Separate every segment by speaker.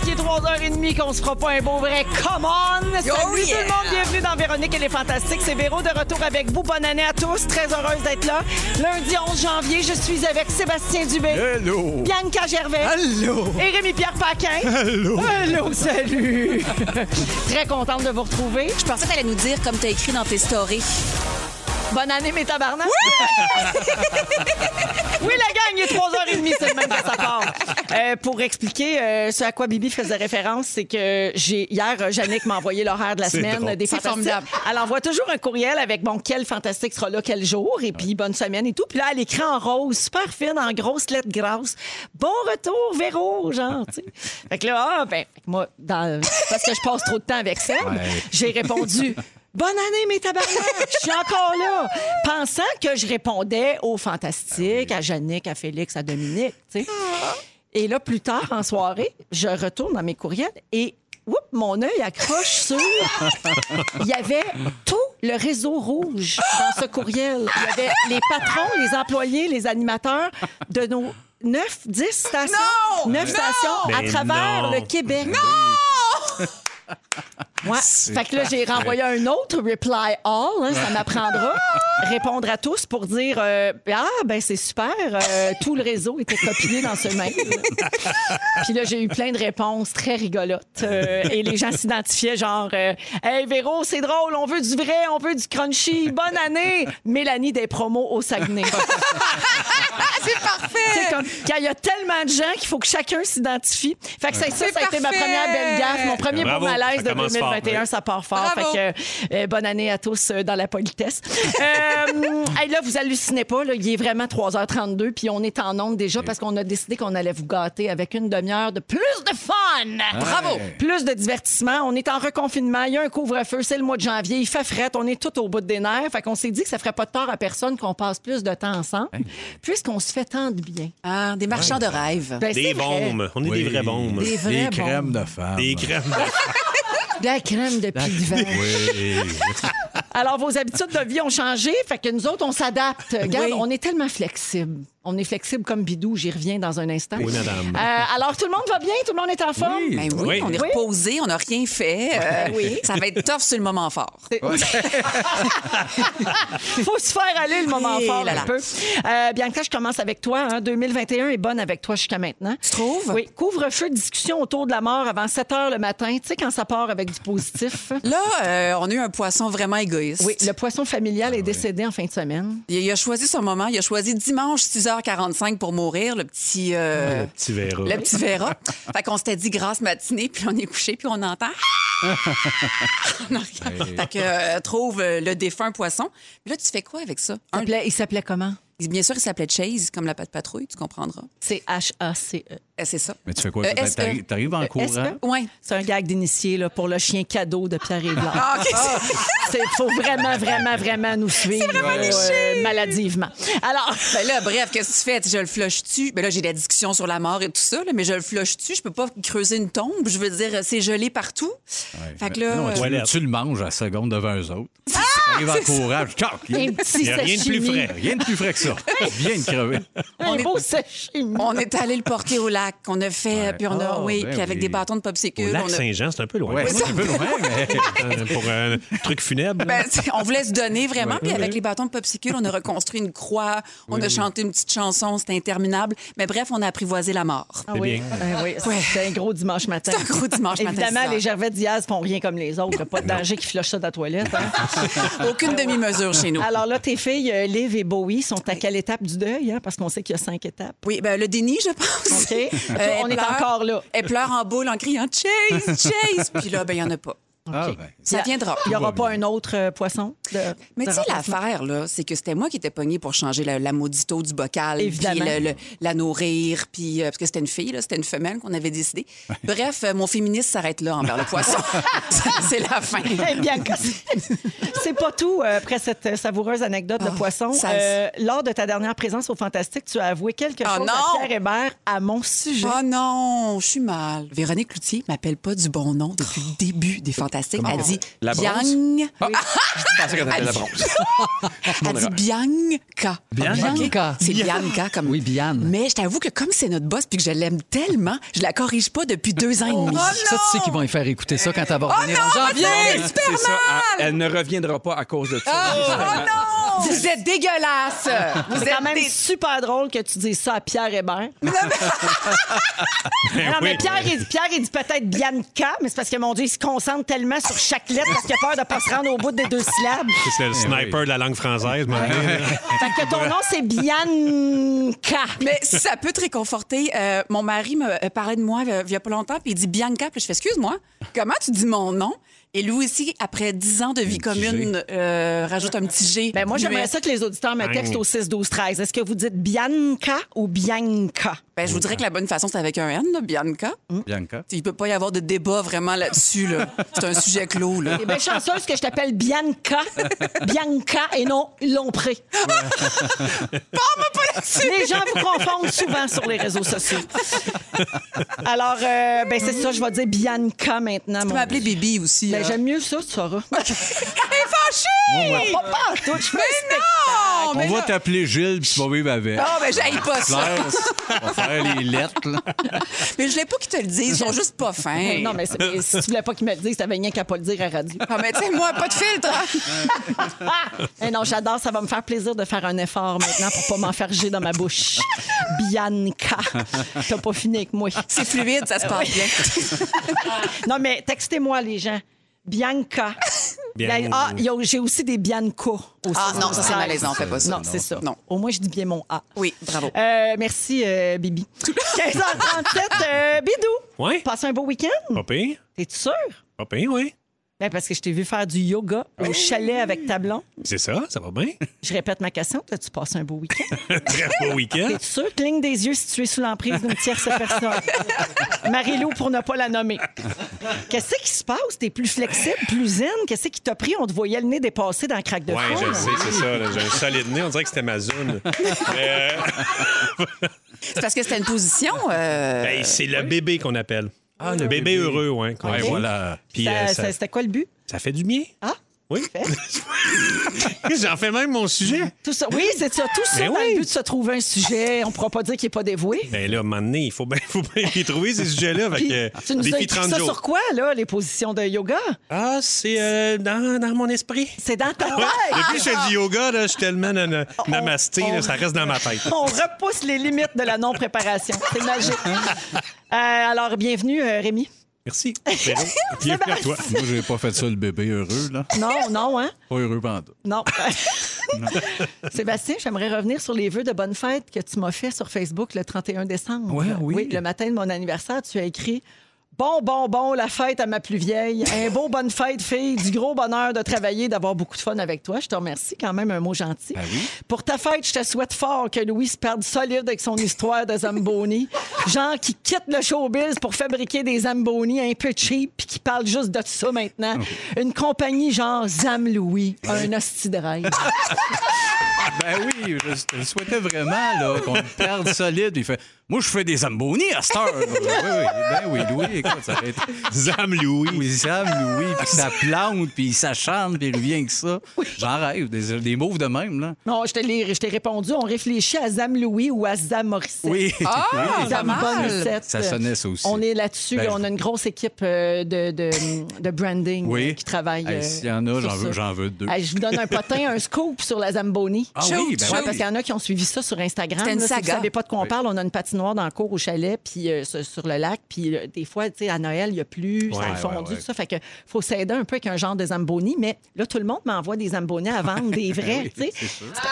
Speaker 1: 3h30 qu'on se fera pas un beau vrai come on! Salut tout le monde, bienvenue dans Véronique et les Fantastiques. C'est Véro de retour avec vous. Bonne année à tous, très heureuse d'être là. Lundi 11 janvier, je suis avec Sébastien Dubé,
Speaker 2: Hello!
Speaker 1: Bianca Gervais
Speaker 2: Allô!
Speaker 1: et Rémi-Pierre Paquin.
Speaker 2: Allô!
Speaker 1: Hello, salut! très contente de vous retrouver.
Speaker 3: Je pensais que t'allais nous dire comme t'as écrit dans tes stories.
Speaker 1: Bonne année, mes tabarnaks! Oui! la gang, il est 3h30, c'est le même que ça part. Euh, pour expliquer euh, ce à quoi Bibi faisait référence, c'est que j'ai hier, euh, Yannick m'a envoyé l'horaire de la
Speaker 2: C'est
Speaker 1: semaine
Speaker 2: drôle.
Speaker 1: des
Speaker 4: C'est
Speaker 1: Fantastiques.
Speaker 4: formidable.
Speaker 1: Elle envoie toujours un courriel avec, bon, quel fantastique sera là, quel jour, et puis bonne semaine et tout. Puis là, elle écrit en rose, super fine, en grosses lettres grasses. Bon retour, Véro, genre, tu sais. Fait que là, ah, ben, moi, dans- parce que je passe trop de temps avec Seb, j'ai répondu. Bonne année, mes tabarnak! Je suis encore là! Pensant que je répondais aux
Speaker 4: Ah
Speaker 1: fantastiques, à Jannick, à Félix, à Dominique, tu sais. Et là, plus tard en soirée, je retourne dans mes courriels et oups, mon œil accroche sur. Il y avait tout le réseau rouge dans ce courriel. Il y avait les patrons, les employés, les animateurs de nos 9, 10 stations.
Speaker 4: Non!
Speaker 1: 9 stations à
Speaker 2: Mais
Speaker 1: travers
Speaker 2: non!
Speaker 1: le Québec. Ouais. Fait que là, j'ai renvoyé un autre reply all. hein, ça m'apprendra. Répondre à tous pour dire euh, Ah, ben c'est super. euh, tout le réseau était copié dans ce mail. Puis là, j'ai eu plein de réponses très rigolotes. euh, et les gens s'identifiaient genre euh, Hey Véro, c'est drôle, on veut du vrai, on veut du crunchy. Bonne année. Mélanie des promos au Saguenay.
Speaker 4: C'est
Speaker 1: C'est
Speaker 4: parfait!
Speaker 1: comme quand il y a tellement de gens qu'il faut que chacun s'identifie. Fait que c'est ça,
Speaker 4: C'est
Speaker 1: ça a été ma
Speaker 4: parfait.
Speaker 1: première belle gaffe, mon premier bon
Speaker 2: Bravo,
Speaker 1: malaise
Speaker 2: ça
Speaker 1: de
Speaker 2: commence fort,
Speaker 1: 2021,
Speaker 2: oui.
Speaker 1: ça part fort.
Speaker 4: Bravo.
Speaker 1: Fait que euh, bonne année à tous euh, dans la politesse. Euh, hey, là, vous hallucinez pas, là, il est vraiment 3h32 puis on est en onde déjà parce qu'on a décidé qu'on allait vous gâter avec une demi-heure de plus de fun. Bravo. Plus de divertissement, on est en reconfinement, il y a un couvre-feu, c'est le mois de janvier, il fait fret, on est tout au bout des nerfs, fait qu'on s'est dit que ça ferait pas de tort à personne qu'on passe plus de temps ensemble puisqu'on se fait tant de bien.
Speaker 3: Ah, des marchands de rêve.
Speaker 1: Ben, c'est
Speaker 2: Des
Speaker 1: vrai.
Speaker 2: bombes. On est des vraies bombes.
Speaker 3: Des
Speaker 5: Des
Speaker 3: vrais bons.
Speaker 5: crèmes de femmes.
Speaker 2: Des crèmes.
Speaker 1: De la crème de pied de verre.
Speaker 2: Oui.
Speaker 1: Alors, vos habitudes de vie ont changé, fait que nous autres, on s'adapte. Regarde,
Speaker 3: Oui.
Speaker 1: on est tellement flexible. On est flexible comme Bidou, j'y reviens dans un instant.
Speaker 2: Oui, madame.
Speaker 1: Euh, alors, tout le monde va bien? Tout le monde est en forme?
Speaker 3: Ben oui,
Speaker 2: Oui.
Speaker 3: on est
Speaker 1: Oui.
Speaker 3: reposé, on n'a rien fait. euh, Ça va être tough sur le moment fort.
Speaker 1: faut se faire aller le moment
Speaker 3: Et
Speaker 1: fort
Speaker 3: là là.
Speaker 1: un peu. Euh, Bianca, je commence avec toi. hein. 2021 est bonne avec toi jusqu'à maintenant.
Speaker 3: Tu trouves?
Speaker 1: Oui. Couvre-feu, discussion autour de la mort avant 7 h le matin. Tu sais, quand ça part avec du positif.
Speaker 3: Là, euh, on a eu un poisson vraiment égoïste.
Speaker 1: oui, le poisson familial est décédé en fin de semaine.
Speaker 3: Il, il a choisi son moment. Il a choisi dimanche 6h45 pour mourir, le petit... euh,
Speaker 2: Tu verras.
Speaker 3: Le petit Vera. fait qu'on s'était dit grasse matinée, puis on est couché, puis on entend. On regarde. fait que euh, trouve euh, le défunt poisson. Puis là, tu fais quoi avec ça?
Speaker 1: Il
Speaker 3: Un-
Speaker 1: s'appelait- il s'appelait comment?
Speaker 3: bien sûr, il s'appelait Chase, comme la patte patrouille, tu comprendras.
Speaker 1: C'est H-A-C-E.
Speaker 3: Euh, C'est ça.
Speaker 5: Mais tu fais quoi?
Speaker 3: Euh, est-ce
Speaker 5: T'arri-
Speaker 3: que-
Speaker 5: T'arrives en courant?
Speaker 3: Ouais.
Speaker 1: C'est un gag d'initié là, pour le chien cadeau de Pierre Évelard.
Speaker 3: Ah, OK.
Speaker 1: Il faut vraiment, vraiment, vraiment nous suivre euh, maladivement. Alors,
Speaker 3: Ben là, bref, qu'est-ce que tu fais? Je le flush-tu? Ben là, j'ai la discussion sur la mort et tout ça, là, mais je le flush-tu? Je peux pas creuser une tombe. Je veux dire, c'est gelé partout.
Speaker 5: Ouais.
Speaker 3: Fait que
Speaker 5: Mais
Speaker 3: là,
Speaker 5: Ben,
Speaker 3: euh, Ah,
Speaker 5: non, tu,
Speaker 2: Toilette.
Speaker 5: tu le manges à la seconde devant eux autres. T'arrives en courant. puis tchac, il y
Speaker 1: un
Speaker 5: a-
Speaker 1: petit
Speaker 2: y a rien de
Speaker 1: sashimi.
Speaker 2: plus frais.
Speaker 5: Rien de plus frais que ça. Viens de crever.
Speaker 1: Un
Speaker 3: On est-
Speaker 1: beau sashimi.
Speaker 3: on est allé le porter au lac. On a fait,
Speaker 5: Ouais.
Speaker 3: puis on a,
Speaker 5: Ah,
Speaker 3: oui,
Speaker 5: ben
Speaker 3: puis avec
Speaker 5: oui.
Speaker 3: des bâtons de
Speaker 2: Au
Speaker 3: popsicle.
Speaker 2: lac
Speaker 3: on a-
Speaker 2: Saint-Jean, c'est un peu loin.
Speaker 5: Ouais, c'est un peu loin, mais
Speaker 2: Euh, Pour un truc funèbre.
Speaker 3: Ben, t'sais, on voulait se donner vraiment. Puis avec les bâtons de popsicle, on a reconstruit une croix, on a chanté une petite chanson, c'était interminable. Mais bref, on a apprivoisé la mort.
Speaker 1: Ah oui,
Speaker 2: bien.
Speaker 1: Ah oui, c'est un gros dimanche matin.
Speaker 3: C'est un gros dimanche matin,
Speaker 1: Évidemment,
Speaker 3: c'est ça.
Speaker 1: les Gervais Diaz font rien comme les autres. Pas de danger qu'ils flushent ça de la toilette. hein.
Speaker 3: Aucune demi-mesure chez nous.
Speaker 1: Alors là, tes filles, euh, Liv et Bowie, sont à quelle étape du deuil? hein? Parce qu'on sait qu'il y a cinq étapes.
Speaker 3: Oui, ben, le déni, je pense.
Speaker 1: OK. Toi,
Speaker 3: elle
Speaker 1: on est
Speaker 3: pleure.
Speaker 1: encore là.
Speaker 3: Elle pleure en boule en criant Chase, Chase. Puis là, ben, il n'y en a pas.
Speaker 5: Ah, ben,
Speaker 3: Ça viendra.
Speaker 1: Il n'y aura pas un autre euh, poisson? de-
Speaker 3: Mais
Speaker 1: de
Speaker 3: tu sais,
Speaker 1: remplacement?
Speaker 3: l'affaire, là, c'est que c'était moi qui étais pognée pour changer la, la maudito du bocal,
Speaker 1: Évidemment.
Speaker 3: puis le- le- la nourrir, puis euh, parce que c'était une fille, là, c'était une femelle qu'on avait décidé. Bref, euh, mon féministe s'arrête là envers le poisson. c'est la fin.
Speaker 1: Eh bien, c'est pas tout euh, après cette euh, savoureuse anecdote de
Speaker 3: Ah,
Speaker 1: poisson.
Speaker 3: ça-
Speaker 1: Euh, lors de ta dernière présence au Fantastique, tu as avoué quelque
Speaker 3: Ah,
Speaker 1: chose à
Speaker 3: non! Ah,
Speaker 1: Pierre Hébert à mon sujet.
Speaker 3: Oh non, je suis mal. Véronique Cloutier m'appelle pas du bon nom depuis le début des fantastique. Elle
Speaker 5: Comment
Speaker 3: dit
Speaker 6: La bronze?
Speaker 3: Biang.
Speaker 6: Je pensais qu'on
Speaker 3: Ah,
Speaker 6: appelait la bronze.
Speaker 3: Elle dit Bianca.
Speaker 5: Bianca.
Speaker 3: Ok. C'est Bianca comme.
Speaker 5: Oui, Biane.
Speaker 3: Mais je t'avoue que comme c'est notre boss puis que je l'aime tellement, je la corrige pas depuis deux ans et demi.
Speaker 5: Oh Ça, tu sais qu'ils vont y faire écouter ça quand elle va
Speaker 3: Oh
Speaker 5: revenir en janvier.
Speaker 6: C'est ça. Elle, elle ne reviendra pas à cause de ça.
Speaker 3: Ah!
Speaker 5: Oh
Speaker 3: Oh Vous êtes dégueulasse. Vous
Speaker 1: C'est
Speaker 3: êtes
Speaker 1: quand même
Speaker 3: des-
Speaker 1: super drôle que tu dises ça à Pierre Hébert. non, mais... Pierre, il, Pierre, il dit peut-être Bianca, mais c'est parce que, mon Dieu, il se concentre tellement sur chaque lettre parce qu'il a peur de pas se rendre au bout des deux syllabes.
Speaker 2: C'est le sniper de la langue française. mais-
Speaker 1: Fait que ton nom, c'est Bianca.
Speaker 3: Mais ça peut te réconforter. euh, mon mari me euh, parlait de moi euh, il y a pas longtemps, puis il dit Bianca. Puis je fais Excuse-moi, comment tu dis mon nom? Et lui aussi, après 10 ans de vie
Speaker 5: petit
Speaker 3: commune, euh, rajoute un petit G.
Speaker 1: Ben moi, j'aimerais ça que les auditeurs me textent au 6 12 13 Est-ce que vous dites Bianca ou Bianca?
Speaker 3: Ben, je vous dirais que la bonne façon, c'est avec un N, là, Bianca.
Speaker 1: Mm.
Speaker 5: Bianca.
Speaker 3: Il peut pas y avoir de débat vraiment là-dessus. Là. C'est un sujet clos. Là.
Speaker 1: T'es bien chanceuse que je t'appelle Bianca. Bianca et non Lompré. Les gens vous confondent souvent sur les réseaux sociaux. Alors, euh, ben c'est ça, je vais dire Bianca maintenant.
Speaker 3: Tu
Speaker 1: mon-
Speaker 3: peux m'appeler Bibi aussi.
Speaker 1: Ben,
Speaker 3: là.
Speaker 1: j'aime mieux ça, tu sauras.
Speaker 3: Elle est fâchée!
Speaker 1: Papa, toi, je fais un spectacle.
Speaker 3: Non, mais
Speaker 5: On va
Speaker 3: là- Oh!
Speaker 5: t'appeler Gilles, puis tu vas vivre avec.
Speaker 3: Non, mais j'aille pas ça.
Speaker 5: Claire, on va faire les lettres. là.
Speaker 3: Mais je l'ai pas qu'ils te le disent. Ils sont juste pas fins.
Speaker 1: Non, mais, c'est- mais si tu voulais pas qu'il me le dise, t'avais rien qu'à pas le dire à radio.
Speaker 3: Ah, mais tu sais, moi, pas de filtre. hein.
Speaker 1: Eh non, j'adore, ça va me faire plaisir de faire un effort maintenant pour pas m'en faire jeter dans ma bouche. Bianca, t'as pas fini avec moi.
Speaker 3: C'est fluide, ça se passe bien.
Speaker 1: Non, mais textez-moi, les gens. Bianca. La-
Speaker 2: Bien.
Speaker 1: ah, y a- j'ai aussi des Bianca. Aussi,
Speaker 3: Ah, non, ça, c'est malaisant, on fait pas ça.
Speaker 1: Non,
Speaker 3: Non,
Speaker 1: c'est ça.
Speaker 3: non.
Speaker 1: Au moins, je dis bien mon A.
Speaker 3: Oui, bravo.
Speaker 1: Euh, merci, euh, Bibi. 15h37, euh, Bidou.
Speaker 2: Ouais.
Speaker 1: Passe un beau week-end.
Speaker 2: Pas pire.
Speaker 1: T'es-tu sûr?
Speaker 2: Pas pire, oui.
Speaker 1: Ben, parce que je t'ai vu faire du yoga au chalet avec ta blonde.
Speaker 2: C'est ça, ça va bien.
Speaker 1: Je répète ma question. T'as-tu passé un beau week-end?
Speaker 2: Très beau week-end.
Speaker 1: T'es sûr? Cligne des yeux si tu es sous l'emprise d'une tierce personne. Marie-Lou, pour ne pas la nommer. Qu'est-ce qui se passe? T'es plus flexible, plus zen? Qu'est-ce qui t'a pris? On te voyait le nez dépasser dans le crack de
Speaker 2: Oui,
Speaker 1: four.
Speaker 2: je le sais, c'est ça. là. J'ai un solide nez. On dirait que c'était ma zone. Mais, euh,
Speaker 3: C'est parce que c'était une position. euh,
Speaker 2: ben, c'est le bébé qu'on appelle.
Speaker 5: Ah,
Speaker 2: le
Speaker 5: le
Speaker 2: bébé,
Speaker 5: bébé.
Speaker 2: heureux, ouais. qu'on
Speaker 5: Ouais,
Speaker 2: dit.
Speaker 5: voilà.
Speaker 2: Puis
Speaker 1: Ça-
Speaker 2: euh, ça,
Speaker 1: ça- C'était quoi le but?
Speaker 2: ça fait du bien.
Speaker 1: Ah?
Speaker 2: Oui. J'en fais même mon sujet.
Speaker 1: Tout ça. Oui, c'est ça. Tout ça
Speaker 2: Mais
Speaker 1: dans
Speaker 2: oui.
Speaker 1: le but de se trouver un sujet. On ne pourra pas dire qu'il n'est pas dévoué.
Speaker 2: Ben là, à un moment donné, il faut bien, faut bien les trouver, ces sujets-là. Fait
Speaker 1: Puis,
Speaker 2: que,
Speaker 1: tu nous
Speaker 2: défi
Speaker 1: as écrit
Speaker 2: 30
Speaker 1: ça
Speaker 2: jours.
Speaker 1: sur quoi, là, les positions de yoga?
Speaker 2: Ah, c'est euh, dans, dans mon esprit.
Speaker 1: C'est dans ta
Speaker 2: Ouais.
Speaker 1: tête.
Speaker 2: Depuis que je fais du yoga, là, je suis tellement na- na- namasté,
Speaker 1: on-
Speaker 2: là, ça reste dans ma tête.
Speaker 1: On repousse les limites de la non-préparation. C'est magique.
Speaker 2: Hein?
Speaker 1: Euh, alors, bienvenue, euh, Rémi.
Speaker 2: Merci. Véro, bienvenue à toi.
Speaker 5: Moi, j'ai pas fait ça, le bébé heureux, là.
Speaker 1: Non, non, hein?
Speaker 5: Pas heureux pendant.
Speaker 1: Non. Sébastien, j'aimerais revenir sur les vœux de bonne fête que tu m'as fait sur Facebook le 31 décembre.
Speaker 5: Ouais, oui.
Speaker 1: le matin de mon anniversaire, tu as écrit Bon, bon, bon, la fête à ma plus vieille. Un beau bonne fête, fille. Du gros bonheur de travailler, d'avoir beaucoup de fun avec toi. Je te remercie. Quand même, un mot gentil.
Speaker 5: Ben
Speaker 1: Pour ta fête, je te souhaite fort que Louis se perde solide avec son histoire de Zamboni. Genre qui quitte le showbiz pour fabriquer des Zamboni un peu cheap puis qui parle juste de ça maintenant. Une compagnie genre Zam Louis. Un hostie de rêve.
Speaker 5: Ben oui, je, je le souhaitais vraiment là, qu'on le perde solide. Il fait Moi, je fais des zambonis à cette heure. oui, oui, ben oui, Louis, écoute, ça va être.
Speaker 2: Zam Louis.
Speaker 5: Oui, Sam, Louis, puis ça plante, puis ça chante, puis il revient que ça. J'en rêve, des, des moves de même, là.
Speaker 1: Non, je te l'ai- je t'ai répondu. On réfléchit à Zam Louis ou à Zam Morissette.
Speaker 5: Oui.
Speaker 3: Ah, pas
Speaker 1: Zam
Speaker 3: mal.
Speaker 1: Bonissette.
Speaker 5: Ça sonnait, ça aussi.
Speaker 1: On est là-dessus.
Speaker 5: Ben,
Speaker 1: là.
Speaker 5: je-
Speaker 1: on a une grosse équipe euh, de, de- de branding
Speaker 5: Oui.
Speaker 1: euh, qui travaille.
Speaker 5: Hey,
Speaker 1: euh,
Speaker 5: s'il y en a,
Speaker 1: sur
Speaker 5: j'en
Speaker 1: ça.
Speaker 5: veux- j'en veux deux.
Speaker 1: Hey, je vous donne un potin, un scoop sur la Zamboni.
Speaker 5: Ah oui, ben
Speaker 1: Ouais,
Speaker 5: oui.
Speaker 1: parce qu'il y en a qui ont suivi ça sur Instagram.
Speaker 3: C'était une
Speaker 1: là. si vous
Speaker 3: saga.
Speaker 1: savez pas de quoi on
Speaker 5: Oui.
Speaker 1: parle, on a une patinoire dans le cours au chalet, puis euh, sur sur le lac. Puis euh, des fois, tu sais, à Noël, il y a plus, ça a
Speaker 5: ouais,
Speaker 1: fondu,
Speaker 5: ouais.
Speaker 1: tout ça. Fait que faut s'aider un peu avec un genre de Zamboni. Mais là, tout le monde m'envoie des Zambonis à vendre, des
Speaker 5: Ben
Speaker 1: vrais. tu sais.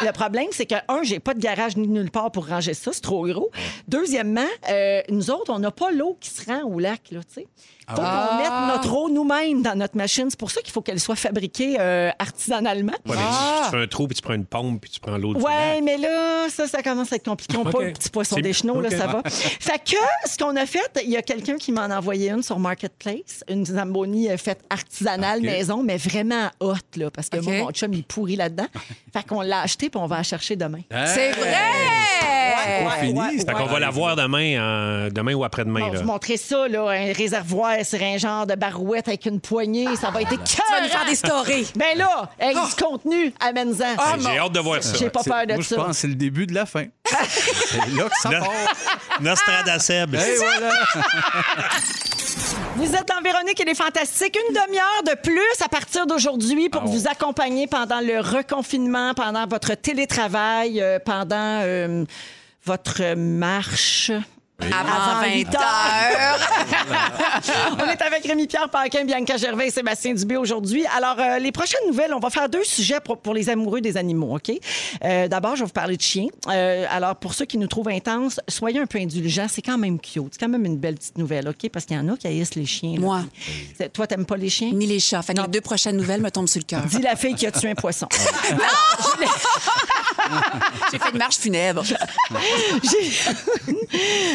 Speaker 1: le problème, c'est que, un, j'ai pas de garage ni nulle part pour ranger ça, c'est trop gros. Deuxièmement, euh, nous autres, on n'a pas l'eau qui se rend au lac, là, tu sais.
Speaker 5: Ah.
Speaker 1: Faut qu'on mette notre eau nous-mêmes dans notre machine. C'est pour ça qu'il faut qu'elle soit fabriquée euh, artisanalement.
Speaker 2: Ouais, mais tu fais un trou, puis tu prends une pompe, puis tu prends l'autre.
Speaker 1: Ah. Ouais, mais là, ça, ça commence à être compliqué. On n'a pas
Speaker 2: Ok.
Speaker 1: le petit poisson
Speaker 2: C'est-
Speaker 1: des chenaux,
Speaker 2: ok.
Speaker 1: là, ça va. Fait que, ce qu'on a fait, il y a quelqu'un qui m'en a envoyé une sur Marketplace, une Zamboni euh, faite artisanale
Speaker 5: Ok.
Speaker 1: maison, mais vraiment haute, là, parce que
Speaker 3: Ok.
Speaker 1: moi, mon chum, il pourrit là-dedans. Fait qu'on l'a acheté, puis on va la chercher demain.
Speaker 3: C'est vrai!
Speaker 1: Ouais,
Speaker 6: fini.
Speaker 1: ouais,
Speaker 6: c'est
Speaker 2: Fait qu'on va la voir demain, euh, demain ou après-demain.
Speaker 1: Bon,
Speaker 2: là.
Speaker 1: vous montrer ça, là, un réservoir sur un genre de barouette avec une poignée, ça va être Tu
Speaker 3: vas nous faire des stories.
Speaker 1: Ben là, avec du contenu, amène-en.
Speaker 2: Hey, J'ai hâte de voir ça.
Speaker 1: Ah, J'ai pas
Speaker 5: C'est-
Speaker 1: peur de
Speaker 5: moi,
Speaker 1: ça.
Speaker 5: je pense que c'est le début de la fin. c'est là que ça
Speaker 2: Non.
Speaker 5: part.
Speaker 2: Nostradaceb.
Speaker 5: Hey, voilà.
Speaker 1: Vous êtes dans Véronique et les Fantastiques. Une demi-heure de plus à partir d'aujourd'hui pour vous accompagner pendant le reconfinement, pendant votre télétravail, euh, pendant euh, votre marche.
Speaker 3: Avant 20 heures.
Speaker 1: On est avec Rémi-Pierre Paquin, Bianca Gervais et Sébastien Dubé aujourd'hui. Alors, euh, les prochaines nouvelles, on va faire deux sujets pour, pour les amoureux des animaux, OK? Euh, D'abord, je vais vous parler de chiens. Euh, alors, pour ceux qui nous trouvent intenses, soyez un peu indulgents. C'est quand même cute. C'est quand même une belle petite nouvelle, OK? Parce qu'il y en a qui haïssent les chiens. là.
Speaker 3: Moi.
Speaker 1: C'est- Toi, t'aimes pas les chiens?
Speaker 3: Ni les chats. Fait que les deux prochaines nouvelles me tombent sur le cœur.
Speaker 1: Dis la fille qui a tué un poisson.
Speaker 3: J'ai fait une marche funèbre.
Speaker 1: J'ai-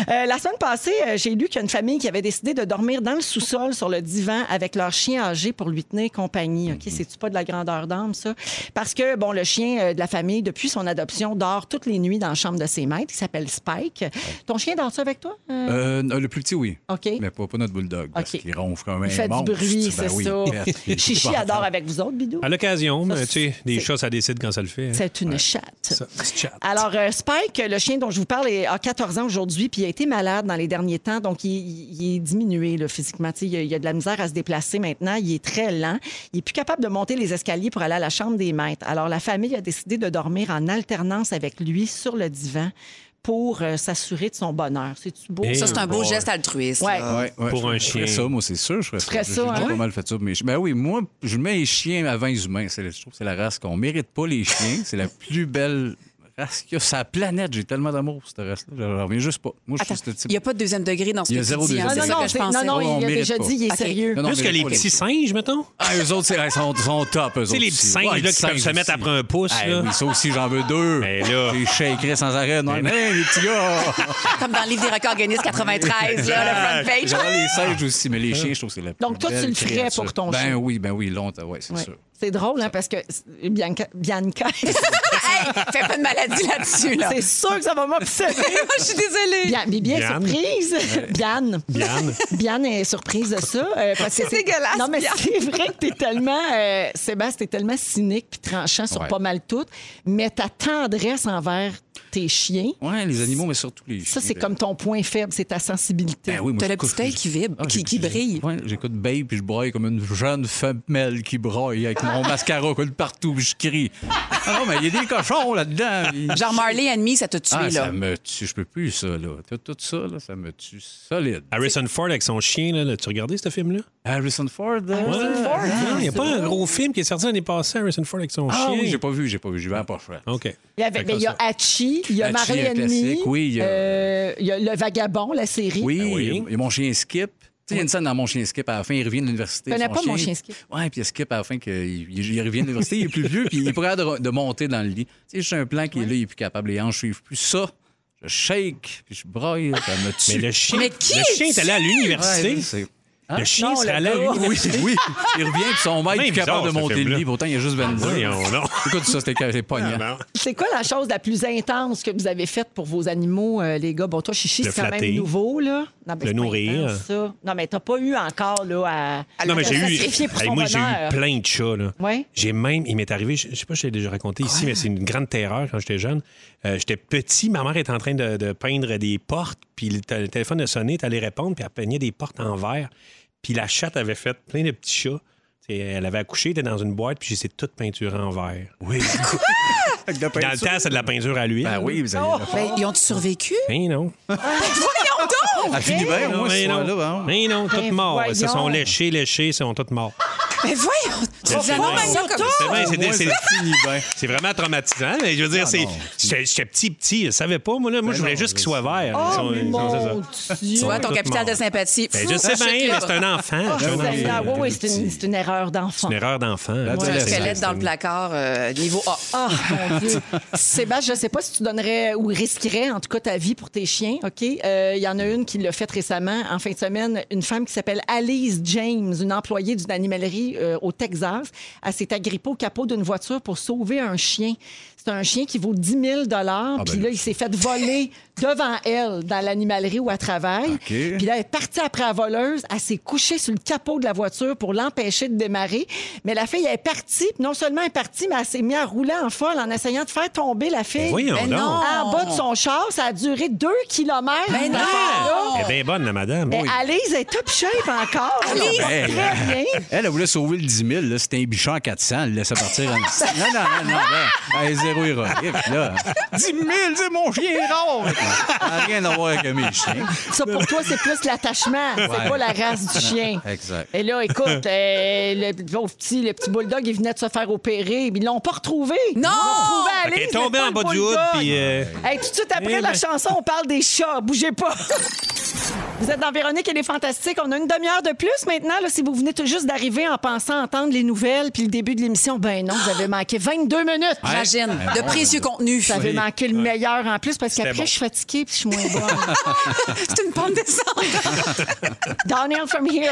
Speaker 1: Euh, la semaine passée, euh, j'ai lu qu'il y a une famille qui avait décidé de dormir dans le sous-sol sur le divan avec leur chien âgé pour lui tenir compagnie. OK, c'est-tu pas de la grandeur d'âme, ça? Parce que, bon, le chien euh, de la famille, depuis son adoption, dort toutes les nuits dans la chambre de ses maîtres. Il s'appelle Spike. Ton chien dort ça avec toi? Euh,
Speaker 5: Euh, non, le plus petit, oui.
Speaker 1: OK.
Speaker 5: Mais pas, pas notre bulldog. Parce
Speaker 1: OK.
Speaker 5: qu'il ronfle quand même.
Speaker 1: Il fait du
Speaker 5: monstre.
Speaker 1: bruit, c'est
Speaker 5: Ben oui,
Speaker 1: ça.
Speaker 5: pète. Il est
Speaker 1: Chichi
Speaker 5: pas
Speaker 1: adore
Speaker 5: enfant.
Speaker 1: avec vous autres, Bidou?
Speaker 2: À l'occasion, mais
Speaker 1: Ça,
Speaker 2: tu sais, des
Speaker 1: c'est-
Speaker 2: chats, ça décide quand ça le fait. hein.
Speaker 1: C'est une chatte.
Speaker 2: Ça, c'est chat.
Speaker 1: Alors, euh, Spike, le chien dont je vous parle, est- a 14 ans aujourd'hui, puis il a été malade dans les derniers temps, donc il, il- il est diminué là, physiquement. Tu sais, Il a, il a de la misère à se déplacer maintenant. Il est très lent. Il est plus capable de monter les escaliers pour aller à la chambre des maîtres. Alors, la famille a décidé de dormir en alternance avec lui sur le divan pour euh, s'assurer de son bonheur. C'est-tu beau?
Speaker 2: Et-
Speaker 3: Ça, c'est un beau
Speaker 2: Boy.
Speaker 3: geste altruiste.
Speaker 1: Ouais.
Speaker 3: là.
Speaker 5: Ouais, ouais,
Speaker 2: Pour
Speaker 5: je-
Speaker 2: un
Speaker 5: je ferais
Speaker 2: chien.
Speaker 5: ça, moi, c'est sûr. Je ferais ça.
Speaker 1: ferais
Speaker 5: J'ai
Speaker 1: ça,
Speaker 5: déjà
Speaker 1: hein?
Speaker 5: pas mal fait ça. Mais ben oui, moi, je mets les chiens avant les humains. C'est, je trouve que c'est la race qu'on mérite pas, les chiens. c'est la plus belle race qu'il y a sur la planète. J'ai tellement d'amour pour cette race-là. Je reviens juste pas. Moi, je
Speaker 3: Attends,
Speaker 5: suis ce type.
Speaker 3: il n'y a pas de deuxième degré dans ce
Speaker 5: Il y
Speaker 3: que
Speaker 5: a
Speaker 3: tu
Speaker 5: zéro
Speaker 3: dis. hein,
Speaker 1: non,
Speaker 5: deuxième
Speaker 3: c'est
Speaker 1: non, non,
Speaker 3: ça
Speaker 5: degré.
Speaker 3: que je
Speaker 1: c'est-
Speaker 3: pensais.
Speaker 1: non, non,
Speaker 5: Oh, on
Speaker 1: il a
Speaker 5: mérite
Speaker 1: déjà
Speaker 5: pas.
Speaker 1: dit, il est
Speaker 3: OK.
Speaker 1: sérieux.
Speaker 5: Non, non,
Speaker 2: Plus
Speaker 5: mais
Speaker 2: que
Speaker 5: là,
Speaker 2: les
Speaker 5: pas
Speaker 2: petits singes, mettons.
Speaker 5: Ah, eux autres, c'est- ils sont, sont top, eux
Speaker 2: Tu sais, les petits singes, là, qui peuvent se mettre après un pouce, là.
Speaker 5: Oui, ça aussi, j'en veux deux.
Speaker 2: Mais là- Ben
Speaker 5: J'ai shakeré sans arrêt. Non, mais les petits gars!
Speaker 3: Comme dans le livre des records Guinness 93, là, le front page.
Speaker 5: J'adore les singes aussi, mais les chiens, je trouve que c'est la plus
Speaker 1: Donc, toi, tu
Speaker 5: belle
Speaker 1: le ferais
Speaker 5: créature.
Speaker 1: pour ton
Speaker 5: ben,
Speaker 1: chien.
Speaker 5: Ben oui, ben oui, longtemps, oui, c'est
Speaker 1: Ouais.
Speaker 5: sûr.
Speaker 1: C'est drôle, hein, parce que c'est- Bianca, Bianca
Speaker 3: hey, fais pas de maladie là-dessus, là.
Speaker 1: c'est sûr que ça va m'obséder.
Speaker 3: Je suis désolée.
Speaker 1: Bien, mais bien
Speaker 2: Biane.
Speaker 1: surprise. Biane.
Speaker 2: Biane.
Speaker 1: Biane est surprise de ça. euh, parce que
Speaker 3: C'est dégueulasse,
Speaker 1: Non, mais
Speaker 3: Biane.
Speaker 1: c'est vrai que t'es tellement, euh, Sébastien, t'es tellement cynique puis tranchant sur
Speaker 5: Ouais.
Speaker 1: pas mal tout, mais ta tendresse envers tes chiens,
Speaker 5: Ouais, les animaux, mais surtout les
Speaker 1: ça,
Speaker 5: chiens,
Speaker 1: c'est
Speaker 5: là.
Speaker 1: comme ton point faible, c'est ta sensibilité.
Speaker 5: Ben oui, moi,
Speaker 3: T'as
Speaker 5: je
Speaker 3: le petit
Speaker 5: couche-
Speaker 3: œil qui vibre,
Speaker 5: Ah,
Speaker 3: qui-
Speaker 5: j'ai-
Speaker 3: qui
Speaker 5: j'ai-
Speaker 3: brille.
Speaker 5: Ouais, j'écoute Babe puis je braille comme une jeune femelle qui braille avec mon mascara coule partout puis je crie. Ah non, mais il y a des cochons là-dedans. Il-
Speaker 3: Genre Marley and Me, ça t'a tué,
Speaker 5: Ah,
Speaker 3: là.
Speaker 5: ça me tue. Je peux plus, ça, là. Tout, tout ça, là, ça me tue solide.
Speaker 2: Harrison Ford avec son chien, là, là, tu regardais ce film-là?
Speaker 5: Harrison Ford, hein? là.
Speaker 2: Il n'y a pas un gros film qui est sorti l'année passée, Harrison Ford avec son
Speaker 5: Ah
Speaker 2: chien.
Speaker 5: oui, j'ai pas vu, j'ai pas vu. J'ai vu pas cher.
Speaker 2: OK.
Speaker 1: Il y, avait-
Speaker 2: Fait
Speaker 1: ben,
Speaker 2: que
Speaker 1: il y a
Speaker 2: ça-
Speaker 1: Hachi, il y a
Speaker 5: Hachi,
Speaker 1: Marie
Speaker 5: un
Speaker 1: Ennemie,
Speaker 5: classique, oui, il y a-
Speaker 1: euh, il y a Le Vagabond, la série.
Speaker 5: Oui,
Speaker 2: Ah oui.
Speaker 5: et mon chien Skip. Tu sais, il y a une scène dans mon chien Skip à la fin, il revient de l'université.
Speaker 1: Je connais
Speaker 5: son
Speaker 1: pas mon chien Skip.
Speaker 5: Ouais, puis il y a Skip à la fin, qu'il il, il revient de l'université, il est plus vieux, puis il est pas capable de, de monter dans le lit. Tu sais, j'ai un plan qui est là, il est plus capable, les hanches suivent plus. Ça, je shake, puis je braille, ça me
Speaker 2: Mais
Speaker 5: tue.
Speaker 2: le chien,
Speaker 3: Mais qui
Speaker 2: le chien est allé à
Speaker 5: Ouais,
Speaker 2: l'université.
Speaker 5: c'est-
Speaker 2: le chien
Speaker 1: Non,
Speaker 2: serait
Speaker 1: le
Speaker 2: allé à
Speaker 1: gars.
Speaker 2: l'université.
Speaker 5: Ah oui, oui. Il revient, puis son mec est
Speaker 2: Même
Speaker 5: plus capable
Speaker 2: bizarre,
Speaker 5: de
Speaker 2: ce
Speaker 5: monter le
Speaker 2: film-là.
Speaker 5: lit, pourtant il a juste 22.
Speaker 2: Voyons donc. Ah, ben
Speaker 5: Écoute ça, c'était c'était poignant.
Speaker 2: Non.
Speaker 1: C'est quoi la chose la plus intense que vous avez faite pour vos animaux, euh, les gars? Bon, toi, Chichi,
Speaker 2: Le
Speaker 1: c'est quand
Speaker 2: flatter.
Speaker 1: même nouveau, là. Non, ben, c'est pas
Speaker 2: nourrir.
Speaker 1: intense, ça. Non, mais t'as pas eu encore, là, à...
Speaker 2: Non, mais j'ai eu,
Speaker 1: sacrifier pour
Speaker 2: Hey,
Speaker 1: son
Speaker 2: moi, j'ai eu
Speaker 1: bonheur.
Speaker 2: plein de chats. Là.
Speaker 1: Ouais.
Speaker 2: J'ai même, il m'est arrivé, je, je sais pas si je l'ai déjà raconté ici, mais c'est une grande terreur quand j'étais jeune. Euh, j'étais petit, ma mère était en train de, de peindre des portes, puis le, t- le téléphone a sonné, t'allais répondre, puis elle peignait des portes en verre. Puis la chatte avait fait plein de petits chats. Tu sais, Elle avait accouché, elle était dans une boîte, puis j'ai essayé de toute peinture en verre. Oui. dans le temps, c'est de la peinture à l'huile.
Speaker 5: Ben oui, vous
Speaker 1: Ah,
Speaker 5: avez la
Speaker 3: Ben, ils ont survécu?
Speaker 2: Mais non.
Speaker 3: Ah,
Speaker 5: Elle finit bien, au moins, ce
Speaker 2: mais non.
Speaker 5: soir-là, ben.
Speaker 2: Mais non, toutes
Speaker 1: Ben
Speaker 2: morts. Ils se sont
Speaker 1: voyons.
Speaker 2: léchés, léchés, ils sont toutes morts.
Speaker 3: Mais voyons! Tu
Speaker 2: C'est
Speaker 3: vraiment
Speaker 2: bien.
Speaker 3: ça comme
Speaker 2: C'est bien,
Speaker 5: Au
Speaker 2: c'est-
Speaker 5: moins,
Speaker 2: c'est-
Speaker 5: ça finit bien.
Speaker 2: C'est vraiment traumatisant, mais je veux dire, c'est.
Speaker 5: Ah, non. Ben
Speaker 2: J'étais j'étais petit, petit. Je savais pas, moi, là. Moi, je voulais
Speaker 5: non,
Speaker 2: juste qu'il
Speaker 5: je
Speaker 2: soit vert. Ils sont-
Speaker 1: Oh,
Speaker 2: ils sont- c'est ça.
Speaker 1: mon Dieu!
Speaker 3: Tu vois, ton
Speaker 2: Tout
Speaker 3: capital
Speaker 2: mort.
Speaker 3: de sympathie.
Speaker 2: Ben, je sais
Speaker 3: Pff,
Speaker 2: bien, mais
Speaker 3: là.
Speaker 2: c'est un enfant. C'est
Speaker 1: Oh,
Speaker 2: un enfant.
Speaker 1: Seigneur,
Speaker 5: enfant.
Speaker 1: oui, oui, c'est une, c'est une erreur d'enfant.
Speaker 2: Une erreur d'enfant. hein.
Speaker 5: Ouais,
Speaker 3: Un
Speaker 5: c'est-
Speaker 3: squelette dans le placard, euh, niveau A.
Speaker 2: Oh
Speaker 1: Ah, mon Dieu. Sébastien, je sais pas si tu donnerais ou risquerais, en tout cas, ta vie pour tes chiens, OK? Euh, Il y en a une qui l'a faite récemment, en fin de semaine, une femme qui s'appelle Alice James, une employée d'une animalerie passé euh, au Texas. Elle s'est agrippée au capot d'une voiture pour sauver un chien. C'est un chien qui vaut 10 000
Speaker 5: ben
Speaker 1: Puis là,
Speaker 5: là.
Speaker 1: il s'est fait voler devant elle dans l'animalerie où elle travaille.
Speaker 5: OK.
Speaker 1: Puis là, elle est partie après la voleuse. Elle s'est couchée sur le capot de la voiture pour l'empêcher de démarrer. Mais la fille, elle est partie. Puis non seulement elle est partie, mais elle s'est mise à rouler en folle en essayant de faire tomber la fille.
Speaker 2: Voyons
Speaker 3: Ben
Speaker 2: donc.
Speaker 3: non.
Speaker 1: En bas de son char, ça a duré deux kilomètres.
Speaker 3: Ben
Speaker 1: cette
Speaker 3: non!
Speaker 1: affaire-là.
Speaker 2: Elle est bien bonne, la madame.
Speaker 1: Mais Alice est top shape encore.
Speaker 5: Alice!
Speaker 1: Elle va très bien.
Speaker 5: Elle, elle voulait sauver le 10 000. là. C'était un bichon à 400. Elle le laissait partir en... Non, non, non, non. ben, Elle est zéro héroïque. Là. 10 000, c'est mon chien est rare. Ça n'a rien à voir avec mes chiens.
Speaker 1: Ça, pour toi, c'est plus l'attachement. C'est
Speaker 5: Ouais.
Speaker 1: pas la race du chien.
Speaker 5: Exact.
Speaker 1: Et là, écoute, euh, le pauvre petit, le petit bulldog, il venait de se faire opérer. Ils l'ont pas retrouvé. Ils l'ont
Speaker 3: Non!
Speaker 1: retrouvé à
Speaker 2: Elle
Speaker 1: Alice,
Speaker 2: est
Speaker 1: mais
Speaker 2: tombée
Speaker 1: pas
Speaker 2: en
Speaker 1: le
Speaker 2: bas du hood,
Speaker 1: bulldog.
Speaker 2: puis euh,
Speaker 1: Hey, tout de suite après
Speaker 2: Eh
Speaker 1: la
Speaker 2: ben.
Speaker 1: chanson, on parle des chats. Bougez pas. Vous êtes dans Véronique, elle est fantastique. On a une demi-heure de plus maintenant. Là, si vous venez tout juste d'arriver en pensant entendre les nouvelles puis le début de l'émission, ben non, vous avez manqué 22 minutes.
Speaker 2: Ah,
Speaker 3: Imagine, de précieux contenu.
Speaker 1: Vous avez manqué le meilleur en plus parce qu'après,
Speaker 2: bon.
Speaker 1: je suis fatiguée puis je suis moins bonne.
Speaker 3: C'est une pente descendante.
Speaker 1: Downhill from here.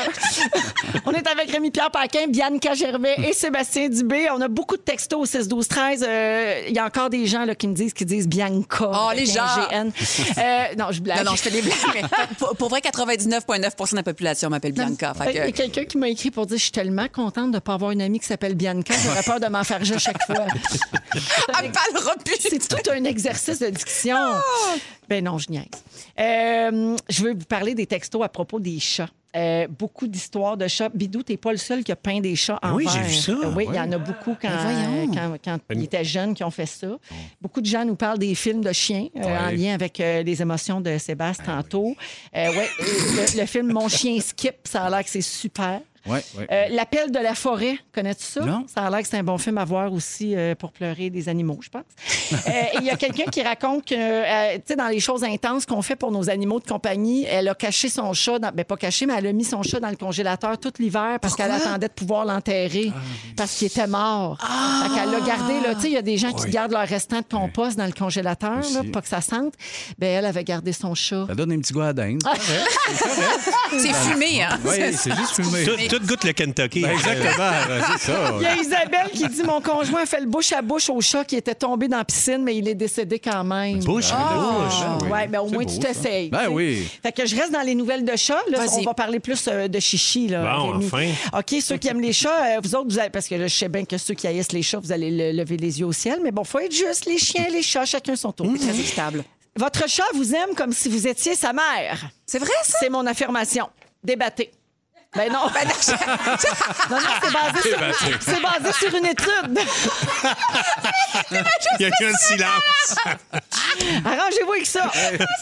Speaker 1: on est avec Rémi-Pierre Paquin, Bianca Gervais et Sébastien Dubé. On a beaucoup de textos au 6, 12, 13. Euh, Il y a encore des gens là, qui me disent qu'ils disent Bianca.
Speaker 3: Oh,
Speaker 1: avec
Speaker 3: les
Speaker 1: un
Speaker 3: gens.
Speaker 1: GN. Euh, non, je blague.
Speaker 3: Non, non, je fais des blagues, mais pour, pour vrai, 99,9 de la population m'appelle Bianca. Fait
Speaker 1: Il y a
Speaker 3: que...
Speaker 1: quelqu'un qui m'a écrit pour dire Je suis tellement contente de ne pas avoir une amie qui s'appelle Bianca. J'aurais peur de m'en faire à chaque fois.
Speaker 3: Elle parlera plus.
Speaker 1: C'est tout un exercice de diction.
Speaker 3: Ah!
Speaker 1: Ben non, je niaise. Euh, je veux vous parler des textos à propos des chats. Euh, beaucoup d'histoires de chats. Bidou, t'es pas le seul qui a peint des chats en
Speaker 2: Oui, j'ai
Speaker 1: verre.
Speaker 2: vu ça.
Speaker 1: Euh, Oui, il y
Speaker 2: Ouais.
Speaker 1: en a beaucoup quand,
Speaker 3: Ben voyons.
Speaker 1: quand, quand ils étaient jeunes qui ont fait ça. Beaucoup de gens nous parlent des films de chiens euh, en
Speaker 5: Ouais.
Speaker 1: lien avec euh, les émotions de Sébastien
Speaker 2: Ah
Speaker 1: tantôt. Euh, ouais, euh, le, le film Mon chien skip, ça a l'air que c'est super.
Speaker 5: Ouais, ouais.
Speaker 1: Euh, L'appel de la forêt, connais-tu ça?
Speaker 5: Non.
Speaker 1: Ça a l'air que c'est un bon film à voir aussi euh, pour pleurer des animaux, je pense. Euh, et Il y a quelqu'un qui raconte que, euh, tu sais, dans les choses intenses qu'on fait pour nos animaux de compagnie, elle a caché son chat, dans, ben, pas caché, mais elle a mis son chat dans le congélateur tout l'hiver parce qu'elle attendait de pouvoir
Speaker 5: Ah,
Speaker 1: l'enterrer parce qu'il était mort. Fait qu'elle l'a gardé, là. Tu sais, il y a des gens qui gardent leur restant de compost dans le congélateur, là,
Speaker 5: Aussi.
Speaker 1: pas que ça sente. Ben, elle avait gardé son chat.
Speaker 5: Ça donne un petit goût à la dinde.
Speaker 3: C'est fumé, hein?
Speaker 5: Oui, c'est juste fumé.
Speaker 2: tout, tout goûte le Kentucky.
Speaker 5: Ben, Exactement, c'est ça.
Speaker 1: Il y a Isabelle qui dit Mon conjoint fait le bouche à bouche au chat qui était tombé dans la piscine, mais il est décédé quand même.
Speaker 2: Bouche à bouche.
Speaker 1: Ah,
Speaker 5: oui.
Speaker 1: ouais, mais au
Speaker 5: C'est
Speaker 1: moins
Speaker 5: beau,
Speaker 1: tu
Speaker 5: ça.
Speaker 1: t'essayes.
Speaker 5: Ben
Speaker 1: tu sais.
Speaker 5: oui.
Speaker 1: Fait que je reste dans les nouvelles de chats. Là,
Speaker 3: Vas-y.
Speaker 1: on va parler plus euh, de chichi. Là,
Speaker 2: Bon,
Speaker 1: Rémi.
Speaker 2: enfin.
Speaker 1: OK, ceux qui aiment les chats, euh, vous autres, vous allez- parce que là, je sais bien que ceux qui haïssent les chats, vous allez le- lever les yeux au ciel. Mais bon, faut être juste. Les chiens, les chats, chacun son
Speaker 5: Mmh.
Speaker 1: tour.
Speaker 3: Très équitable.
Speaker 1: Votre chat vous aime comme si vous étiez sa mère.
Speaker 3: C'est vrai, ça?
Speaker 1: C'est mon affirmation. Débattez. Ben non, ben non, je- non, non, c'est basé, sur- c'est basé sur une étude.
Speaker 2: Il y a eu un silence.
Speaker 1: Arrangez-vous avec ça.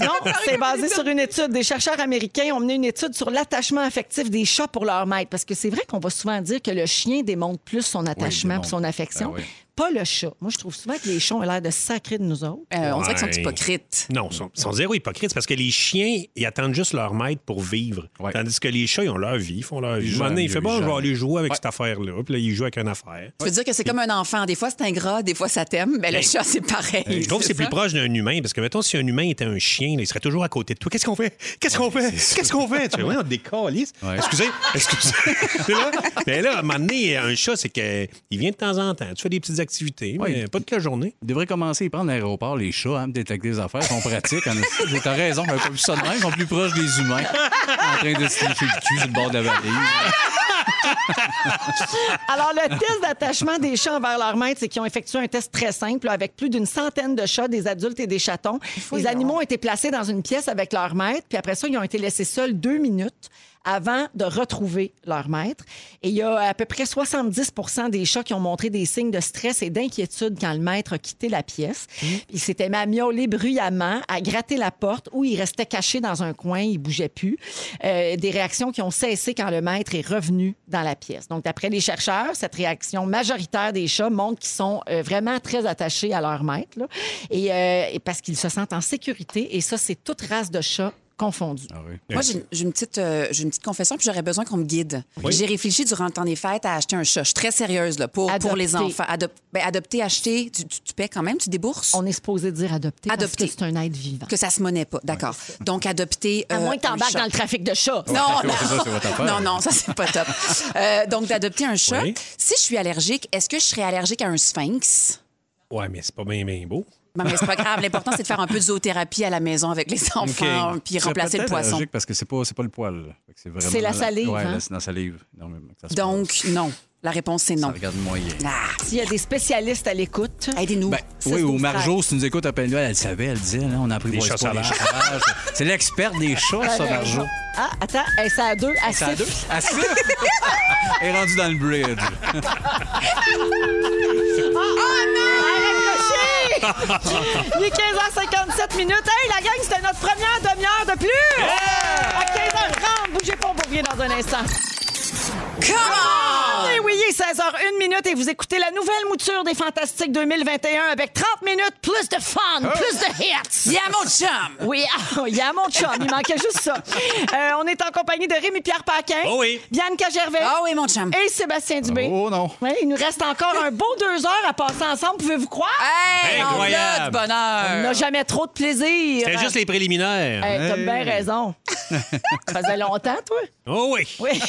Speaker 1: Non, c'est basé sur une étude. Des chercheurs américains ont mené une étude sur l'attachement affectif des chats pour leur maître. Parce que c'est vrai qu'on va souvent dire que le chien démontre plus son attachement
Speaker 5: démontre.
Speaker 1: puis son affection.
Speaker 5: Ah oui.
Speaker 1: Pas le chat. Moi, je trouve souvent que les chats ont l'air de sacrer de nous autres.
Speaker 3: Euh, on dirait qu'ils sont
Speaker 2: Ouais.
Speaker 3: hypocrites.
Speaker 2: Non, ils sont, ils sont zéro hypocrites c'est parce que les chiens, ils attendent juste leur maître pour vivre.
Speaker 5: Ouais.
Speaker 2: Tandis que les chats, ils ont leur vie, ils font leur vie.
Speaker 5: jeunes,
Speaker 2: Maintenant, il
Speaker 5: les
Speaker 2: fait bon, je vais
Speaker 5: jeunes.
Speaker 2: aller jouer avec cette affaire-là. Puis là, ils jouent avec une affaire.
Speaker 3: Tu veux dire que c'est comme un enfant. Des fois, c'est ingrat, des fois, ça t'aime. Mais le
Speaker 2: Hey.
Speaker 3: chat, c'est pareil.
Speaker 2: Euh, Je trouve que c'est
Speaker 3: ça?
Speaker 2: plus proche d'un humain, parce que mettons, si un humain était un chien, là, il serait toujours à côté de toi. Qu'est-ce qu'on fait? Qu'est-ce qu'on fait? Qu'est-ce qu'on fait? Tu fais, ouais, on décalisse. Ah!
Speaker 5: Ouais.
Speaker 2: Excusez, excusez. C'est là. Mais là, à un moment donné, un chat, c'est que il vient de temps en temps. Tu fais des petites activités, mais
Speaker 5: Ouais.
Speaker 2: pas toute la journée.
Speaker 5: Il devrait commencer à prendre à l'aéroport les chats, hein, pour détecter des affaires, qu'on pratique. En effet. T'as raison, on n'a pas vu ça de même. Ils sont plus proches des humains. En train de se lécher le cul sur le bord de la vallée.
Speaker 1: Alors, le test d'attachement des chats envers leur maître, c'est qu'ils ont effectué un test très simple là, avec plus d'une centaine de chats, des adultes et des chatons. Les animaux ont été placés dans une pièce avec leur maître, puis après ça, ils ont été laissés seuls deux minutes avant de retrouver leur maître. Et il y a à peu près 70 des chats qui ont montré des signes de stress et d'inquiétude quand le maître a quitté la pièce. Il s'était mis à miauler bruyamment, à gratter la porte ou il restait caché dans un coin, il bougeait plus. Euh, des réactions qui ont cessé quand le maître est revenu dans la pièce. Donc, d'après les chercheurs, cette réaction majoritaire des chats montre qu'ils sont euh, vraiment très attachés à leur maître là. et, euh, et parce qu'ils se sentent en sécurité. Et ça, c'est toute race de chat confondus.
Speaker 5: Ah oui.
Speaker 3: Moi, j'ai une- j'ai une, petite, euh, j'ai une petite confession, puis j'aurais besoin qu'on me guide. J'ai réfléchi durant le temps des fêtes à acheter un chat. Je suis très sérieuse là, pour, pour les
Speaker 1: Adopter.
Speaker 3: enfants. Adop- ben, adopter, acheter, tu, tu, tu paies quand même, tu débourses.
Speaker 1: On est supposé dire adopter,
Speaker 3: Adopter.
Speaker 1: parce que c'est un être vivant.
Speaker 3: Que ça se monnaie pas, d'accord. Donc, adopter.
Speaker 1: À
Speaker 3: euh,
Speaker 1: moins que
Speaker 3: un
Speaker 1: t'embarques
Speaker 3: chat.
Speaker 1: dans le trafic de chats.
Speaker 3: Non,
Speaker 5: c'est ça, c'est votre
Speaker 3: non,
Speaker 5: affaire.
Speaker 3: non, non, ça, c'est pas top. Euh, donc, d'adopter un chat.
Speaker 2: Oui.
Speaker 3: Si je suis allergique, est-ce que je serais allergique à un sphinx?
Speaker 2: Ouais, mais c'est pas bien, bien beau.
Speaker 3: Bon, mais c'est pas grave. L'important, c'est de faire un peu de zoothérapie à la maison avec les enfants,
Speaker 2: Ok.
Speaker 3: puis remplacer le
Speaker 5: Peut-être euh,
Speaker 3: poisson.
Speaker 5: allergique parce que c'est pas, c'est pas le poil. Fait que vraiment
Speaker 1: C'est la salive,
Speaker 5: Ouais,
Speaker 1: hein?
Speaker 5: la- c'est la salive. énormément que ça se passe.
Speaker 3: Donc, non. La réponse, c'est
Speaker 5: Ça
Speaker 3: non.
Speaker 5: regarde moyen.
Speaker 3: Ah,
Speaker 1: S'il y a des spécialistes à l'écoute,
Speaker 3: aidez-nous.
Speaker 5: Ben,
Speaker 3: Ça,
Speaker 5: oui,
Speaker 3: c'est
Speaker 5: ou
Speaker 3: au
Speaker 5: Marjo, si tu nous écoutes à peine, elle le savait, elle disait, là, on a pris
Speaker 2: chats sauvages.
Speaker 5: C'est l'expert des chats, ça, Marjo.
Speaker 1: ah, attends, elle, c'est à deux, à
Speaker 5: Ça a deux.
Speaker 1: six.
Speaker 5: Elle siffle. Elle est rendue dans le bridge.
Speaker 1: Il est 15h57 minutes. Hey, la gang, c'était notre première demi-heure de plus! À 15h30, bougez pas, on vous revient dans un instant.
Speaker 3: Come on!
Speaker 1: Eh oui, il est 16h01 minute et vous écoutez la nouvelle mouture des Fantastiques 2021 avec 30 minutes, plus de fun,
Speaker 2: Hein?
Speaker 1: plus de hits.
Speaker 3: Yeah, mon chum!
Speaker 1: Oui, ah, il y a mon chum, il manquait juste ça. Euh, on est en compagnie de Rémi-Pierre Paquin,
Speaker 2: Oh oui.
Speaker 1: Bianca Gervais
Speaker 3: Ah oui, mon chum.
Speaker 1: et Sébastien Dubé.
Speaker 5: Oh non.
Speaker 1: Oui, il nous reste encore un beau deux heures à passer ensemble, pouvez-vous croire?
Speaker 3: Hey, on
Speaker 2: Incroyable.
Speaker 3: l'a du
Speaker 1: On n'a
Speaker 3: bonheur!
Speaker 1: jamais trop de plaisir.
Speaker 2: Euh. C'était juste les préliminaires.
Speaker 1: Hey, T'as bien raison. Ça faisait longtemps, toi?
Speaker 2: Oh oui.
Speaker 1: Oui.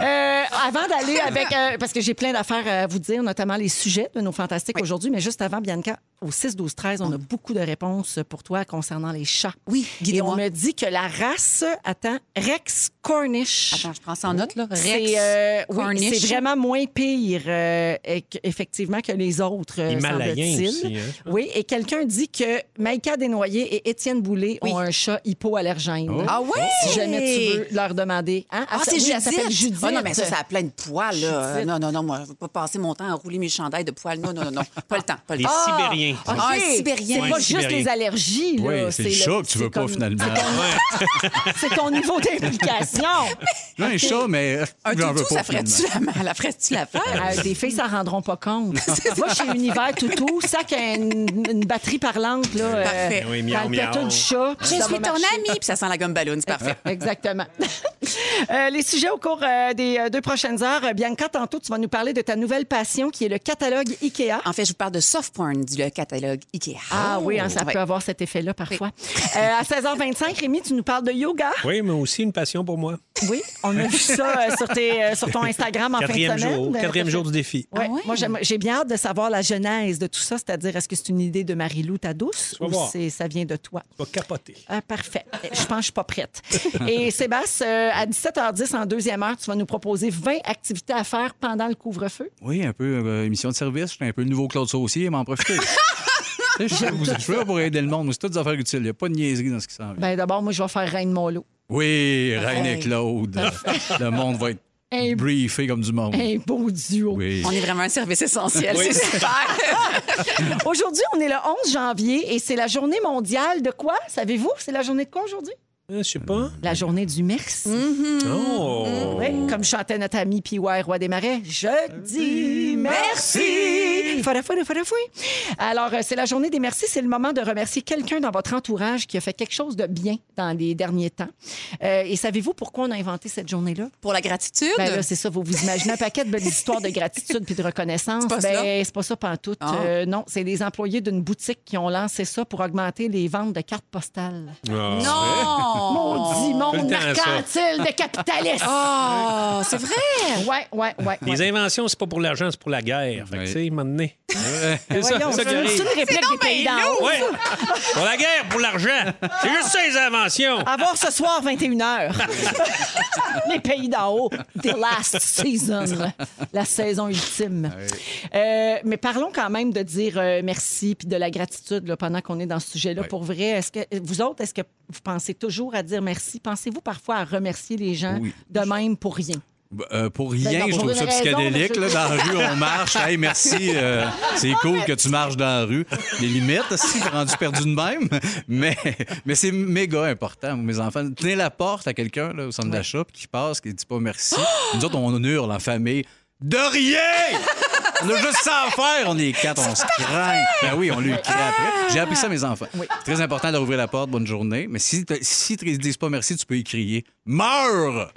Speaker 1: Euh, avant d'aller avec. euh, parce que j'ai plein d'affaires à vous dire, notamment les sujets de nos fantastiques aujourd'hui. Mais juste avant, Bianca, au 6-12-13, on a beaucoup de réponses pour toi concernant les chats.
Speaker 3: Mm. Oui, hein.
Speaker 1: Et on
Speaker 3: guidez-moi.
Speaker 1: me dit que la race, attends, Rex Cornish.
Speaker 3: Attends, je prends ça en note, là. Rex.
Speaker 1: Oh, C'est euh, oui,
Speaker 3: Cornish.
Speaker 1: c'est vraiment moins pire, euh, et que- effectivement, que les autres, euh,
Speaker 2: Himalayen
Speaker 1: semble-t-il.
Speaker 2: aussi, hein.
Speaker 1: Oui, et quelqu'un dit que Maïka Desnoyers et Étienne Boulay ont un chat hypoallergène.
Speaker 5: Oh.
Speaker 3: Ah ouais?
Speaker 1: Oh, Si jamais tu veux leur demander. Hein?
Speaker 3: Ah,
Speaker 1: Elle-
Speaker 3: c'est
Speaker 1: oui, elle
Speaker 3: Judith.
Speaker 1: s'appelle Judith.
Speaker 3: Ah non, mais ça, ça a plein de poils, là.
Speaker 1: Judith.
Speaker 3: Non, non, non, moi, je veux pas passer mon temps à rouler mes chandails de poils. Non, non, non, non. Pas le temps. Pas le
Speaker 2: Les
Speaker 3: temps.
Speaker 2: Sibériens.
Speaker 1: OK.
Speaker 3: Ah, un Sibérien.
Speaker 1: C'est
Speaker 2: Ouais,
Speaker 1: pas
Speaker 2: un
Speaker 1: juste
Speaker 2: Sibérien.
Speaker 1: les allergies. là.
Speaker 5: Oui, c'est le chat que tu veux
Speaker 1: c'est
Speaker 5: pas,
Speaker 1: comme-
Speaker 5: finalement.
Speaker 1: C'est ton niveau d'implication.
Speaker 5: Là, un chat, mais. euh,
Speaker 3: Ah, Un
Speaker 5: j'en veux
Speaker 3: toutou,
Speaker 5: pas,
Speaker 3: ça ferait-tu
Speaker 5: finalement.
Speaker 3: la mal? Ferais-tu la peur?
Speaker 1: Euh, des filles s'en rendront pas compte. Va chez Univers Toutou, sac à une, une batterie parlante là, euh,
Speaker 3: Parfait.
Speaker 2: Oui,
Speaker 1: dans
Speaker 2: miaou,
Speaker 1: le
Speaker 2: miaou.
Speaker 1: plateau du chat.
Speaker 3: Je
Speaker 1: Ça
Speaker 3: suis
Speaker 1: va
Speaker 3: ton
Speaker 1: marcher.
Speaker 3: ami. Puis ça sent la gomme ballon, c'est parfait.
Speaker 1: Exactement. Euh, les sujets au cours euh, des euh, deux prochaines heures. Euh, Bianca, tantôt, tu vas nous parler de ta nouvelle passion qui est le catalogue IKEA.
Speaker 3: En fait, je vous parle de soft porn du le catalogue Ikea.
Speaker 1: Ah oui, hein, ça
Speaker 3: Ouais.
Speaker 1: peut avoir cet effet-là parfois. Euh, à 16h25, Rémi, tu nous parles de yoga.
Speaker 2: Oui, mais aussi une passion pour moi.
Speaker 1: Oui, on a vu ça euh, sur, tes, euh, sur ton Instagram en fin
Speaker 2: Quatrième
Speaker 1: de semaine.
Speaker 2: jour.
Speaker 1: Euh,
Speaker 2: Quatrième jour du défi.
Speaker 1: Ouais.
Speaker 3: Ah ouais?
Speaker 1: Moi, j'aime- j'ai bien hâte de savoir la genèse de tout ça, c'est-à-dire est-ce que c'est une idée de Marie-Lou, ta douce,
Speaker 2: vas
Speaker 1: ou
Speaker 2: voir.
Speaker 1: c'est- ça vient de toi?
Speaker 2: Tu vas capoter.
Speaker 1: Ah, parfait. Je pense que je suis pas prête. Et Sébastien, euh, à 17h10, en deuxième heure, tu vas nous proposer 20 activités à faire pendant le couvre-feu.
Speaker 5: Oui, un peu euh, émission de service. J'étais un peu le nouveau Claude Saucier, mais en profiter. Tu sais, Je sais, vous êtes là pour aider le monde, mais c'est toutes des affaires utiles. Il n'y a pas de niaiserie dans ce qui s'en vient.
Speaker 1: Ben, D'abord, moi, je vais faire Reine Molo.
Speaker 5: Oui, Reine et Claude. Le monde va être
Speaker 1: Un-
Speaker 5: briefé comme du monde.
Speaker 1: Un beau duo.
Speaker 5: Oui.
Speaker 3: On est vraiment un service essentiel. C'est super.
Speaker 1: Aujourd'hui, on est le 11 janvier et c'est la journée mondiale de quoi? Savez-vous? C'est la journée de quoi aujourd'hui?
Speaker 2: Hein, Je sais pas.
Speaker 1: La journée du merci.
Speaker 2: Oh.
Speaker 1: Oui, comme chantait notre ami P.Y. Roi des Marais, je dis merci. Fada, fada, fada, foui. Alors, euh, c'est la journée des merci. C'est le moment de remercier quelqu'un dans votre entourage qui a fait quelque chose de bien dans les derniers temps. Euh, et savez-vous pourquoi on a inventé cette journée-là?
Speaker 3: Pour la gratitude.
Speaker 1: Ben là, c'est ça, vous vous imaginez un paquet de belles histoires de gratitude puis de reconnaissance.
Speaker 3: C'est pas ça?
Speaker 1: ben, c'est pas ça pantoute.
Speaker 3: Ah.
Speaker 1: Euh, non, c'est les employés d'une boutique qui ont lancé ça pour augmenter les ventes de cartes postales.
Speaker 2: Ah.
Speaker 3: non!
Speaker 1: Maudit
Speaker 2: Tout
Speaker 1: monde
Speaker 2: le temps, ça.
Speaker 1: mercantile de capitalistes!
Speaker 3: Ah, c'est vrai!
Speaker 1: Ouais, ouais, ouais. ouais.
Speaker 2: Les inventions, c'est pas pour l'argent, c'est pour la guerre. Fait que,
Speaker 5: Oui.
Speaker 2: tu sais, à un moment donné.
Speaker 1: Ben
Speaker 2: C'est ça,
Speaker 1: voyons,
Speaker 2: c'est ça qui
Speaker 1: c'est
Speaker 2: arrive.
Speaker 1: une réplique des pays d'en haut.
Speaker 2: Ouais. Pour la guerre, pour l'argent. C'est juste ça, les inventions.
Speaker 1: À voir ce soir, 21h. Les pays d'en haut. The last season. La saison ultime. Euh, mais parlons quand même de dire euh, merci puis de la gratitude là, pendant qu'on est dans ce sujet-là. Pour vrai, est-ce que vous autres, est-ce que vous pensez toujours à dire merci? Pensez-vous parfois à remercier les gens
Speaker 5: Oui.
Speaker 1: de même pour rien?
Speaker 5: Euh, pour rien,
Speaker 1: Ben, non,
Speaker 5: je
Speaker 1: pour
Speaker 5: trouve
Speaker 1: une
Speaker 5: ça
Speaker 1: raison,
Speaker 5: psychédélique.
Speaker 1: mais je-
Speaker 5: là, dans la rue, on marche. Hey, merci. euh, c'est
Speaker 1: Ah,
Speaker 5: cool que tu marches dans la rue. Les limites, si t'es rendu perdu de même. Mais, mais c'est méga important. Mes enfants, tenez la porte à quelqu'un là, au centre d'achat puis qui passe, qui dit pas merci. Nous autres, on hurle en famille. De rien! On a juste ça à faire. On est quatre, on se craint. Ben oui, on lui crie
Speaker 1: Ah!
Speaker 5: après. J'ai appris ça à mes enfants. Très important de leur ouvrir la porte, bonne journée. Mais si t- si ils ne disent pas merci, tu peux y crier Meurs!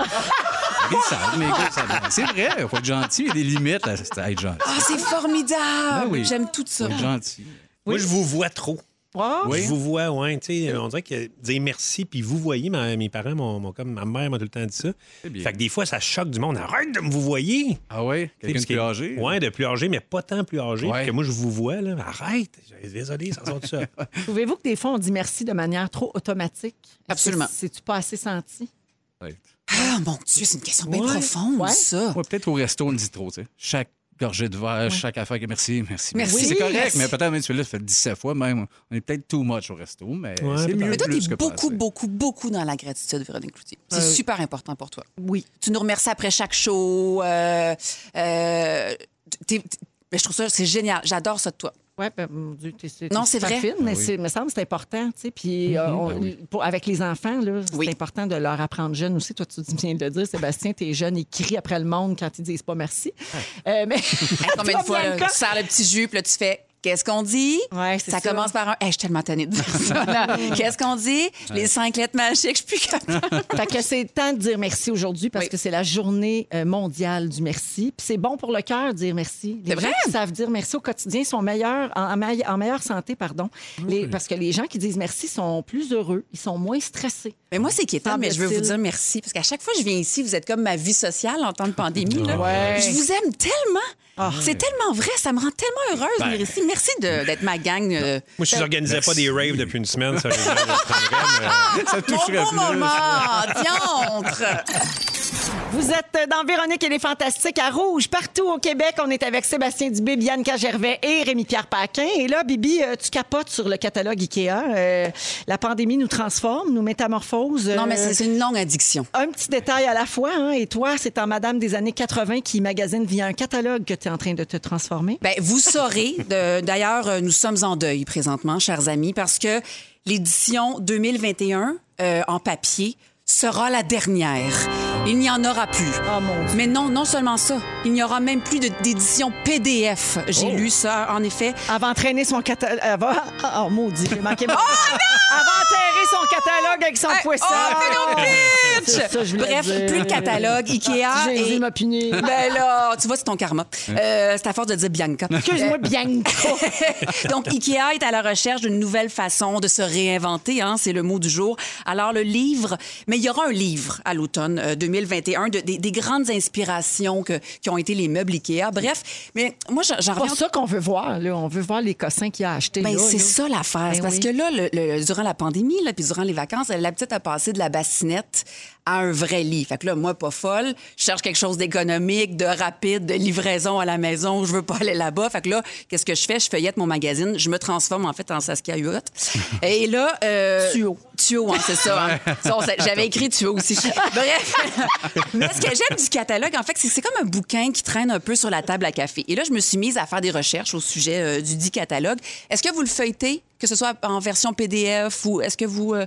Speaker 5: Ils savent, mes gars, ils savent. C'est vrai, il faut être gentil. Il y a des limites à à être gentil.
Speaker 3: Ah, c'est formidable!
Speaker 5: Ben oui.
Speaker 3: J'aime tout ça.
Speaker 5: Faut être gentil.
Speaker 2: Moi, je vous vois trop.
Speaker 1: Ah,
Speaker 5: Oui.
Speaker 2: Je vous vois, ouais, tu sais, on dirait que dire merci, puis vous voyez, ma- mes parents, m'ont- m'ont comme ma mère m'a tout le temps dit ça.
Speaker 5: bien.
Speaker 2: Fait que des fois, ça choque du monde. Arrête de me vous voyez.
Speaker 5: Ah oui? Quelqu'un de plus âgé?
Speaker 2: Oui, de plus âgé, mais pas tant plus âgé.
Speaker 5: Ouais.
Speaker 2: Que moi, je vous vois, là. Arrête. Désolé, ça sort de ça.
Speaker 1: Trouvez-vous que des fois, on dit merci de manière trop automatique? Est-ce que
Speaker 3: Absolument.
Speaker 1: C'est-tu pas assez senti?
Speaker 3: Ah, mon Dieu, c'est une question bien
Speaker 2: Ouais.
Speaker 3: profonde,
Speaker 1: Ouais.
Speaker 3: ça.
Speaker 5: Ouais, peut-être au resto, on le dit trop, tu sais. Chaque gorgée de verre, chaque affaire, que merci, merci.
Speaker 3: Merci.
Speaker 5: C'est correct,
Speaker 3: Merci.
Speaker 5: mais peut-être même celui-là, ça fait 17 fois même. On est peut-être too much au resto, mais
Speaker 2: Ouais,
Speaker 5: c'est
Speaker 2: peut-être.
Speaker 5: mieux
Speaker 3: Mais toi,
Speaker 5: plus
Speaker 3: t'es
Speaker 5: que pas
Speaker 3: beaucoup,
Speaker 5: assez.
Speaker 3: beaucoup, beaucoup dans la gratitude, Véronique Cloutier. C'est
Speaker 1: Euh,
Speaker 3: super important pour toi.
Speaker 1: Oui.
Speaker 3: Tu nous remercies après chaque show. euh, euh, t'es- t'es- mais je trouve ça, c'est génial. J'adore ça de toi.
Speaker 1: Oui, ben, mon Dieu, t'es- t'es-
Speaker 3: Non,
Speaker 1: t'es
Speaker 3: c'est
Speaker 1: super
Speaker 3: vrai.
Speaker 1: fine, mais
Speaker 5: Ah oui.
Speaker 1: c'est- me semble que c'est important, tu sais. Puis euh, on- pour- avec les enfants, là, c'est
Speaker 3: Oui.
Speaker 1: important de leur apprendre jeune aussi. Toi, tu viens de le dire, Sébastien, t'es jeune, ils crient après le monde quand ils disent pas merci. Euh, mais
Speaker 3: Hey, combien
Speaker 1: Toi,
Speaker 3: de fois, là,
Speaker 1: Bianca?
Speaker 3: tu sers le petit jus, puis là, tu fais Qu'est-ce qu'on dit?
Speaker 1: Ouais, c'est
Speaker 3: ça,
Speaker 1: ça.
Speaker 3: commence par un. Hey, je suis tellement tannée de dire ça. là. Qu'est-ce qu'on dit? Les cinq lettres magiques, je suis plus capable.
Speaker 1: Fait que c'est temps de dire merci aujourd'hui parce
Speaker 3: Oui.
Speaker 1: que c'est la journée euh, mondiale du merci. Puis c'est bon pour le cœur de dire merci. Les
Speaker 3: C'est
Speaker 1: gens
Speaker 3: vrai?
Speaker 1: qui savent dire merci au quotidien sont meilleurs en, en meille- en meilleure santé, pardon. Les- parce que les gens qui disent merci sont plus heureux, ils sont moins stressés.
Speaker 3: mais moi, c'est inquiétant, mais je veux vous
Speaker 1: Semble-t-il.
Speaker 3: dire merci. Parce qu'à chaque fois que je viens ici, vous êtes comme ma vie sociale en temps de pandémie. là.
Speaker 1: Ouais. Ah.
Speaker 3: Je vous aime tellement. C'est tellement vrai. Ça me rend tellement heureuse
Speaker 1: Ben.
Speaker 3: de venir ici. Merci de- d'être ma gang. euh,
Speaker 2: Moi, si j'organisais pas des raves depuis une semaine, ça je le prendrais, mais- euh,
Speaker 5: Ça
Speaker 3: Mon
Speaker 5: toucherait
Speaker 3: beau
Speaker 5: plus.
Speaker 3: moment! Diantre!
Speaker 1: Vous êtes euh, dans Véronique et les Fantastiques à Rouge. Partout au Québec, on est avec Sébastien Dubé, Bianca Gervais et Rémi-Pierre Paquin. Et là, Bibi, euh, tu capotes sur le catalogue IKEA. Euh, la pandémie nous transforme, nous métamorphose.
Speaker 3: Non, mais
Speaker 1: Euh,
Speaker 3: c'est c'est une longue addiction.
Speaker 1: un petit détail à la fois. hein. Et toi, c'est en Madame des années 80 qui magasine via un catalogue que tu es en train de te transformer.
Speaker 3: Ben, vous saurez. de- D'ailleurs, euh, nous sommes en deuil présentement, chers amis, parce que l'édition 2021 euh, en papier sera la dernière. Il n'y en aura plus.
Speaker 1: Oh, mon Dieu.
Speaker 3: Mais non, non seulement ça, il n'y aura même plus de- d'édition PDF. J'ai
Speaker 1: Oh.
Speaker 3: lu ça, en effet.
Speaker 1: Avant d'entraîner son catalogue. Avant... Oh, maudit, j'ai manqué mon- Avant d'enterrer son catalogue avec son
Speaker 3: Hey,
Speaker 1: poisson.
Speaker 3: oh, Pénélope!
Speaker 1: C'est ça, je voulais
Speaker 3: Bref,
Speaker 1: dire.
Speaker 3: plus de catalogue, Ikea
Speaker 1: Jésus
Speaker 3: et...
Speaker 1: m'a puni.
Speaker 3: Ben là, tu vois, c'est ton karma. Euh, c'est à force de dire Bianca.
Speaker 1: Excuse-moi, Bianca.
Speaker 3: Donc, IKEA est à la recherche d'une nouvelle façon de se réinventer, hein, c'est le mot du jour. Alors, le livre, mais il y aura un livre à l'automne euh, 2021 de- des, des grandes inspirations que, qui ont été les meubles IKEA. Bref, mais moi, j'en j'en
Speaker 1: C'est
Speaker 3: reviens
Speaker 1: pas ça qu'on veut voir. Là. On veut voir les cossins qu'il a achetés.
Speaker 3: ben,
Speaker 1: là,
Speaker 3: c'est
Speaker 1: là.
Speaker 3: ça l'affaire. C'est
Speaker 1: Ben
Speaker 3: parce
Speaker 1: oui.
Speaker 3: que là, le- le- durant la pandémie, là, puis durant les vacances, la petite a passé de la bassinette à un vrai lit. Fait que là, moi, pas folle, je cherche quelque chose d'économique, de rapide, de livraison à la maison. Je veux pas aller là-bas. Fait que là, qu'est-ce que je fais? Je feuillette mon magazine. Je me transforme, en fait, en Saskia Huot. Et là... Euh...
Speaker 1: Tuo.
Speaker 3: Tuo, hein, c'est ça. hein. Ça, on sait- J'avais écrit Tuo aussi. Bref. Mais ce que j'aime du catalogue, en fait, c'est que c'est comme un bouquin qui traîne un peu sur la table à café. Et là, je me suis mise à faire des recherches au sujet euh, du dit catalogue. Est-ce que vous le feuilletez, que ce soit en version PDF ou est-ce que vous. euh,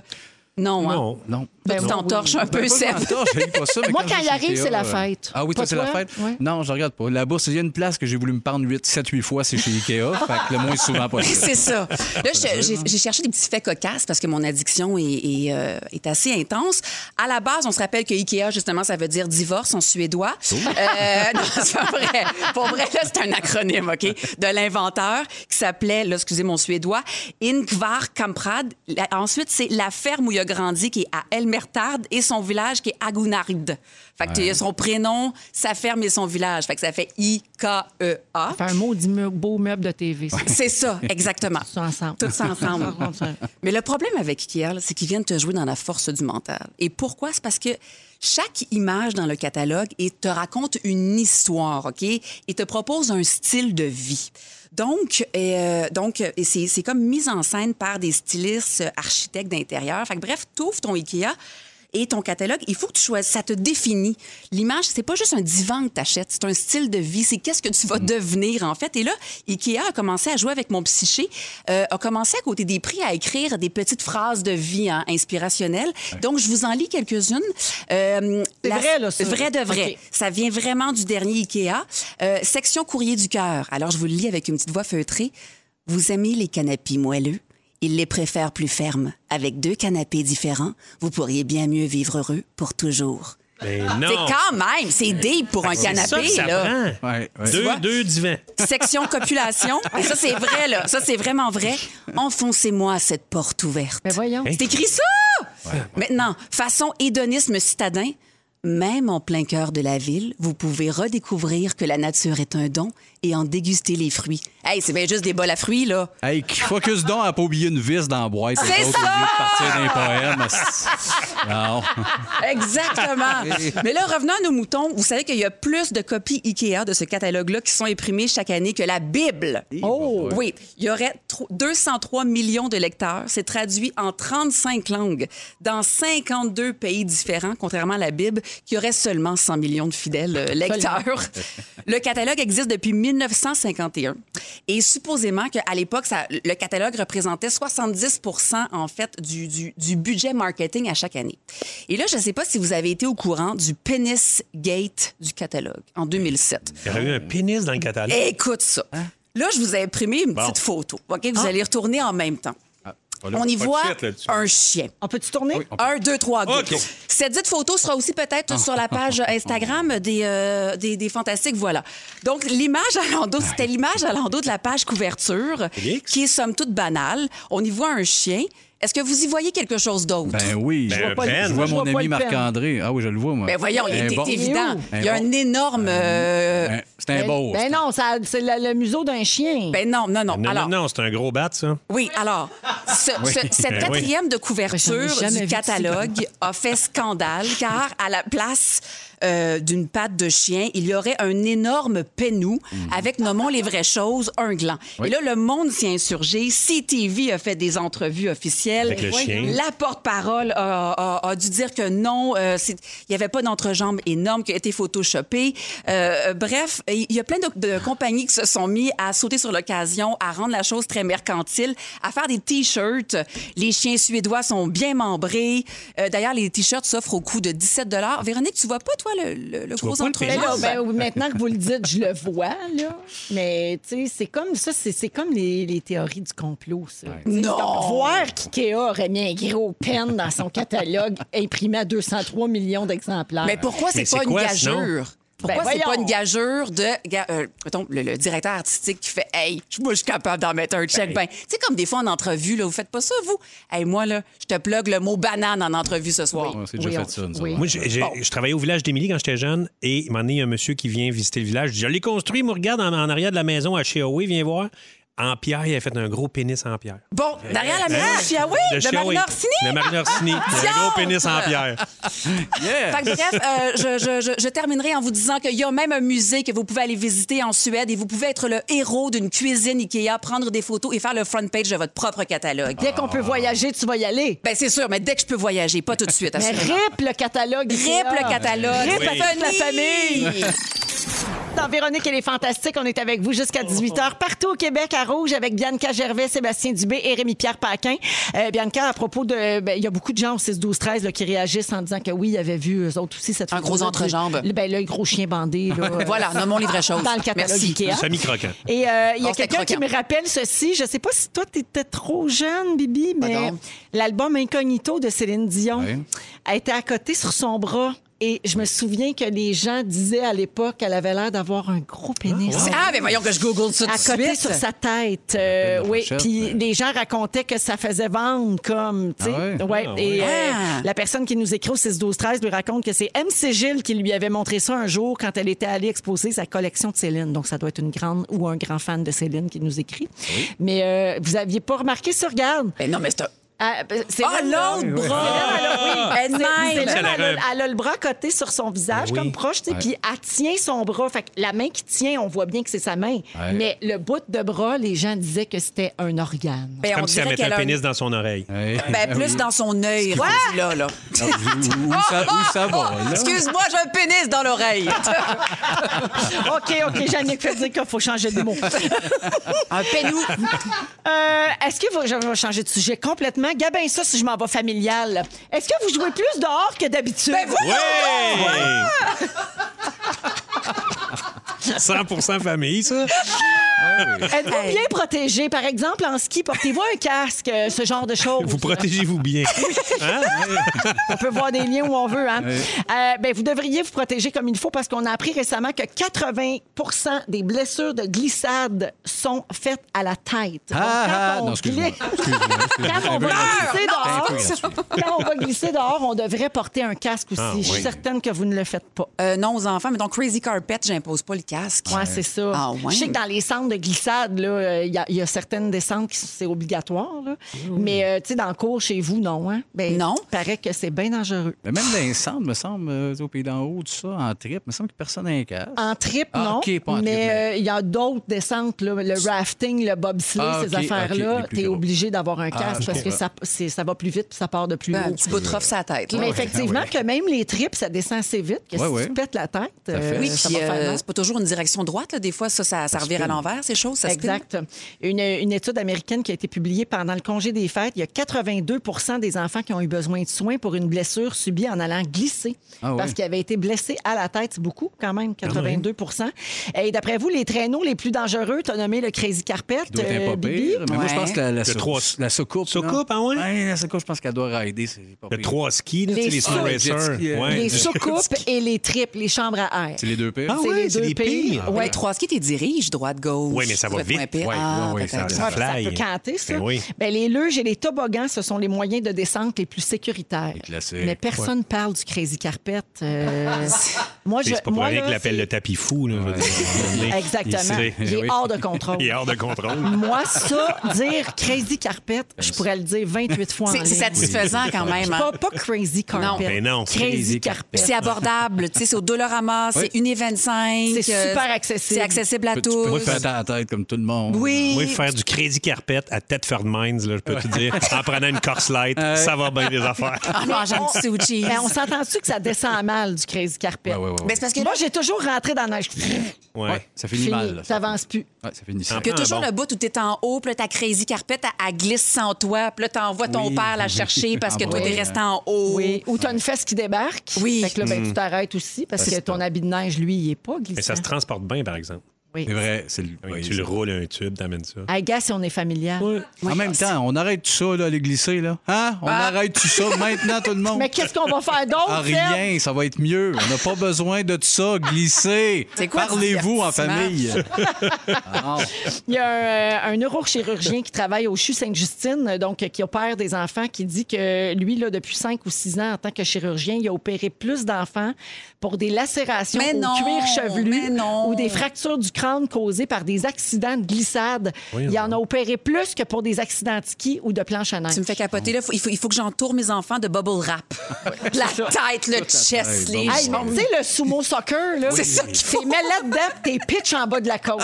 Speaker 3: Non, hein?
Speaker 2: Non.
Speaker 5: Non.
Speaker 3: Toi,
Speaker 1: Ben
Speaker 3: tu
Speaker 1: oui.
Speaker 3: t'entorches un peu,
Speaker 5: Ben, pas
Speaker 3: Seb.
Speaker 5: le mentor, j'ai eu pas ça, mais
Speaker 1: Moi, quand
Speaker 5: j'ai
Speaker 1: il arrive,
Speaker 5: été,
Speaker 1: c'est la
Speaker 5: euh,
Speaker 1: fête.
Speaker 5: Ah oui,
Speaker 1: Pas
Speaker 5: toi, c'est la
Speaker 1: toi?
Speaker 5: fête?
Speaker 1: Ouais.
Speaker 5: Non, je regarde pas. Là-bas, il y a une place que j'ai voulu me prendre 8, 7, 8 fois, c'est chez Ikea. fait que le moins souvent possible.
Speaker 3: C'est ça. Là, je- j'ai j'ai cherché des petits faits cocasses parce que mon addiction est, est, euh, est assez intense. À la base, on se rappelle que Ikea, justement, ça veut dire divorce en suédois. Euh, non, c'est pas vrai. Pour vrai, là, c'est un acronyme, OK, de l'inventeur qui s'appelait, là, excusez mon suédois, Ingvar Kamprad. La- ensuite, c'est la ferme où il a grandi qui est à Elmertard et son village qui est à Gunnaryd. Fait que il y a son prénom, sa ferme et son village. Fait que ça fait I-K-E-A.
Speaker 1: Faire un maudit meu- beau meuble de TV. ça.
Speaker 3: C'est ça, exactement.
Speaker 1: Tout ça ensemble.
Speaker 3: Tout ça ensemble.
Speaker 1: Tout ça ensemble.
Speaker 3: Mais le problème avec Ikea, là, c'est qu'ils viennent te jouer dans la force du mental. Et pourquoi? C'est parce que chaque image dans le catalogue et te raconte une histoire, OK? Et te propose un style de vie. Donc, euh, donc euh, et c'est, c'est comme mise en scène par des stylistes, euh, architectes d'intérieur. Fait que bref, t'ouvres ton Ikea et ton catalogue, il faut que tu choisisses. Ça te définit. L'image, c'est pas juste un divan que tu achètes, c'est un style de vie. C'est qu'est-ce que tu
Speaker 1: Mm.
Speaker 3: vas devenir, en fait. Et là, IKEA a commencé à jouer avec mon psyché, euh, a commencé à côté des prix à écrire des petites phrases de vie hein, inspirationnelles. Donc, je vous en lis quelques-unes. Euh,
Speaker 1: C'est vrai, là, ça.
Speaker 3: Vrai de vrai.
Speaker 1: OK.
Speaker 3: Ça vient vraiment du dernier IKEA. Euh, section courrier du cœur. Alors, je vous le lis avec une petite voix feutrée. Vous aimez les canapés moelleux? Il les préfère plus fermes. Avec deux canapés différents, vous pourriez bien mieux vivre heureux pour toujours.
Speaker 2: Mais
Speaker 3: C'est
Speaker 2: non.
Speaker 3: quand même, c'est deep pour un
Speaker 2: C'est ça
Speaker 3: canapé,
Speaker 2: que ça
Speaker 3: là.
Speaker 2: prend.
Speaker 5: Ouais, ouais.
Speaker 2: Deux,
Speaker 3: vois?
Speaker 2: deux divans.
Speaker 3: Section copulation. Ça, c'est vrai, là. Ça, c'est vraiment vrai. Enfoncez-moi à cette porte ouverte.
Speaker 4: Mais voyons.
Speaker 3: C'est écrit ça! Maintenant, façon hédonisme citadin, même en plein cœur de la ville, vous pouvez redécouvrir que la nature est un don et en déguster les fruits. Hey, c'est bien juste des bols à fruits, là.
Speaker 5: Hey, qui- focus donc à pas oublier une vis dans la boîte.
Speaker 3: C'est
Speaker 5: eux autres,
Speaker 3: ça!
Speaker 5: Au lieu de partir d'un poème. asti. Non.
Speaker 3: Exactement. Mais là, revenons à nos moutons. Vous savez qu'il y a plus de copies IKEA de ce catalogue-là qui sont imprimées chaque année que la Bible.
Speaker 5: Oh!
Speaker 3: Oui, il y aurait tro- 203 millions de lecteurs. C'est traduit en 35 langues, dans 52 pays différents, contrairement à la Bible, qui aurait seulement 100 millions de fidèles euh, lecteurs. Le catalogue existe depuis 1951. Et supposément qu'à l'époque, ça- le catalogue représentait 70 en fait du, du- du budget marketing à chaque année. Et là, je ne sais pas si vous avez été au courant du Penis Gate du catalogue en 2007.
Speaker 2: Il y aurait eu un pénis dans le catalogue.
Speaker 3: Écoute ça.
Speaker 2: Hein?
Speaker 3: Là, je vous ai imprimé une petite photo. OK, vous allez retourner en même temps. On y
Speaker 2: Ah. pas de
Speaker 3: voit
Speaker 2: suite là-dessus.
Speaker 3: un chien.
Speaker 1: On peut-tu tourner?
Speaker 3: Un, deux, trois, go.
Speaker 2: OK.
Speaker 3: Cette dite photo sera aussi peut-être sur la page Instagram des, euh, des, des Fantastiques, voilà. Donc, l'image à l'endos, c'était l'image à l'endos de la page couverture,
Speaker 2: Félix?
Speaker 3: qui est somme toute banale. On y voit un chien. Est-ce que vous y voyez quelque chose d'autre?
Speaker 5: Ben oui.
Speaker 2: Ben,
Speaker 5: je vois,
Speaker 2: Ben,
Speaker 5: je vois
Speaker 1: je vois
Speaker 5: mon
Speaker 1: pas
Speaker 5: ami
Speaker 1: le Ben.
Speaker 5: Marc-André. Ah oui, je le vois, moi.
Speaker 3: Ben voyons, il
Speaker 5: Un
Speaker 3: est
Speaker 5: bon.
Speaker 3: évident.
Speaker 5: Un
Speaker 3: Il y a
Speaker 5: bon.
Speaker 3: un énorme... euh,
Speaker 5: Un- Oh, C'est un beau.
Speaker 4: Ben non, ça- c'est le, le museau d'un chien.
Speaker 3: Ben non, non, non.
Speaker 2: Non,
Speaker 3: Alors,
Speaker 2: non, non, c'est un gros bat, ça.
Speaker 3: Oui, alors, ce- ce- cette
Speaker 2: Ben
Speaker 3: quatrième de
Speaker 4: Ben, j'en ai
Speaker 3: couverture
Speaker 4: jamais
Speaker 3: du
Speaker 4: vu ça.
Speaker 3: catalogue a fait scandale car à la place euh, d'une patte de chien, il y aurait un énorme pénou
Speaker 2: Mhm.
Speaker 3: avec, nommons les vraies choses, un gland. Et là, le monde s'y est insurgé. CTV a fait des entrevues officielles.
Speaker 2: Avec le chien.
Speaker 3: La porte-parole a, a- a dû dire que non, euh, c'est- il n'y avait pas d'entrejambe énorme qui a été photoshopée. Euh, euh, bref, il y a plein de, de compagnies qui se sont mis à sauter sur l'occasion, à rendre la chose très mercantile, à faire des T-shirts. Les chiens suédois sont bien membrés. Euh, D'ailleurs, les T-shirts s'offrent au coût de 17 Véronique, tu vois pas, toi, le, le- le gros
Speaker 2: vois pas le
Speaker 4: Mais
Speaker 3: entrejambe?
Speaker 4: là, ben, maintenant que vous le dites, je le vois, là. Mais, tu sais, c'est comme ça, c'est c'est comme les, les théories du complot, ça. Tu sais,
Speaker 3: Non!
Speaker 4: donc, voir qu'IKEA aurait mis un gros pen dans son catalogue imprimé à 203 millions d'exemplaires.
Speaker 3: Mais pourquoi c'est
Speaker 2: Mais c'est
Speaker 3: pas une
Speaker 2: quoi, sinon?
Speaker 3: gageure? Pourquoi
Speaker 4: Ah. Ben,
Speaker 3: c'est pas
Speaker 4: voyons.
Speaker 3: une gageure de ga- euh, mettons, le, le directeur artistique qui fait Hey, je- moi, je suis capable d'en mettre un check. Ben, tu sais, comme des fois en entrevue, là, vous faites pas ça, vous. Hey, moi, là, je te plug le mot banane en entrevue ce soir.
Speaker 5: C'est déjà
Speaker 4: Oui, on-
Speaker 5: fait ça, nous
Speaker 4: oui.
Speaker 5: autres.
Speaker 2: Moi, j'ai- j'ai- je travaillais au village d'Émilie quand j'étais jeune et à un moment donné, il y a un monsieur qui vient visiter le village. Je dis, Je l'ai construit, moi, regarde, en, en arrière de la maison à Chiaoui, viens voir. En pierre, il a fait un gros pénis en pierre.
Speaker 3: Bon, derrière la maison,
Speaker 2: Hein?
Speaker 3: Ah, Chiaoui, de
Speaker 2: Chiaoui.
Speaker 3: Marine Orsini.
Speaker 2: Le Marine Orsini.
Speaker 3: Ah,
Speaker 2: Il a un gros pénis en pierre.
Speaker 5: Yeah!
Speaker 3: Fait que bref, euh, je, je- je- je terminerai en vous disant qu'il y a même un musée que vous pouvez aller visiter en Suède et vous pouvez être le héros d'une cuisine Ikea, prendre des photos et faire le front page de votre propre catalogue.
Speaker 2: Ah.
Speaker 4: Dès qu'on peut voyager, tu vas y aller.
Speaker 3: Ben c'est sûr, mais dès que je peux voyager, pas tout de suite.
Speaker 4: Mais
Speaker 3: assurément.
Speaker 4: rip le catalogue.
Speaker 3: Rip le catalogue.
Speaker 4: Rip
Speaker 3: Oui.
Speaker 4: la fête de la famille. Dans Véronique et les Fantastiques, on est avec vous jusqu'à 18h partout au Québec à Rouge avec Bianca Gervais, Sébastien Dubé et Rémi-Pierre Paquin. Euh, Bianca, à propos de... ben, Il y a beaucoup de gens au 6-12-13 là, qui réagissent en disant que oui, ils avaient vu eux autres aussi cette
Speaker 3: Un gros
Speaker 4: photo-là du-
Speaker 3: entrejambe.
Speaker 1: Le-
Speaker 4: Ben là, le gros chien bandé. Là, euh,
Speaker 3: Voilà, nommons les vraies choses.
Speaker 4: Dans le catalogue
Speaker 3: Merci.
Speaker 1: Ikea.
Speaker 2: Semi-croquant.
Speaker 1: Et euh, il y a
Speaker 3: Bon, c'était
Speaker 1: quelqu'un qui
Speaker 3: croquant.
Speaker 1: me rappelle ceci. Je sais pas si toi, tu étais trop jeune, Bibi, mais l'album Incognito de Céline Dion
Speaker 5: Oui.
Speaker 1: a été à côté sur son bras. Et je me souviens que les gens disaient à l'époque qu'elle avait l'air d'avoir un gros pénis.
Speaker 3: Ah, mais voyons que je google ça
Speaker 1: À
Speaker 3: tout de
Speaker 1: côté
Speaker 3: suite.
Speaker 1: sur sa tête. Euh,
Speaker 5: de
Speaker 1: oui.
Speaker 5: pochette,
Speaker 1: Puis
Speaker 5: euh.
Speaker 1: les gens racontaient que ça faisait vendre comme. tu sais.
Speaker 5: Ah ouais?
Speaker 1: Ouais.
Speaker 2: Ah
Speaker 1: Et
Speaker 2: ouais.
Speaker 1: euh,
Speaker 3: Ah.
Speaker 1: la personne qui nous écrit au 6-12-13 lui raconte que c'est MC Gilles qui lui avait montré ça un jour quand elle était allée exposer sa collection de Céline. Donc ça doit être une grande ou un grand fan de Céline qui nous écrit. Mais euh, vous aviez pas remarqué ça, regarde.
Speaker 3: Ben non, mais c'est un...
Speaker 1: Ah, ben, c'est
Speaker 3: Ah,
Speaker 1: elle, là.
Speaker 3: l'autre bras!
Speaker 1: C'est
Speaker 3: Elle
Speaker 1: même,
Speaker 3: même.
Speaker 2: l'air
Speaker 1: elle, a,
Speaker 2: un-
Speaker 1: elle a le bras coté sur son visage,
Speaker 2: oui.
Speaker 1: comme proche, tu sais, puis elle tient son bras. Fait que la main qui tient, on voit bien que c'est sa main.
Speaker 5: Ouais.
Speaker 1: Mais le bout de bras, les gens disaient que c'était un organe.
Speaker 3: Ben,
Speaker 2: Comme
Speaker 3: on
Speaker 2: si elle
Speaker 3: dirait
Speaker 2: mettait
Speaker 3: qu'elle
Speaker 2: un
Speaker 3: a...
Speaker 2: pénis dans son oreille.
Speaker 5: Hey.
Speaker 3: Ben, plus dans son œil, rendu là, là.
Speaker 5: Ah où, où ça, où ça va, là?
Speaker 3: Excuse-moi, j'ai un pénis dans l'oreille.
Speaker 1: OK, OK, Jannick fait dire qu'il faut changer de mot.
Speaker 3: un pénou.
Speaker 1: Euh, Est-ce que vous. Je vais changer de sujet complètement. Gabin, ça, si je m'en vais familial. Est-ce que vous jouez plus dehors que d'habitude?
Speaker 3: Ben voyons donc!
Speaker 2: Ouais! 100 famille, ça.
Speaker 1: Êtes-vous bien protégé? Par exemple, en ski, portez-vous un casque, euh, ce genre de choses?
Speaker 2: Vous protégez-vous bien. Hein?
Speaker 1: On peut voir des liens où on veut. Hein? Euh, ben, vous devriez vous protéger comme il faut parce qu'on a appris récemment que 80 des blessures de glissade sont faites à la tête. Donc,
Speaker 5: Ah, ah,
Speaker 1: quand on
Speaker 5: non, excuse-moi.
Speaker 1: glisse-
Speaker 5: Excuse-moi. Ben,
Speaker 1: quand on va glisser dehors, quand on va glisser dehors, on devrait porter un casque aussi.
Speaker 2: Ah,
Speaker 1: Je suis
Speaker 2: oui.
Speaker 1: certaine que vous ne le faites pas.
Speaker 3: Euh, non aux enfants, mais donc Crazy Carpet, j'impose pas le casque.
Speaker 1: Ouais, c'est ça.
Speaker 3: Ah, ouais.
Speaker 1: Je sais que dans les centres de glissade, là, euh, il y, a- il y a certaines descentes qui sont- c'est obligatoire, là.
Speaker 5: Mmh.
Speaker 1: mais euh, tu sais, dans le cours chez vous, non. Hein? Ben,
Speaker 3: Non.
Speaker 1: Il paraît que c'est bien dangereux.
Speaker 5: Mais Ben, même dans les centres, me semble, euh, au pays d'en haut, tout ça, en trip, me semble que personne n'a un casque.
Speaker 1: En trip,
Speaker 5: Ah,
Speaker 1: non.
Speaker 5: OK, pas en trip,
Speaker 1: mais
Speaker 5: mais-
Speaker 1: euh, il y a d'autres descentes, là, le rafting, le bobsleigh,
Speaker 5: Ah,
Speaker 1: ces
Speaker 5: OK,
Speaker 1: affaires-là.
Speaker 5: OK, les plus
Speaker 1: tu es
Speaker 5: gros. Ah,
Speaker 1: obligé d'avoir un casque
Speaker 5: je
Speaker 1: parce que
Speaker 5: comprends.
Speaker 1: ça, c'est- ça va plus vite puis ça part de plus
Speaker 3: Ben, un
Speaker 1: haut.
Speaker 3: petit bout de rough sur la tête. là.
Speaker 1: Mais effectivement,
Speaker 5: ouais.
Speaker 1: que même les trips, ça descend assez vite. Que
Speaker 5: Ouais,
Speaker 1: si
Speaker 5: ouais.
Speaker 1: tu pètes la tête,
Speaker 5: fait.
Speaker 1: euh,
Speaker 3: oui,
Speaker 1: ça
Speaker 3: puis
Speaker 1: va faire
Speaker 3: euh,
Speaker 1: mal.
Speaker 3: c'est pas toujours une direction droite. là. Des fois, ça, ça, ça revire à l'envers, ces choses. Ça spin.
Speaker 1: Exact. Une, une étude américaine qui a été publiée pendant le congé des fêtes, il y a 82 des enfants qui ont eu besoin de soins pour une blessure subie en allant glisser
Speaker 5: Ah oui.
Speaker 1: parce qu'ils avaient été blessés à la tête. C'est beaucoup quand même, 82 Et d'après vous, les traîneaux les plus dangereux, tu as nommé le Crazy Carpet,
Speaker 5: Il doit être
Speaker 1: euh,
Speaker 5: un pas
Speaker 1: Bibi.
Speaker 5: pire. Mais moi, je
Speaker 3: Ouais.
Speaker 5: pense que la, la, sou-
Speaker 2: trois-
Speaker 5: la soucoupe. là.
Speaker 2: Soucoupe, ah ouais?
Speaker 5: Ouais, La soucoupe, je pense qu'elle doit rider. C'est pas
Speaker 2: Le
Speaker 5: pire.
Speaker 2: 3 skis, là, tu sais, les snow
Speaker 5: ski,
Speaker 2: racers.
Speaker 5: euh,
Speaker 2: Ouais.
Speaker 1: les soucoupes et les tripes, les chambres à air.
Speaker 5: C'est les deux pires.
Speaker 2: Ah
Speaker 1: C'est
Speaker 2: ouais,
Speaker 1: les
Speaker 2: c'est
Speaker 1: deux
Speaker 2: les
Speaker 1: pires.
Speaker 2: pires.
Speaker 3: Ouais,
Speaker 1: Ouais.
Speaker 3: Ah, ben, les trois skis, t'es dirige, droite, gauche.
Speaker 2: Oui, mais ça va
Speaker 3: peut être
Speaker 2: vite.
Speaker 3: moins pire.
Speaker 5: Ouais,
Speaker 3: Ah,
Speaker 5: ouais, ouais, ça-
Speaker 3: peut-être.
Speaker 2: ça-
Speaker 1: Ouais, puis
Speaker 2: fly.
Speaker 1: Ça peut canter, ça.
Speaker 2: Ben oui.
Speaker 1: Ben, les luges et les toboggans, ce sont les moyens de descente les plus sécuritaires.
Speaker 5: Les classiques.
Speaker 1: Mais personne parle du Crazy Carpet. Euh, moi, je.
Speaker 2: C'est pas pour
Speaker 1: moi,
Speaker 2: rien
Speaker 1: là,
Speaker 2: qu'il l'appelle le tapis fou. Là, je veux dire, à un moment donné,
Speaker 1: Exactement.
Speaker 2: il-
Speaker 1: Il est hors de contrôle.
Speaker 2: Il est hors de contrôle.
Speaker 1: Moi, ça, dire Crazy Carpet, je pourrais le dire 28 fois en
Speaker 3: C'est c'est
Speaker 1: ligne.
Speaker 3: satisfaisant quand même. hein.
Speaker 1: Pas, pas Crazy Carpet.
Speaker 3: Non.
Speaker 2: Ben non,
Speaker 1: Crazy,
Speaker 2: Crazy
Speaker 1: Carpet.
Speaker 3: Puis c'est abordable, tu sais, c'est au Dollarama, c'est 1,25.
Speaker 1: C'est
Speaker 3: euh,
Speaker 1: super accessible.
Speaker 3: C'est accessible à
Speaker 5: Tu peux
Speaker 3: Ah, tous.
Speaker 5: pas faire ta tête comme tout le monde.
Speaker 3: Oui.
Speaker 2: Moi, faire du crédit carpet à Tedford Mines, là, je peux te dire, en prenant une Corse Light, ça va bien les affaires.
Speaker 3: En mangeant du sushi.
Speaker 1: Mais Ben, on s'entend-tu que ça descend mal du Crazy Carpet?
Speaker 5: Ouais, ouais, ouais, ouais.
Speaker 3: Ben, c'est parce que
Speaker 1: Moi, j'ai toujours rentré dans la neige.
Speaker 2: Ouais.
Speaker 5: Ouais, ça finit
Speaker 1: Fini.
Speaker 5: mal. là.
Speaker 1: T'avances plus.
Speaker 5: Ouais, ça finit ça.
Speaker 2: Ah,
Speaker 3: Il y a toujours
Speaker 2: bon.
Speaker 3: le bout où t'es en haut, puis là, ta crazy carpet, elle, elle glisse sans toi, puis là, t'envoies ton
Speaker 5: Oui.
Speaker 3: père la chercher parce que
Speaker 5: Ah,
Speaker 3: toi,
Speaker 5: oui.
Speaker 3: t'es resté en haut.
Speaker 1: Oui. Ou t'as une fesse qui débarque.
Speaker 3: Oui.
Speaker 1: Fait que là, ben,
Speaker 2: Mm.
Speaker 1: tu t'arrêtes aussi parce que ton habit de neige, lui, il est pas glissant.
Speaker 2: Mais ça se transporte bien, par exemple.
Speaker 1: Oui.
Speaker 5: C'est vrai. c'est le- ouais,
Speaker 2: tu le roules un tube, t'amènes ça.
Speaker 1: À gars, si on est familial.
Speaker 5: En même
Speaker 1: Ah,
Speaker 5: temps, on arrête tout ça, là, les glisser, là. Hein? On arrête tout ça maintenant, tout le monde.
Speaker 1: Mais qu'est-ce qu'on va faire d'autre?
Speaker 5: Ah,
Speaker 1: Fred?
Speaker 5: rien, ça va être mieux. On n'a pas besoin de tout ça. Glisser.
Speaker 3: C'est quoi le
Speaker 5: Parlez-vous en
Speaker 3: divertissement?
Speaker 5: famille. Ah,
Speaker 1: Il y a un, euh, un neurochirurgien qui travaille au CHU Sainte-Justine, euh, donc euh, qui opère des enfants, qui dit que lui, là, depuis 5 ou 6 ans, en tant que chirurgien, il a opéré plus d'enfants pour des lacérations
Speaker 3: Mais
Speaker 1: au
Speaker 3: non,
Speaker 1: cuir
Speaker 3: mais
Speaker 1: chevelu
Speaker 3: non.
Speaker 1: ou des fractures du crâne causées par des accidents de glissade.
Speaker 2: Oui,
Speaker 1: il en
Speaker 2: non.
Speaker 1: a opéré plus que pour des accidents de ski ou de planche à neige.
Speaker 3: Tu me fais capoter, là. Faut- il, faut, il faut que j'entoure mes enfants de bubble wrap. la tête, le chest, les
Speaker 1: Hey,
Speaker 3: jambes.
Speaker 1: tu sais, le sumo soccer, là,
Speaker 3: C'est ça qu'il faut.
Speaker 1: T'es malade dedans, t'es pitch en bas de la côte.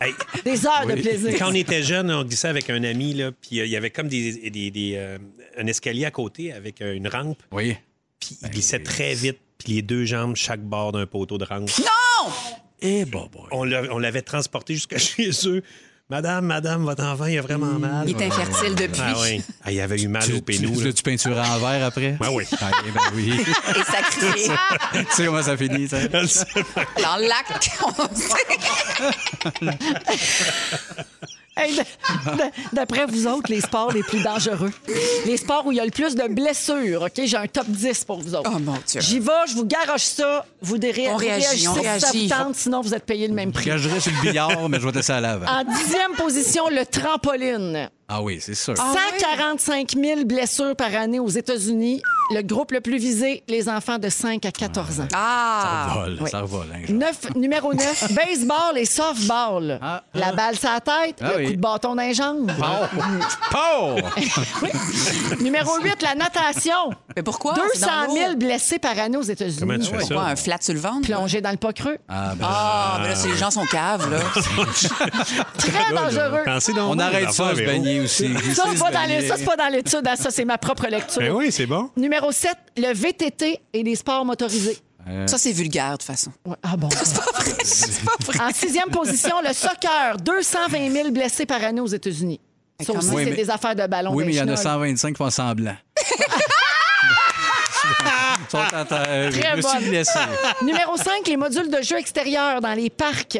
Speaker 2: Hey,
Speaker 1: Des heures de plaisir.
Speaker 2: Quand on était jeune, on glissait avec un ami, là, puis euh, il y avait comme des, des- des, euh, un escalier à côté avec euh, une rampe,
Speaker 5: oui.
Speaker 2: puis
Speaker 1: Ben,
Speaker 2: il glissait très vite, puis les deux jambes chaque bord d'un poteau de rampe.
Speaker 3: Non!
Speaker 5: Eh, bah, boy.
Speaker 2: On l'a- on l'avait transporté jusqu'à chez eux. Madame, madame, votre enfant, il a vraiment
Speaker 5: Hmm.
Speaker 2: mal.
Speaker 3: Il est infertile depuis.
Speaker 2: Ah oui. Ah, il avait eu mal au
Speaker 5: Tu, tu,
Speaker 2: pénou. là.
Speaker 5: tu, tu peintures en verre après?
Speaker 2: Ah oui.
Speaker 5: Ah, eh ben oui.
Speaker 3: Et sacrifié.
Speaker 5: tu sais comment ça finit, ça?
Speaker 3: Dans le lac. on sait.
Speaker 1: Hey, d- d- D'après vous autres, les sports les plus dangereux. Les sports où il y a le plus de blessures, OK? J'ai un top 10 pour vous autres.
Speaker 3: Oh, mon Dieu.
Speaker 1: J'y vais, je vous garoche ça, vous déré-
Speaker 3: On réagit, on
Speaker 1: réagissez si ça vous
Speaker 3: réagit.
Speaker 1: tente, sinon vous êtes payé le même prix.
Speaker 5: Gagerais sur le billard, mais je vais te laisser à la lave.
Speaker 1: En dixième position, le trampoline.
Speaker 5: Ah oui, c'est sûr.
Speaker 1: 145 000 blessures par année aux États-Unis. Le groupe le plus visé, les enfants de 5 à 14 ans.
Speaker 3: Ah!
Speaker 5: Vol, Ça revole. Hein, genre.
Speaker 1: Neuf- numéro 9, baseball et softball.
Speaker 5: Ah.
Speaker 1: la balle sur la tête,
Speaker 5: Ah
Speaker 1: le
Speaker 5: oui. Ah.
Speaker 1: coup de bâton dans les jambes.
Speaker 5: Pow!
Speaker 1: numéro 8, la natation.
Speaker 5: Ah,
Speaker 3: Mais pourquoi? C'est
Speaker 1: 200
Speaker 3: dans
Speaker 1: 000
Speaker 3: l'eau.
Speaker 1: blessés par année aux
Speaker 2: Comment tu
Speaker 1: États-Unis.
Speaker 2: fais
Speaker 3: Quoi,
Speaker 2: ça?
Speaker 3: un flat sur le ventre?
Speaker 1: Plongés dans le pas creux.
Speaker 5: Ah, ben,
Speaker 3: Ah, mais là, c'est- les gens sont caves, là.
Speaker 1: Très dangereux.
Speaker 2: Pensez donc,
Speaker 5: on
Speaker 2: oui,
Speaker 5: arrête
Speaker 2: les
Speaker 5: ça,
Speaker 2: affaires,
Speaker 5: se
Speaker 2: Véro.
Speaker 5: baigner. Grenier aussi.
Speaker 1: Ça, c'est pas dans le-
Speaker 5: Grenier.
Speaker 1: ça, c'est pas dans l'étude. hein. Ça, c'est ma propre lecture.
Speaker 2: Ben oui, c'est bon.
Speaker 1: Numéro 7, le VTT et les sports motorisés.
Speaker 3: Ça, c'est vulgaire, de toute façon.
Speaker 1: Ouais, Ah bon? En sixième position, le soccer. 220 000 blessés par année aux États-Unis. Ça
Speaker 3: quand
Speaker 1: aussi,
Speaker 3: même.
Speaker 5: Oui,
Speaker 1: c'est
Speaker 5: mais-
Speaker 1: des affaires de ballon.
Speaker 5: Oui, mais il y en a
Speaker 1: d'Eichner.
Speaker 5: 125 qui font semblant. Ils sont en
Speaker 1: Très
Speaker 5: terre. Je me
Speaker 1: bonne.
Speaker 5: suis blessé.
Speaker 1: Numéro 5, les modules de jeux extérieurs dans les parcs.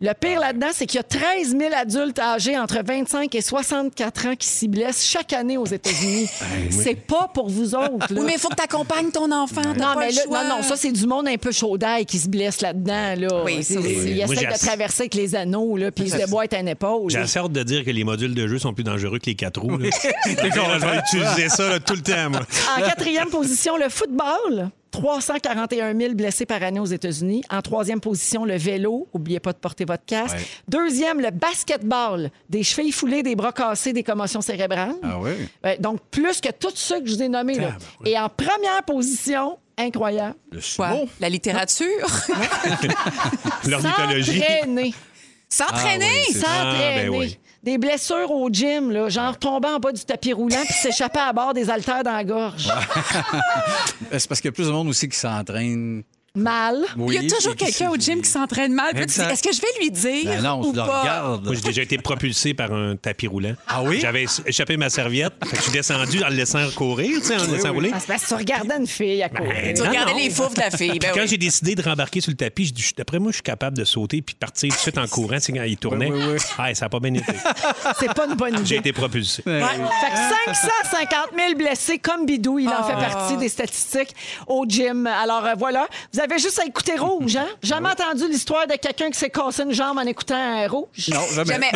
Speaker 1: Le pire là-dedans, c'est qu'il y a 13 000 adultes âgés entre 25 et 64 ans qui s'y blessent chaque année aux États-Unis.
Speaker 2: Ben
Speaker 1: C'est pas pour vous autres. là.
Speaker 3: Oui, mais il faut que tu accompagnes ton enfant. t'as
Speaker 1: Non,
Speaker 3: pas
Speaker 1: mais
Speaker 3: le
Speaker 1: là,
Speaker 3: choix.
Speaker 1: non, non, ça, c'est du monde un peu chaud d'ail qui se blesse là-dedans. Là.
Speaker 3: Oui, ça
Speaker 1: C'est-
Speaker 3: aussi.
Speaker 1: Ils
Speaker 2: Moi,
Speaker 1: essaient de
Speaker 2: j'ass-
Speaker 1: traverser avec les anneaux, là, puis ils se déboîtent un épaule.
Speaker 2: J'ai assez hâte de dire que les modules de jeu sont plus dangereux que les quatre roues. là. Je vais utiliser ça là, tout le temps, moi.
Speaker 1: En quatrième position, le football. 341 000 blessés par année aux États-Unis. En troisième position, le vélo. Oubliez pas de porter votre casque. Deuxième, le basketball. Des chevilles foulées, des bras cassés, des commotions cérébrales.
Speaker 5: Ah oui?
Speaker 1: Ouais, donc, plus que tous ceux que je vous ai nommés. là.
Speaker 2: Ah, ben oui.
Speaker 1: Et en première position, incroyable,
Speaker 5: Le
Speaker 3: Quoi?
Speaker 5: sumo.
Speaker 3: La littérature.
Speaker 2: L'ornithologie.
Speaker 1: s'entraîner.
Speaker 3: S'entraîner.
Speaker 5: Ah oui, c'est-
Speaker 1: S'entraîner.
Speaker 2: Ah, ben oui.
Speaker 1: Des blessures au gym, là, genre tomber en bas du tapis roulant puis s'échapper à bord des haltères dans la gorge.
Speaker 5: C'est parce qu'il y a plus de monde aussi qui s'entraîne.
Speaker 1: Mal.
Speaker 3: Il y
Speaker 5: Oui,
Speaker 3: a toujours
Speaker 5: puis
Speaker 3: quelqu'un au gym qui s'entraîne mal. Puis là, tu dis,
Speaker 5: Exact.
Speaker 3: Est-ce que je vais lui dire
Speaker 5: Ben non,
Speaker 3: ou
Speaker 5: tu le
Speaker 3: pas?
Speaker 5: regardes.
Speaker 2: Moi, j'ai déjà été propulsé par un tapis roulant.
Speaker 5: Ah oui?
Speaker 2: J'avais s- échappé ma serviette. Fait que je suis descendu en le laissant courir, tu sais, en le laissant rouler.
Speaker 1: Ah, c'est parce que tu regardais une fille à courir.
Speaker 2: Ben,
Speaker 3: Tu
Speaker 2: non,
Speaker 3: regardais
Speaker 2: non.
Speaker 3: les fous de la fille.
Speaker 2: Puis
Speaker 3: Ben
Speaker 2: quand
Speaker 3: oui.
Speaker 2: j'ai décidé de rembarquer sur le tapis, j'ai dit, je- d'après moi, je suis capable de sauter puis de partir tout de suite en courant. C'est quand il tournait.
Speaker 5: Oui, oui, oui.
Speaker 2: Ah, ça n'a pas bien été.
Speaker 1: C'est pas une bonne
Speaker 2: J'ai
Speaker 1: idée.
Speaker 2: été propulsé.
Speaker 1: Ouais. Fait que 550 000 blessés comme Bidou, il en fait partie des statistiques au gym. Alors euh, voilà, vous avez juste à écouter Rouge, hein? Jamais entendu l'histoire de quelqu'un qui s'est cassé une jambe en écoutant euh, Rouge.
Speaker 5: Non, jamais.
Speaker 3: Jamais.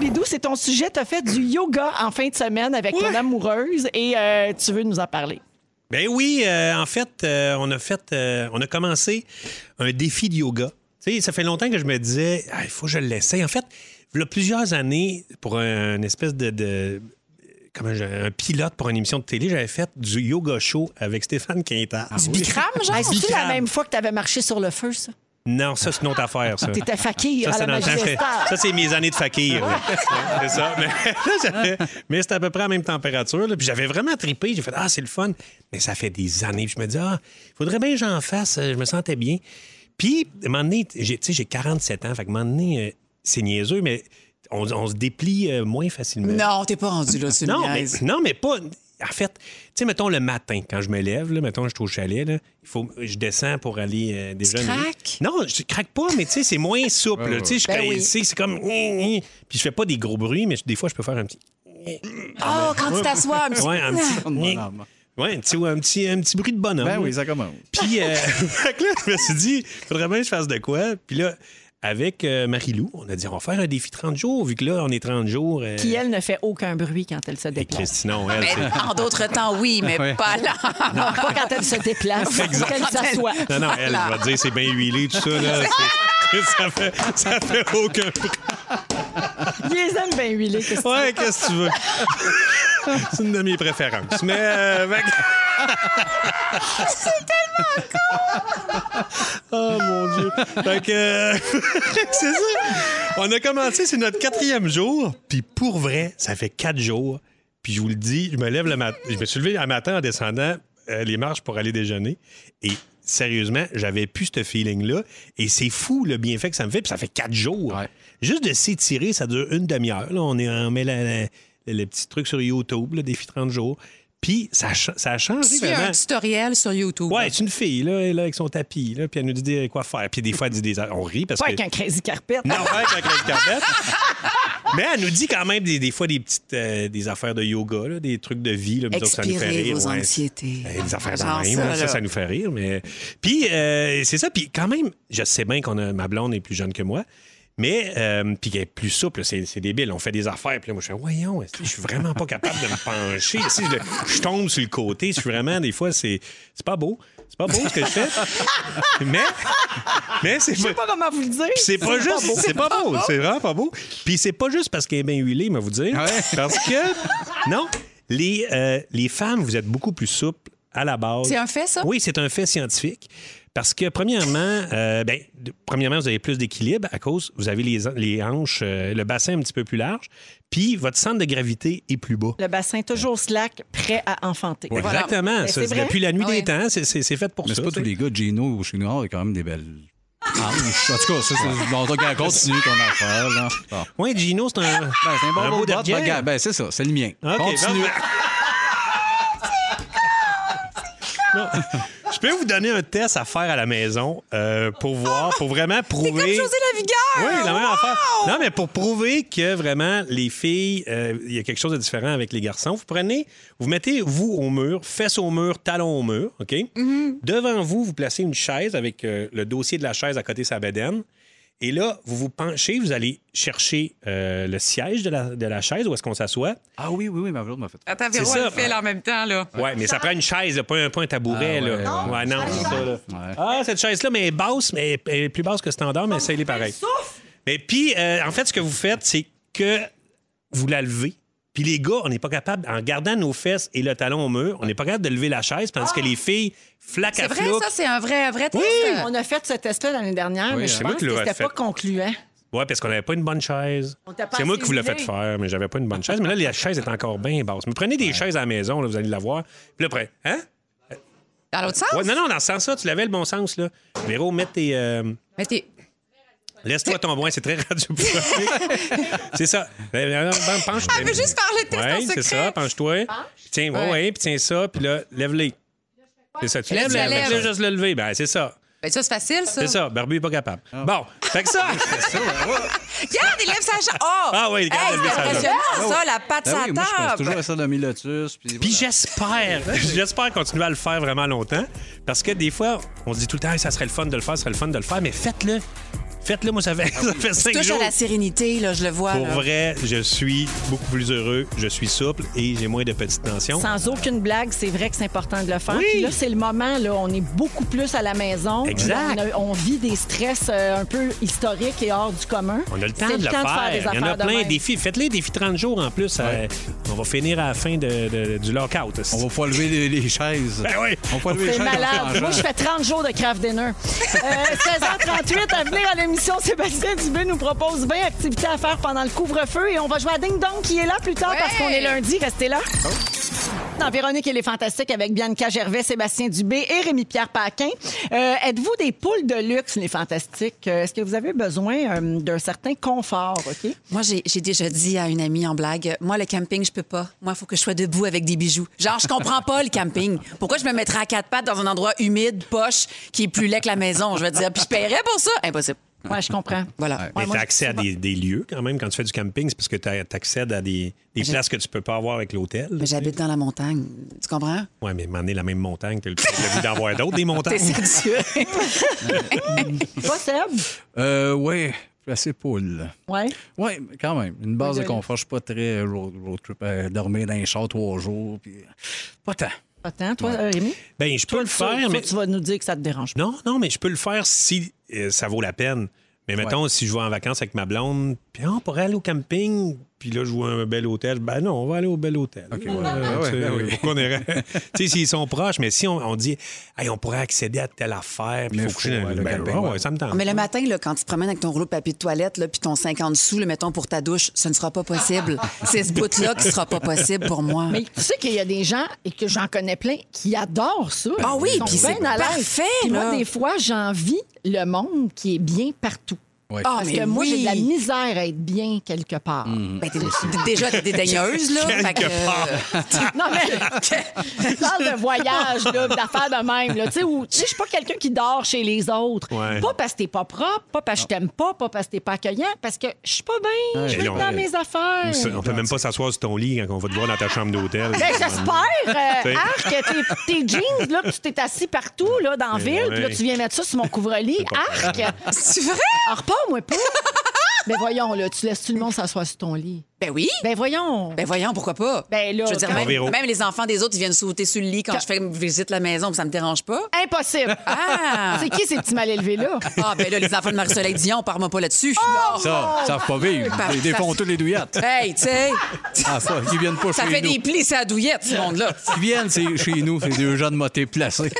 Speaker 1: Bidou, c'est ton sujet, t'as fait du yoga en fin de semaine avec ton amoureuse et euh, tu veux nous en parler.
Speaker 2: Ben oui, euh, en fait, euh, on a fait, euh, on a commencé un défi de yoga. Tu sais, ça fait longtemps que je me disais, Ah, il faut que je l'essaye. En fait, il y a plusieurs années, pour un, une espèce de, de- comment je- un pilote pour une émission de télé, j'avais fait du yoga show avec Stéphane Quintard.
Speaker 5: Ah oui.
Speaker 3: Bicram, genre.
Speaker 1: Hey, C'est-tu la
Speaker 2: Bicrame.
Speaker 1: même fois que t'avais marché sur le feu, ça?
Speaker 2: Non, ça c'est une autre affaire, ça.
Speaker 1: T'étais fakir
Speaker 2: Ça,
Speaker 1: Ah, à
Speaker 2: c'est
Speaker 1: la
Speaker 2: dans le
Speaker 1: magie
Speaker 2: temps,
Speaker 1: des
Speaker 2: c'était-
Speaker 1: stars.
Speaker 2: ça, c'est mes années de fakir. ouais. c'est ça. Mais, là, j'avais- mais c'était à peu près à la même température. là. Puis j'avais vraiment trippé. J'ai fait Ah, c'est le fun. Mais ça fait des années. Puis je me dis Ah, il faudrait bien que j'en fasse. Je me sentais bien. Puis, à un moment donné, j'ai- tu sais, j'ai 47 ans. Fait que, à un moment donné, euh, c'est niaiseux, mais on, on se déplie euh, moins facilement.
Speaker 3: Non, t'es pas rendu là, tu
Speaker 2: Non,
Speaker 3: me
Speaker 2: mais,
Speaker 3: niaises.
Speaker 2: non, mais pas. En fait, tu sais, mettons le matin, quand je me lève, là, mettons, je suis au chalet, là, il faut, je descends pour aller euh, déjeuner.
Speaker 3: craques?
Speaker 2: Non, je craque pas, mais tu sais, c'est moins souple. là. Tu sais, je
Speaker 3: Ben
Speaker 2: fais-
Speaker 3: oui.
Speaker 2: tu sais, c'est comme. Puis je fais pas des gros bruits, mais je- des fois, je peux faire un petit.
Speaker 3: Oh, quand tu t'assois, un petit-
Speaker 2: Ouais, un petit.
Speaker 5: bonhomme.
Speaker 2: Ouais, un petit, un petit, un petit bruit de bonhomme.
Speaker 5: Ben
Speaker 2: là.
Speaker 5: oui, ça commence.
Speaker 2: Puis euh, fait que là, je me suis dit, faudrait bien que je fasse de quoi. Puis là, avec euh, Marie-Lou, on a dit, on va faire un défi 30 jours, vu que là, on est 30 jours. euh,
Speaker 1: Qui, elle, ne fait aucun bruit quand elle se
Speaker 2: Et
Speaker 1: déplace.
Speaker 2: Christina, elle,
Speaker 3: Mais
Speaker 2: c'est-
Speaker 3: en d'autres temps, oui, mais
Speaker 5: Ouais.
Speaker 3: pas là.
Speaker 1: Pas quand elle se déplace, quand elle s'assoit.
Speaker 2: Non, non, elle, je vais te dire, c'est bien huilé, tout ça. Là, C'est- ça, fait, ça fait aucun prix.
Speaker 1: Il les aime bien huilés, Christine.
Speaker 2: Ouais, qu'est-ce que tu veux? c'est une de mes préférences. Mais. euh, fait que- Oh mon Dieu. Fait que, euh, c'est ça. On a commencé, c'est notre quatrième jour. Puis pour vrai, ça fait quatre jours. Puis je vous le dis, je me lève le matin. Je me suis levé le matin en descendant euh, les marches pour aller déjeuner. Et sérieusement, j'avais plus ce feeling-là. Et c'est fou le bienfait que ça me fait. Puis ça fait quatre jours.
Speaker 5: Ouais.
Speaker 2: Juste de s'étirer, ça dure une demi-heure. là. On, est, on met la- la- le petit truc sur YouTube, le défi 30 jours. Puis ça, a cha- ça a changé
Speaker 3: Tu fais
Speaker 2: vraiment.
Speaker 3: un tutoriel sur YouTube.
Speaker 2: Ouais, c'est une fille, là, elle est là, avec son tapis, là, puis elle nous dit quoi faire. Puis des fois, elle dit des... On rit parce
Speaker 1: Pas
Speaker 2: que...
Speaker 1: avec un crazy carpet.
Speaker 2: Non, pas avec un carpet. Mais elle nous dit quand même des, des fois des petites euh, des affaires de yoga, là, des trucs de vie. Là, nous autres, ça nous fait
Speaker 3: Expirez
Speaker 2: rire.
Speaker 3: vos
Speaker 2: ouais.
Speaker 3: anxiétés.
Speaker 2: Euh, Des affaires de
Speaker 3: Genre
Speaker 2: même,
Speaker 3: ça,
Speaker 2: hein, ça,
Speaker 3: là.
Speaker 2: ça nous fait rire. Mais... Puis, euh, c'est ça. Puis, quand même, je sais bien qu'on a ma blonde est plus jeune que moi, mais euh, puis qu'elle est plus souple, c'est c'est débile. On fait des affaires. Puis là, moi, je fais, voyons, est-ce que je suis vraiment pas capable de me pencher. Si je, le- je tombe sur le côté, je suis vraiment, des fois, c'est c'est pas beau. C'est pas beau ce que je fais. mais, mais c'est
Speaker 1: Je sais pas comment vous le dire.
Speaker 2: puis c'est pas juste, c'est pas beau, c'est vraiment pas beau. Puis c'est pas juste parce qu'elle est bien huilée, mais vous dire,
Speaker 5: Ouais.
Speaker 2: parce que non, les euh, les femmes, vous êtes beaucoup plus souples à la base.
Speaker 3: C'est un fait, ça?
Speaker 2: Oui, c'est un fait scientifique. Parce que, premièrement, euh, ben, de- premièrement, vous avez plus d'équilibre à cause, vous avez les, les hanches, euh, le bassin un petit peu plus large, puis votre centre de gravité est plus bas.
Speaker 1: Le bassin toujours slack, prêt à enfanter.
Speaker 3: Voilà.
Speaker 2: Exactement.
Speaker 1: Mais
Speaker 2: Ça,
Speaker 1: c'est
Speaker 2: c'est
Speaker 1: vrai?
Speaker 2: depuis la nuit
Speaker 3: Ah oui.
Speaker 2: des temps, c'est- c'est c'est fait pour ça.
Speaker 5: Mais c'est pas
Speaker 2: tu
Speaker 5: tous
Speaker 2: sais.
Speaker 5: les gars, Gino chez nous, a quand même des belles. Ah, en tout cas, ça, c'est. Bon, donc, continue ton affaire, là. Bon.
Speaker 2: Ouais, Gino, c'est un.
Speaker 5: Ben, c'est un
Speaker 2: Un
Speaker 5: bon
Speaker 2: beau
Speaker 5: beau
Speaker 2: dernier.
Speaker 5: Ben, c'est ça, c'est le mien.
Speaker 2: Ok,
Speaker 5: Continue.
Speaker 2: bon. Non. Je peux vous donner un test à faire à la maison euh, pour voir, pour vraiment prouver.
Speaker 3: Comme José Lavigueur!
Speaker 2: Oui, la même affaire. Non, mais pour prouver que vraiment les filles, euh, il y a quelque chose de différent avec les garçons, vous prenez, vous mettez vous au mur, fesses au mur, talons au mur, OK?
Speaker 3: Mm-hmm.
Speaker 2: Devant vous, vous placez une chaise avec euh, le dossier de la chaise à côté de sa bedaine. Et là, vous vous penchez, vous allez chercher euh, le siège de la, de la chaise où est-ce qu'on s'assoit.
Speaker 5: Ah oui, oui, oui, ma blonde m'a fait.
Speaker 3: Attends,
Speaker 2: Véro, C'est ça. elle file
Speaker 6: hein.
Speaker 3: en même temps, là.
Speaker 2: Oui, mais ça prend une chaise, pas un, pas un tabouret.
Speaker 5: Ah, ouais,
Speaker 2: là.
Speaker 5: ouais.
Speaker 2: Ouais, non, c'est ça. là.
Speaker 5: Ouais.
Speaker 2: Ah, cette chaise-là, mais elle est basse, mais elle est- elle est plus basse que standard, mais ça, elle est pareil. Mais puis, euh, en fait, ce que vous faites, c'est que vous la levez. Puis les gars, on n'est pas capable, en gardant nos fesses et le talon au mur, on n'est pas capable de lever la chaise, tandis
Speaker 1: Ah!
Speaker 2: que les filles, flac
Speaker 3: C'est
Speaker 2: à
Speaker 3: vrai,
Speaker 2: flou.
Speaker 3: ça, c'est un vrai, un vrai test. euh,
Speaker 1: On a fait ce test-là l'année dernière, mais je
Speaker 2: c'est hein. moi
Speaker 1: pense
Speaker 2: qui
Speaker 1: que
Speaker 2: l'ai
Speaker 1: c'était
Speaker 2: refait.
Speaker 1: pas concluant.
Speaker 2: Ouais, parce qu'on n'avait pas une bonne chaise.
Speaker 1: On t'a pas
Speaker 2: C'est moi qui vous l'ai fait
Speaker 1: assez
Speaker 2: faire, mais j'avais pas une bonne chaise. Mais là, la chaise est encore bien basse. Mais prenez des chaises à la maison, là, vous allez la voir. Puis là, après, hein?
Speaker 3: Dans l'autre sens?
Speaker 2: Ouais, non, non, dans ce sens-là, tu l'avais le bon sens, là. Véro, mets tes. euh,
Speaker 3: Mais t'es-
Speaker 2: Laisse-toi ton c'est très radiophonique. c'est ça. Ben, ben, ben, penche
Speaker 3: Ah, Elle veut juste parler de test en
Speaker 2: Ouais,
Speaker 3: secret.
Speaker 2: c'est ça, penche-toi. Puis Tiens, ouais,
Speaker 3: Ouais.
Speaker 2: ouais, puis tiens ça, puis là, lève-les. C'est ça, tu
Speaker 3: Là,
Speaker 2: lèves
Speaker 3: tu
Speaker 2: la
Speaker 3: la
Speaker 2: lève.
Speaker 3: lèves.
Speaker 2: juste le lever. Ben, c'est ça.
Speaker 3: Ben, ça, c'est facile, ça. Ah.
Speaker 2: C'est ça. Barbu est pas capable. Bon, fait que ça.
Speaker 3: Regarde, il lève sa jambe. Oh!
Speaker 2: Ah oui, regarde,
Speaker 3: Hey,
Speaker 2: il lève
Speaker 3: c'est
Speaker 2: sa jambe. Ah
Speaker 3: impressionnant, ça, la patte
Speaker 5: Ben
Speaker 3: sa
Speaker 5: oui, moi, je pense
Speaker 3: table.
Speaker 5: toujours à ça de Milotus.
Speaker 2: Puis
Speaker 5: Puis, voilà.
Speaker 2: j'espère, j'espère continuer à le faire vraiment longtemps. Parce que des fois, on se dit tout le temps, Hey, ça serait le fun de le faire, ça serait le fun de le faire, mais faites-le. Faites-le, moi, ça fait, ça fait cinq
Speaker 3: Touche à
Speaker 2: jours.
Speaker 3: la sérénité, là, je le vois.
Speaker 2: Pour
Speaker 3: là.
Speaker 2: vrai, je suis beaucoup plus heureux, je suis souple et j'ai moins de petites tensions.
Speaker 1: Sans aucune blague, c'est vrai que c'est important de le faire.
Speaker 2: Oui.
Speaker 1: Puis là, c'est le moment, là, on est beaucoup plus à la maison. On,
Speaker 2: Exact.
Speaker 1: a- on vit des stress euh, un peu historiques et hors du commun.
Speaker 2: On a le temps
Speaker 1: C'est
Speaker 2: de le faire.
Speaker 1: des
Speaker 2: Il y en a
Speaker 1: affaires de
Speaker 2: plein
Speaker 1: même.
Speaker 2: de défis. Faites-les, défis 30 jours en plus. Euh, on va finir à la fin de- de- du lockout.
Speaker 5: On va pas lever les, les chaises.
Speaker 2: Ben oui.
Speaker 5: On va pas lever les
Speaker 1: C'est
Speaker 5: chaises.
Speaker 1: malade. Moi, je fais 30 jours de craft dinner. Euh, 16h38 à venir à l'émission. Sébastien Dubé nous propose 20 activités à faire pendant le couvre-feu et on va jouer à Ding Dong qui est là plus tard parce
Speaker 3: Ouais.
Speaker 1: qu'on est lundi. Restez là. Dans Véronique et les Fantastiques avec Bianca Gervais, Sébastien Dubé et Rémi-Pierre Paquin. Euh, Êtes-vous des poules de luxe, les Fantastiques? Euh, Est-ce que vous avez besoin euh, d'un certain confort, OK?
Speaker 3: Moi, j'ai j'ai déjà dit à une amie en blague, moi, le camping, je peux pas. Moi, il faut que je sois debout avec des bijoux. Genre, je comprends pas le camping. Pourquoi je me mettrais à quatre pattes dans un endroit humide, poche, qui est plus laid que la maison? Je veux dire, puis je paierais pour ça? Impossible.
Speaker 1: Ouais, je comprends.
Speaker 3: Voilà.
Speaker 2: Mais
Speaker 1: moi,
Speaker 2: tu accès à des, des lieux quand même quand tu fais du camping, c'est parce que tu accèdes à des, des places que tu peux pas avoir avec l'hôtel.
Speaker 3: Mais j'habite dans la montagne. Tu comprends?
Speaker 2: Oui, mais m'en est la même montagne, tu as le goût d'en voir d'autres, des montagnes.
Speaker 3: Dieu.
Speaker 1: Pas Seb?
Speaker 5: Euh, ouais, assez poule.
Speaker 1: Ouais.
Speaker 5: Oui, quand même. Une base de confort. Je suis pas très road, road trip. euh, dormir dans un char trois jours. Puis... euh, Pas tant.
Speaker 1: Attends, toi, euh, Rémi?
Speaker 2: Ben, je peux le faire,
Speaker 1: Toi,
Speaker 2: mais.
Speaker 1: Tu vas nous dire que ça te dérange pas.
Speaker 2: Non, non, mais je peux le faire si euh, ça vaut la peine. Mais mettons, si je vais en vacances avec ma blonde, puis ah, on pourrait aller au camping, puis là, je vois un bel hôtel. Ben non, on va aller au bel hôtel. Ouais,
Speaker 5: Ah
Speaker 2: tu
Speaker 5: ouais,
Speaker 2: sais,
Speaker 5: ben oui.
Speaker 2: Pourquoi on irait? tu sais, s'ils sont proches, mais si on, on dit, hey, on pourrait accéder à telle affaire, puis
Speaker 5: Mais
Speaker 2: faut coucher
Speaker 5: faut
Speaker 2: dans
Speaker 5: aller
Speaker 2: le
Speaker 5: au
Speaker 2: ben,
Speaker 5: camping,
Speaker 2: ouais,
Speaker 5: ouais.
Speaker 2: ouais, ça me tente.
Speaker 3: Mais le matin, là, quand tu te promènes avec ton rouleau de papier de toilette, là, puis ton 50 sous, le mettons pour ta douche, ce ne sera pas possible. C'est ce bout-là qui sera pas possible pour moi.
Speaker 1: Mais tu sais qu'il y a des gens, et que j'en connais plein, qui adorent ça.
Speaker 3: Ah oui,
Speaker 1: Ils sont
Speaker 3: puis c'est
Speaker 1: bien à l'aise.
Speaker 3: parfait,
Speaker 1: Puis
Speaker 3: là.
Speaker 1: Moi, des fois, j'envie le monde qui est bien partout.
Speaker 5: Ouais.
Speaker 3: Ah,
Speaker 1: Parce
Speaker 3: mais
Speaker 1: que moi, j'ai de la
Speaker 3: oui.
Speaker 1: misère à être bien quelque part.
Speaker 3: Ben, t'es- t'es déjà t'es dédaigneuse, là. Fait que, euh,
Speaker 1: Non, mais je parle de voyage, là, d'affaires de même. Là. Tu sais, où- tu sais, je suis pas quelqu'un qui dort chez les autres.
Speaker 2: Ouais.
Speaker 1: Pas parce que t'es pas propre, pas parce que je t'aime pas, pas parce que t'es pas accueillant, parce que je suis pas bien, je vais
Speaker 2: on-
Speaker 1: dans mes affaires.
Speaker 2: On peut même pas s'asseoir sur ton lit quand on va te voir dans ta chambre d'hôtel.
Speaker 1: Ben, j'espère,
Speaker 2: T'sais.
Speaker 1: euh, Arc, tes, tes jeans, là, que tu t'es assis partout, là, dans la
Speaker 2: Eh
Speaker 1: ville, puis là,
Speaker 2: ouais.
Speaker 1: tu viens mettre ça sur mon couvre-lit.
Speaker 2: pas
Speaker 1: Arc,
Speaker 3: C'est vrai?
Speaker 1: repars, moi, pas. Mais voyons, là, tu laisses tout le monde s'asseoir sur ton lit.
Speaker 3: Ben oui.
Speaker 1: Ben voyons.
Speaker 3: Ben voyons, pourquoi pas?
Speaker 1: Ben là,
Speaker 3: je veux dire,
Speaker 1: quand-
Speaker 3: même,
Speaker 2: Véro.
Speaker 3: même les enfants des autres, ils viennent sauter sur le lit quand, je fais visite la maison, puis ça me dérange pas.
Speaker 1: Impossible.
Speaker 3: Ah!
Speaker 1: C'est qui ces petits mal élevés-là?
Speaker 3: Ah, ben là, les enfants de Marie-Soleil Dion, parle-moi pas là-dessus. Non.
Speaker 5: Ça, ça
Speaker 3: ah,
Speaker 5: va pas vivre.
Speaker 3: Par-
Speaker 5: Ils défont
Speaker 3: ça-
Speaker 5: toutes les douillettes.
Speaker 3: oh, Hey, tu sais,
Speaker 5: Ah, ça, ils viennent pas
Speaker 3: ça
Speaker 5: chez
Speaker 3: fait
Speaker 5: nous.
Speaker 3: des plis à la douillette, ce monde-là.
Speaker 5: Ils viennent c'est chez nous, c'est deux jeunes motés placés.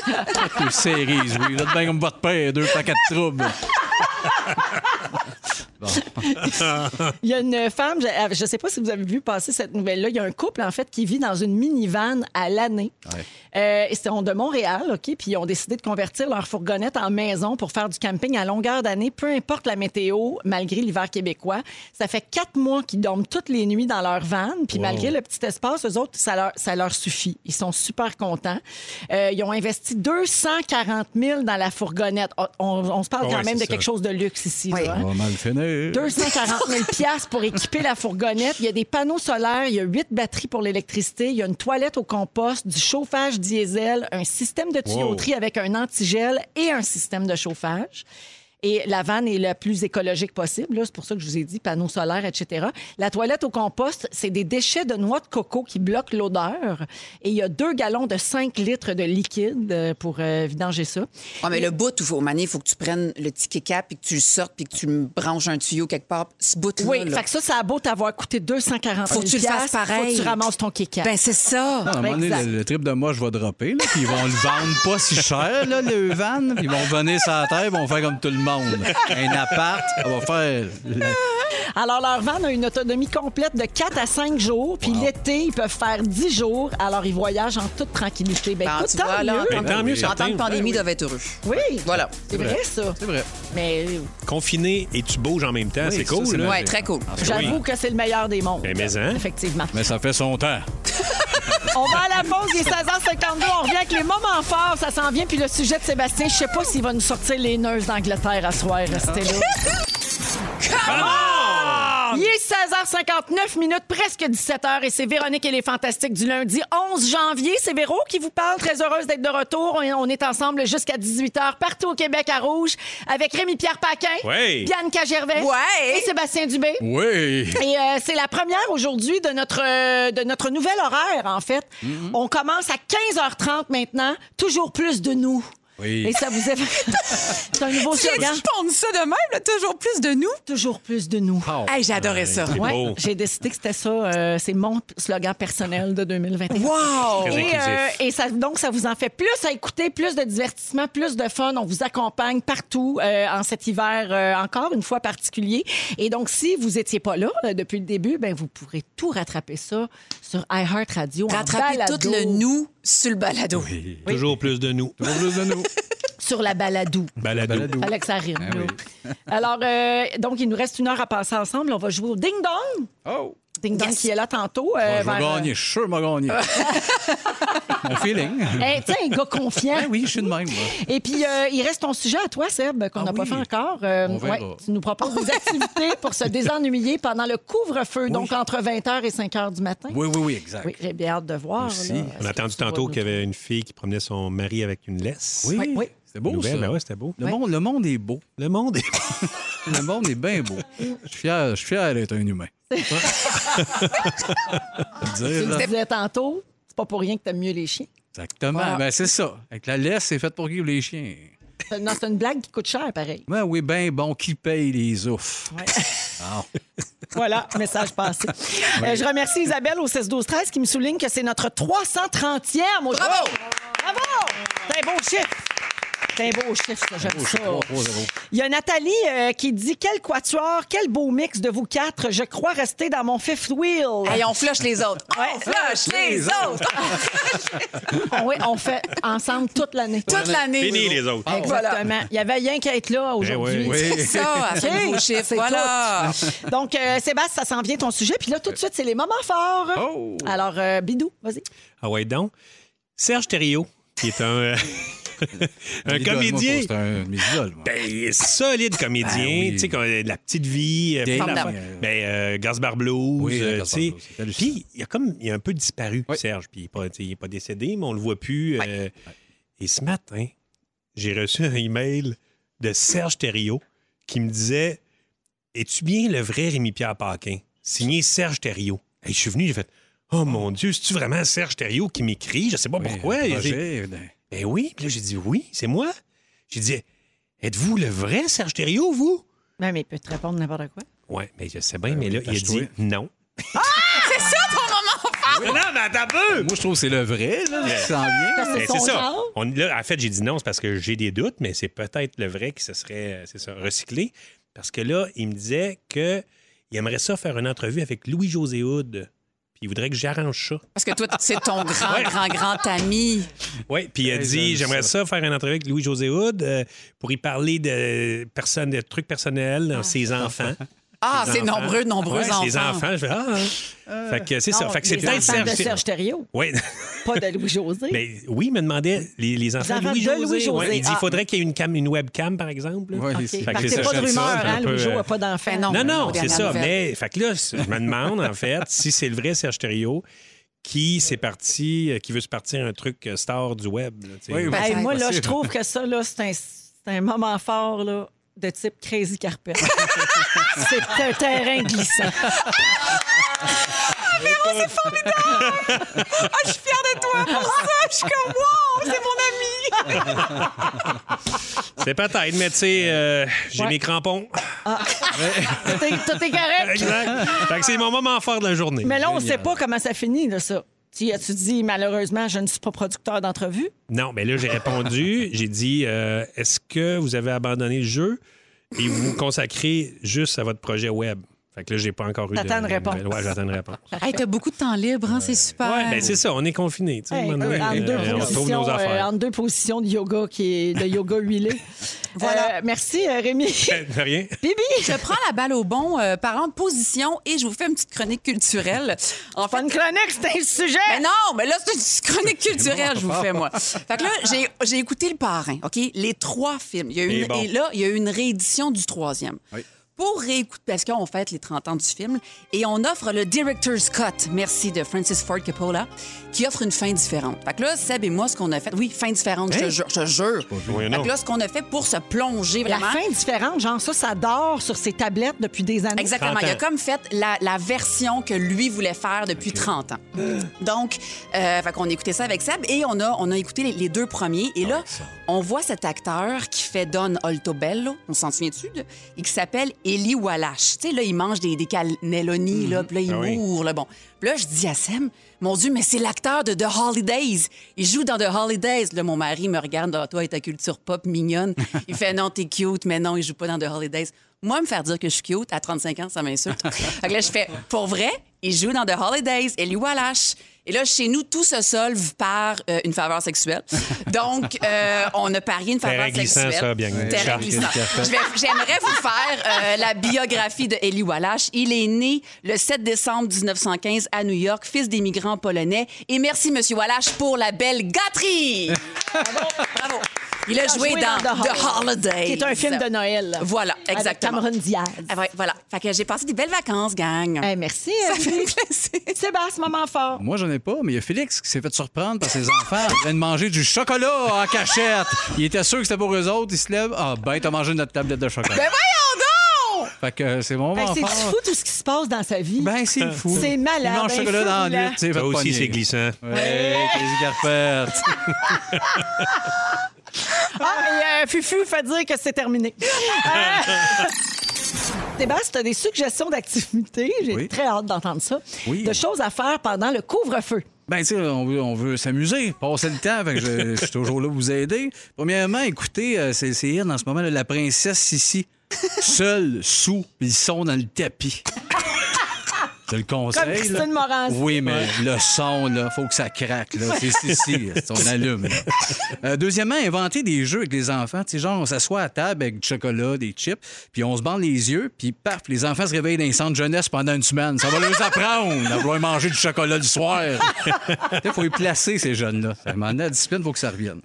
Speaker 5: Deux séries, oui. Vous êtes bien comme votre père, deux paquets de troubles.
Speaker 1: Il y a une femme, je ne sais pas si vous avez vu passer cette nouvelle-là, il y a un couple, en fait, qui vit dans une minivan à l'année. Euh, ils sont de Montréal, OK, puis ils ont décidé de convertir leur fourgonnette en maison pour faire du camping à longueur d'année, peu importe la météo, malgré l'hiver québécois. Ça fait quatre mois qu'ils dorment toutes les nuits dans leur van, puis malgré le petit espace, eux autres, ça leur, ça leur suffit. Ils sont super contents. Euh, ils ont investi 240 000 dans la fourgonnette. On, on- on se parle
Speaker 2: Ah
Speaker 1: quand
Speaker 2: ouais,
Speaker 1: même de
Speaker 2: c'est
Speaker 1: quelque
Speaker 2: ça.
Speaker 1: chose de luxe ici. là, hein?
Speaker 5: On va mal finir.
Speaker 1: 240 000 piastres pour équiper la fourgonnette. Il y a des panneaux solaires, il y a huit batteries pour l'électricité, il y a une toilette au compost, du chauffage diesel, un système de tuyauterie avec un antigel et un système de chauffage. Et la vanne est la plus écologique possible. là. C'est pour ça que je vous ai dit panneaux solaires, etc. La toilette au compost, c'est des déchets de noix de coco qui bloquent l'odeur. Et il y a deux gallons de 5 litres de liquide euh, pour euh, vidanger ça.
Speaker 3: Ah, mais le bout, où faut, il faut que tu prennes le ticket cap, puis que tu le sortes, puis que tu me branches un tuyau quelque part. Ce bout-là.
Speaker 1: Oui,
Speaker 3: là.
Speaker 1: fait que ça, ça a beau t'avoir coûté 240
Speaker 3: Faut que tu le
Speaker 1: 000
Speaker 3: fasses pareil.
Speaker 1: Faut que tu ramasses ton kéka.
Speaker 3: Ben, c'est ça.
Speaker 5: Ah, À un moment donné,
Speaker 1: Exact.
Speaker 5: le, le trip de moche va dropper, là, puis ils vont le vendre pas si cher, là, le van. puis Ils vont venir sur la terre, ils vont faire comme tout le monde. Un appart, on va faire.
Speaker 1: Alors, leur van a une autonomie complète de 4 à 5 jours. Puis l'été, ils peuvent faire 10 jours. Alors, ils voyagent en toute tranquillité. Ben,
Speaker 3: Ben,
Speaker 1: écoute,
Speaker 3: tu
Speaker 1: tant
Speaker 3: vois, là,
Speaker 1: mieux.
Speaker 3: en
Speaker 2: Ben,
Speaker 3: temps-
Speaker 2: tant mieux,
Speaker 3: en temps
Speaker 2: certain.
Speaker 3: de pandémie, ils doivent être heureux.
Speaker 1: Oui,
Speaker 3: Voilà. euh,
Speaker 1: c'est vrai, ça.
Speaker 5: C'est vrai.
Speaker 1: Mais
Speaker 2: Confiné et tu bouges en même temps, c'est
Speaker 5: ça,
Speaker 2: cool.
Speaker 5: c'est
Speaker 2: là.
Speaker 3: Ouais, très cool.
Speaker 1: j'avoue que c'est le meilleur des mondes.
Speaker 2: Ben, mais hein.
Speaker 1: Effectivement.
Speaker 5: Mais ça fait son temps.
Speaker 1: On va à la pause, il est 16h52. On revient avec les moments forts. Ça s'en vient. Puis le sujet de Sébastien, je sais pas s'il va nous sortir les nurses d'Angleterre à soir. Restez là. Il est 16h59 minutes, presque 17h, et c'est Véronique et les Fantastiques du lundi 11 janvier. C'est Véro qui vous parle. Très heureuse d'être de retour. On on est ensemble jusqu'à 18h partout au Québec à Rouge avec Rémi-Pierre Paquin,
Speaker 2: Ouais.
Speaker 1: Bianca Gervais
Speaker 3: Ouais.
Speaker 1: et Sébastien Dubé.
Speaker 5: Oui.
Speaker 1: Et euh, c'est la première aujourd'hui de notre euh, de notre nouvel horaire en fait. On commence à 15h30 maintenant, toujours plus de nous.
Speaker 5: Oui.
Speaker 1: Et ça vous est C'est un nouveau
Speaker 3: Tu viens
Speaker 1: slogan,
Speaker 3: de pondre ça de même, là, toujours plus de nous.
Speaker 1: toujours plus de nous.
Speaker 2: Oh.
Speaker 3: Hey, j'ai adoré ça.
Speaker 2: C'est
Speaker 1: Ouais,
Speaker 2: beau.
Speaker 1: j'ai décidé que c'était ça, euh, c'est mon slogan personnel de 2021.
Speaker 3: Wow!
Speaker 2: Très
Speaker 1: Et,
Speaker 2: inclusif.
Speaker 1: euh, et ça, donc, ça vous en fait plus à écouter, plus de divertissement, plus de fun. On vous accompagne partout euh, en cet hiver, euh, encore une fois particulier. Et donc, si vous étiez pas là euh, depuis le début, ben, vous pourrez tout rattraper ça sur iHeartRadio. en
Speaker 3: Rattraper
Speaker 1: balado,
Speaker 3: tout le nous sur le balado.
Speaker 2: Toujours plus de nous.
Speaker 5: Toujours plus de nous.
Speaker 1: Sur la baladou.
Speaker 2: Balado.
Speaker 5: Balado.
Speaker 1: Alex ça rime,
Speaker 5: Ah
Speaker 1: là.
Speaker 5: oui.
Speaker 1: Alors, euh, donc, il nous reste une heure à passer ensemble. On va jouer au ding-dong.
Speaker 5: Oh.
Speaker 1: Ding-dong
Speaker 3: Yes.
Speaker 1: qui est là tantôt.
Speaker 5: Je
Speaker 1: euh,
Speaker 5: vais
Speaker 1: vers, euh,
Speaker 5: gagner, je suis sûr que je vais gagner. Mon feeling.
Speaker 1: Hey, tu sais, un gars confiant.
Speaker 5: Ben oui, je suis de même. moi.
Speaker 1: Et puis, euh, il reste ton sujet à toi, Seb, qu'on
Speaker 5: Ah
Speaker 1: n'a pas
Speaker 5: oui.
Speaker 1: fait encore. Euh,
Speaker 5: On verra.
Speaker 1: tu nous proposes des activités pour se désennuyer pendant le couvre-feu, donc entre 20h et 5h du matin.
Speaker 5: Oui, oui, oui, exact.
Speaker 1: Oui, j'ai bien hâte de voir.
Speaker 5: Aussi.
Speaker 1: là.
Speaker 2: On a entendu tantôt qu'il y avait une fille qui promenait son mari avec une laisse.
Speaker 5: Oui,
Speaker 1: oui.
Speaker 5: C'était beau,
Speaker 2: Nouvelle,
Speaker 5: ça.
Speaker 2: ben ouais, c'était beau.
Speaker 5: Le, monde, le monde est beau.
Speaker 2: Le monde est...
Speaker 5: Le monde est bien beau. Je suis fier, je suis fier d'être un humain. Dire,
Speaker 1: Tu
Speaker 5: là.
Speaker 1: le disais tantôt, c'est pas pour rien que t'aimes mieux les chiens.
Speaker 5: Exactement. Ben, c'est ça. Avec la laisse, c'est fait pour qui les chiens?
Speaker 1: C'est- Non, c'est une blague qui coûte cher, pareil.
Speaker 5: Ben oui, ben bon, qui paye les oufs?
Speaker 1: Voilà, message passé. Euh, je remercie Isabelle au 16-12-13 qui me souligne que c'est notre 330e aujourd'hui.
Speaker 3: Bravo!
Speaker 1: Bravo! C'est un beau chiffre. C'est un beau chiffre, ça, j'aime ça.
Speaker 5: Trois, trois, zéro.
Speaker 1: Il y a Nathalie euh, qui dit Quel quatuor, quel beau mix de vous quatre. Je crois rester dans mon fifth wheel.
Speaker 3: Hey, on flush les autres. On flush les autres.
Speaker 1: Oui, on fait ensemble toute l'année.
Speaker 3: Toute l'année.
Speaker 2: Fini, les autres.
Speaker 1: Exactement. Il y avait rien qu'à être là aujourd'hui.
Speaker 2: Eh oui.
Speaker 5: Eh
Speaker 2: Oui.
Speaker 3: C'est ça, à faire
Speaker 1: OK,
Speaker 3: un nouveau chiffre.
Speaker 1: c'est
Speaker 3: Voilà.
Speaker 1: tout. Donc, euh, Sébastien, ça s'en vient ton sujet. Puis là, tout de suite, c'est les moments forts.
Speaker 2: Oh!
Speaker 1: Alors, euh, Bidou, vas-y.
Speaker 2: Ah ouais, donc. Serge Thériault, qui est un, euh, un
Speaker 5: L'idole, moi,
Speaker 2: comédien.
Speaker 5: C'est un de mes idoles, moi.
Speaker 2: Ben, solide comédien,
Speaker 5: oui.
Speaker 2: tu sais, comme, euh, de la petite vie, euh, plein
Speaker 5: Formidable.
Speaker 2: d'affaires. Ben, euh, Gaspard Blues,
Speaker 5: Oui,
Speaker 2: euh,
Speaker 5: Gaspard
Speaker 2: tu
Speaker 5: Blues, c'est
Speaker 2: sais.
Speaker 5: hallucinant.
Speaker 2: Puis, il a comme, il a un peu disparu,
Speaker 5: Oui.
Speaker 2: Serge, puis il est pas- tu sais, il n'est pas, décédé, mais on le voit plus. euh, Et ce matin, j'ai reçu un email de Serge Thériault qui me disait Es-tu bien le vrai Rémi-Pierre Paquin? Signé Serge Thériault. Hey, je suis venu, j'ai fait Oh mon Dieu, c'est-tu vraiment Serge Thériault qui m'écrit? Je sais pas pourquoi.
Speaker 5: Ah. un
Speaker 2: Et j'ai-
Speaker 5: projet, d'un-
Speaker 2: ben oui. Puis là, j'ai dit Oui, c'est moi. J'ai dit Êtes-vous le vrai Serge Thériault,
Speaker 1: Non,
Speaker 2: vous?
Speaker 1: Ben, mais il peut te répondre n'importe quoi.
Speaker 2: Ouais, mais je sais bien, mais là, il a
Speaker 5: lâche-toi.
Speaker 2: dit non.
Speaker 3: C'est ça ton moment fort!
Speaker 2: non, Ah! mais attends peu!
Speaker 5: Moi, je trouve que c'est le vrai, là, qui s'en vient.
Speaker 2: Ben,
Speaker 1: C'est
Speaker 2: c'est
Speaker 1: son
Speaker 2: ça.
Speaker 1: genre.
Speaker 2: On- là, en fait, j'ai dit non, c'est parce que j'ai des doutes, mais c'est peut-être le vrai qui se serait euh, c'est ça, recyclé. Parce que là, il me disait que il aimerait ça faire une entrevue avec Louis-José Hood. Puis il voudrait que j'arrange ça.
Speaker 3: Parce que toi, c'est ton grand,
Speaker 2: Ouais.
Speaker 3: grand, grand ami.
Speaker 2: Oui, puis il a
Speaker 5: Hey,
Speaker 2: dit
Speaker 5: j'aime
Speaker 2: j'aimerais Eh, ça. faire une entrevue avec Louis-José Hood euh, pour y parler de, personnes, de trucs personnels dans ses enfants.
Speaker 3: Ah,
Speaker 2: Ses
Speaker 3: c'est
Speaker 2: enfants.
Speaker 3: nombreux, nombreux
Speaker 2: Ouais,
Speaker 3: enfants.
Speaker 2: Ses enfants, je fais ah. hein. Fait que c'est ça.
Speaker 1: Euh, Non,
Speaker 2: Fait que c'est
Speaker 1: les
Speaker 2: peut-être
Speaker 1: enfants
Speaker 2: Serge.
Speaker 1: de Serge Thériault,
Speaker 2: Ouais.
Speaker 1: pas de Louis-José.
Speaker 2: Mais oui, il me demandait les, les enfants de
Speaker 1: enfants de
Speaker 2: Louis-José.
Speaker 1: Louis-José.
Speaker 2: ouais. il dit
Speaker 1: Ah.
Speaker 2: il faudrait qu'il y ait une, cam, une webcam, par exemple. là.
Speaker 5: Ouais,
Speaker 1: OK.
Speaker 5: c'est-
Speaker 1: Parce
Speaker 2: que
Speaker 1: que
Speaker 2: c'est
Speaker 1: c'est pas de
Speaker 2: ça,
Speaker 1: rumeur,
Speaker 2: c'est un
Speaker 1: hein,
Speaker 2: peu,
Speaker 1: Louis-Jo
Speaker 2: euh,
Speaker 1: n'a pas d'enfant.
Speaker 3: Ben non.
Speaker 2: Non, non, c'est
Speaker 3: dernière
Speaker 2: ça.
Speaker 3: nouvelle.
Speaker 2: Mais fait que là, je me demande, en fait, si c'est le vrai Serge Thériault qui s'est parti, euh, qui veut se partir un truc euh, star du web. là, tu sais.
Speaker 5: Oui, oui.
Speaker 1: Hey, moi, là, je
Speaker 5: Possible.
Speaker 1: trouve que ça, là, c'est un, c'est un moment fort, là, de type crazy carpet. c'est un terrain glissant.
Speaker 3: Ah, je suis fière de toi pour ça. Je suis comme, wow, c'est mon ami.
Speaker 2: C'est peut-être, mais tu sais, euh, j'ai mes crampons.
Speaker 1: Tout est, tout est correct.
Speaker 2: Exact. fait que c'est mon moment fort de la journée.
Speaker 1: Mais là, on ne sait pas comment ça finit, là, ça. Tu as-tu dit, malheureusement, je ne suis pas producteur d'entrevue?
Speaker 2: Non, mais là, j'ai répondu. J'ai dit euh, est-ce que vous avez abandonné le jeu et vous vous consacrez juste à votre projet web? Fait que là, j'ai pas encore eu
Speaker 1: T'attends
Speaker 2: de
Speaker 1: une réponse.
Speaker 2: nouvelles. Ouais, j'attends une réponse.
Speaker 3: Hey, t'as beaucoup de temps libre, hein, c'est super.
Speaker 2: Ouais, ben c'est ça, on est confinés. tu sais,
Speaker 1: Hey,
Speaker 2: à un moment donné,
Speaker 1: entre, deux
Speaker 2: euh, on trouve
Speaker 1: positions,
Speaker 2: nos
Speaker 1: euh,
Speaker 2: affaires.
Speaker 1: entre deux positions de yoga, qui est de yoga huilé. voilà. merci, euh, Rémi.
Speaker 2: De rien.
Speaker 1: Bibi,
Speaker 3: Je prends la balle au bon, euh, parlant de position, et je vous fais une petite chronique culturelle. En fait,
Speaker 1: fun chronique, c'est un sujet.
Speaker 3: Mais non, mais là, c'est une chronique culturelle, je vous fais, moi. Fait que là, j'ai- j'ai écouté Le Parrain, OK? Les trois films. Il y a
Speaker 2: Et
Speaker 3: une,
Speaker 2: bon.
Speaker 3: Et là, il y a eu une réédition du troisième.
Speaker 5: Oui.
Speaker 3: Pour réécouter, parce qu'on fête les 30 ans du film, et on offre le Director's Cut, merci, de Francis Ford Coppola, qui offre une fin différente. Fait que là, Seb et moi, ce qu'on a fait, oui, fin différente, je te jure, je te jure.
Speaker 2: Hein? Voyons
Speaker 3: Fait
Speaker 2: donc.
Speaker 3: que là, ce qu'on a fait pour se plonger
Speaker 1: La
Speaker 3: Ben, vraiment.
Speaker 1: fin différente, genre ça, ça dort sur ses tablettes depuis des années.
Speaker 3: Exactement.
Speaker 2: 30
Speaker 3: Il a
Speaker 2: ans.
Speaker 3: comme fait la, la version que lui voulait faire depuis 30 ans.
Speaker 2: Hmm.
Speaker 3: Donc, euh, fait qu'on a écouté ça avec Seb et on a, on a écouté les, les deux premiers. Et là, on voit cet acteur qui fait Don Altobello, on s'en souvient-tu, de- et qui s'appelle Eli Wallach. Tu sais, là, il mange des, des cannelloni, là, puis là, il
Speaker 2: Ah oui.
Speaker 3: mourre, là, bon. Puis là, je dis à Seb, mon Dieu, mais c'est l'acteur de The Holidays. Il joue dans The Holidays. Là, mon mari me regarde, Ah, toi et ta culture pop mignonne. Il fait, non, t'es cute, mais non, il joue pas dans The Holidays. Moi, me faire dire que je suis cute à 35 ans, ça m'insulte. fait que là, je fais, pour vrai, il joue dans The Holidays, Eli Wallach. Et là, chez nous, tout se solve par euh, une faveur sexuelle. Donc, euh, on a parié une faveur
Speaker 2: Terrain glissant,
Speaker 3: sexuelle.
Speaker 2: ça, bien.
Speaker 3: Terrain
Speaker 2: Charles,
Speaker 3: glissant.
Speaker 5: qu'est-ce
Speaker 3: Je vais- J'aimerais vous faire euh, la biographie de Eli Wallach. Il est né le 7 décembre 1915 à New York, fils d'immigrants polonais. Et merci, Monsieur Wallach, pour la belle gâterie. Bravo. Il
Speaker 1: Ah,
Speaker 3: a joué, dans, The Holiday.
Speaker 1: Qui est un film de Noël. là.
Speaker 3: Voilà, exactement.
Speaker 1: Avec Cameron Diaz.
Speaker 3: Ah ouais, Voilà. Fait que j'ai passé des belles vacances, gang.
Speaker 1: Eh, merci.
Speaker 3: Ça
Speaker 1: Bibi.
Speaker 3: fait plaisir.
Speaker 1: Sébastien, moment fort.
Speaker 5: Moi, j'en ai pas, mais il y a Félix qui s'est fait surprendre par ses enfants en train de manger du chocolat en cachette. Il était sûr que c'était pour eux autres. Il se lève. Ah, ben, t'as mangé notre tablette de chocolat.
Speaker 3: Ben voyons donc!
Speaker 5: Fait que euh, c'est mon
Speaker 1: Hey,
Speaker 5: moment
Speaker 1: Ben, c'est du
Speaker 5: fort.
Speaker 1: fou tout ce qui se passe dans sa vie.
Speaker 5: Ben, c'est fou.
Speaker 1: C'est malade,
Speaker 5: Il mange
Speaker 1: un
Speaker 5: chocolat
Speaker 1: fou blanc.
Speaker 5: dans la nuit, tu sais, va
Speaker 2: Ça
Speaker 5: te
Speaker 2: aussi,
Speaker 5: pogner.
Speaker 2: c'est glissant.
Speaker 5: Ouais, Casey Carpette.
Speaker 1: Ah, et euh, Fufu fait dire que c'est terminé. Euh, Sébastien, tu as des suggestions d'activités. J'ai
Speaker 5: Oui.
Speaker 1: très hâte d'entendre ça.
Speaker 5: Oui.
Speaker 1: De choses à faire pendant le couvre-feu.
Speaker 5: Ben, tu sais, on veut, on veut s'amuser, passer le temps. Fait que je, je suis toujours là pour vous aider. Premièrement, écoutez, euh, c'est c'est in en ce moment, là, la princesse Sissi, seule, sous, puis ils sont dans le tapis. Je le conseille.
Speaker 1: Comme Christine
Speaker 5: là.
Speaker 1: Morancy.
Speaker 5: Oui, mais le son, là, faut que ça craque, là. C'est Sissi, là, on allume. là. Euh, deuxièmement, inventer des jeux avec les enfants. Tu sais, genre, on s'assoit à table avec du chocolat, des chips, puis on se bande les yeux, puis paf, les enfants se réveillent dans les centres jeunesse pendant une semaine. Ça va leur apprendre à vouloir manger du chocolat du soir. Il faut les placer, ces jeunes-là. À un moment donné, la discipline, il faut que ça revienne.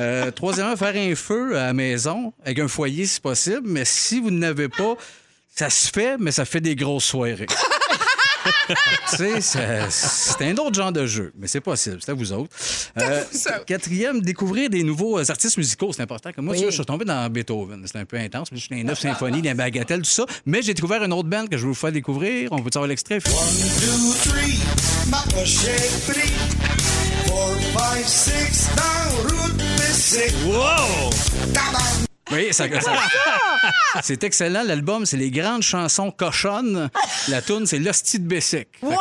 Speaker 5: Euh, troisièmement, faire un feu à la maison, avec un foyer si possible, mais si vous n'avez pas, ça se fait, mais ça fait des grosses soirées. tu sais, ça- c'est un autre genre de jeu, mais c'est possible. C'est à vous autres. Euh, quatrième, découvrir des nouveaux euh, artistes musicaux. C'est important. Comme moi, tu vois, je suis tombé dans Beethoven. C'était un peu intense. mais Je suis dans les neuf symphonies, les bagatelles, tout ça. Mais j'ai découvert une autre bande que je vais vous faire découvrir. On peut savoir l'extrait. Oui, ça, ça- C'est excellent, l'album, c'est les grandes chansons cochonnes. La toune, c'est l'hostie de Bessic. Fait que c'est- c'est-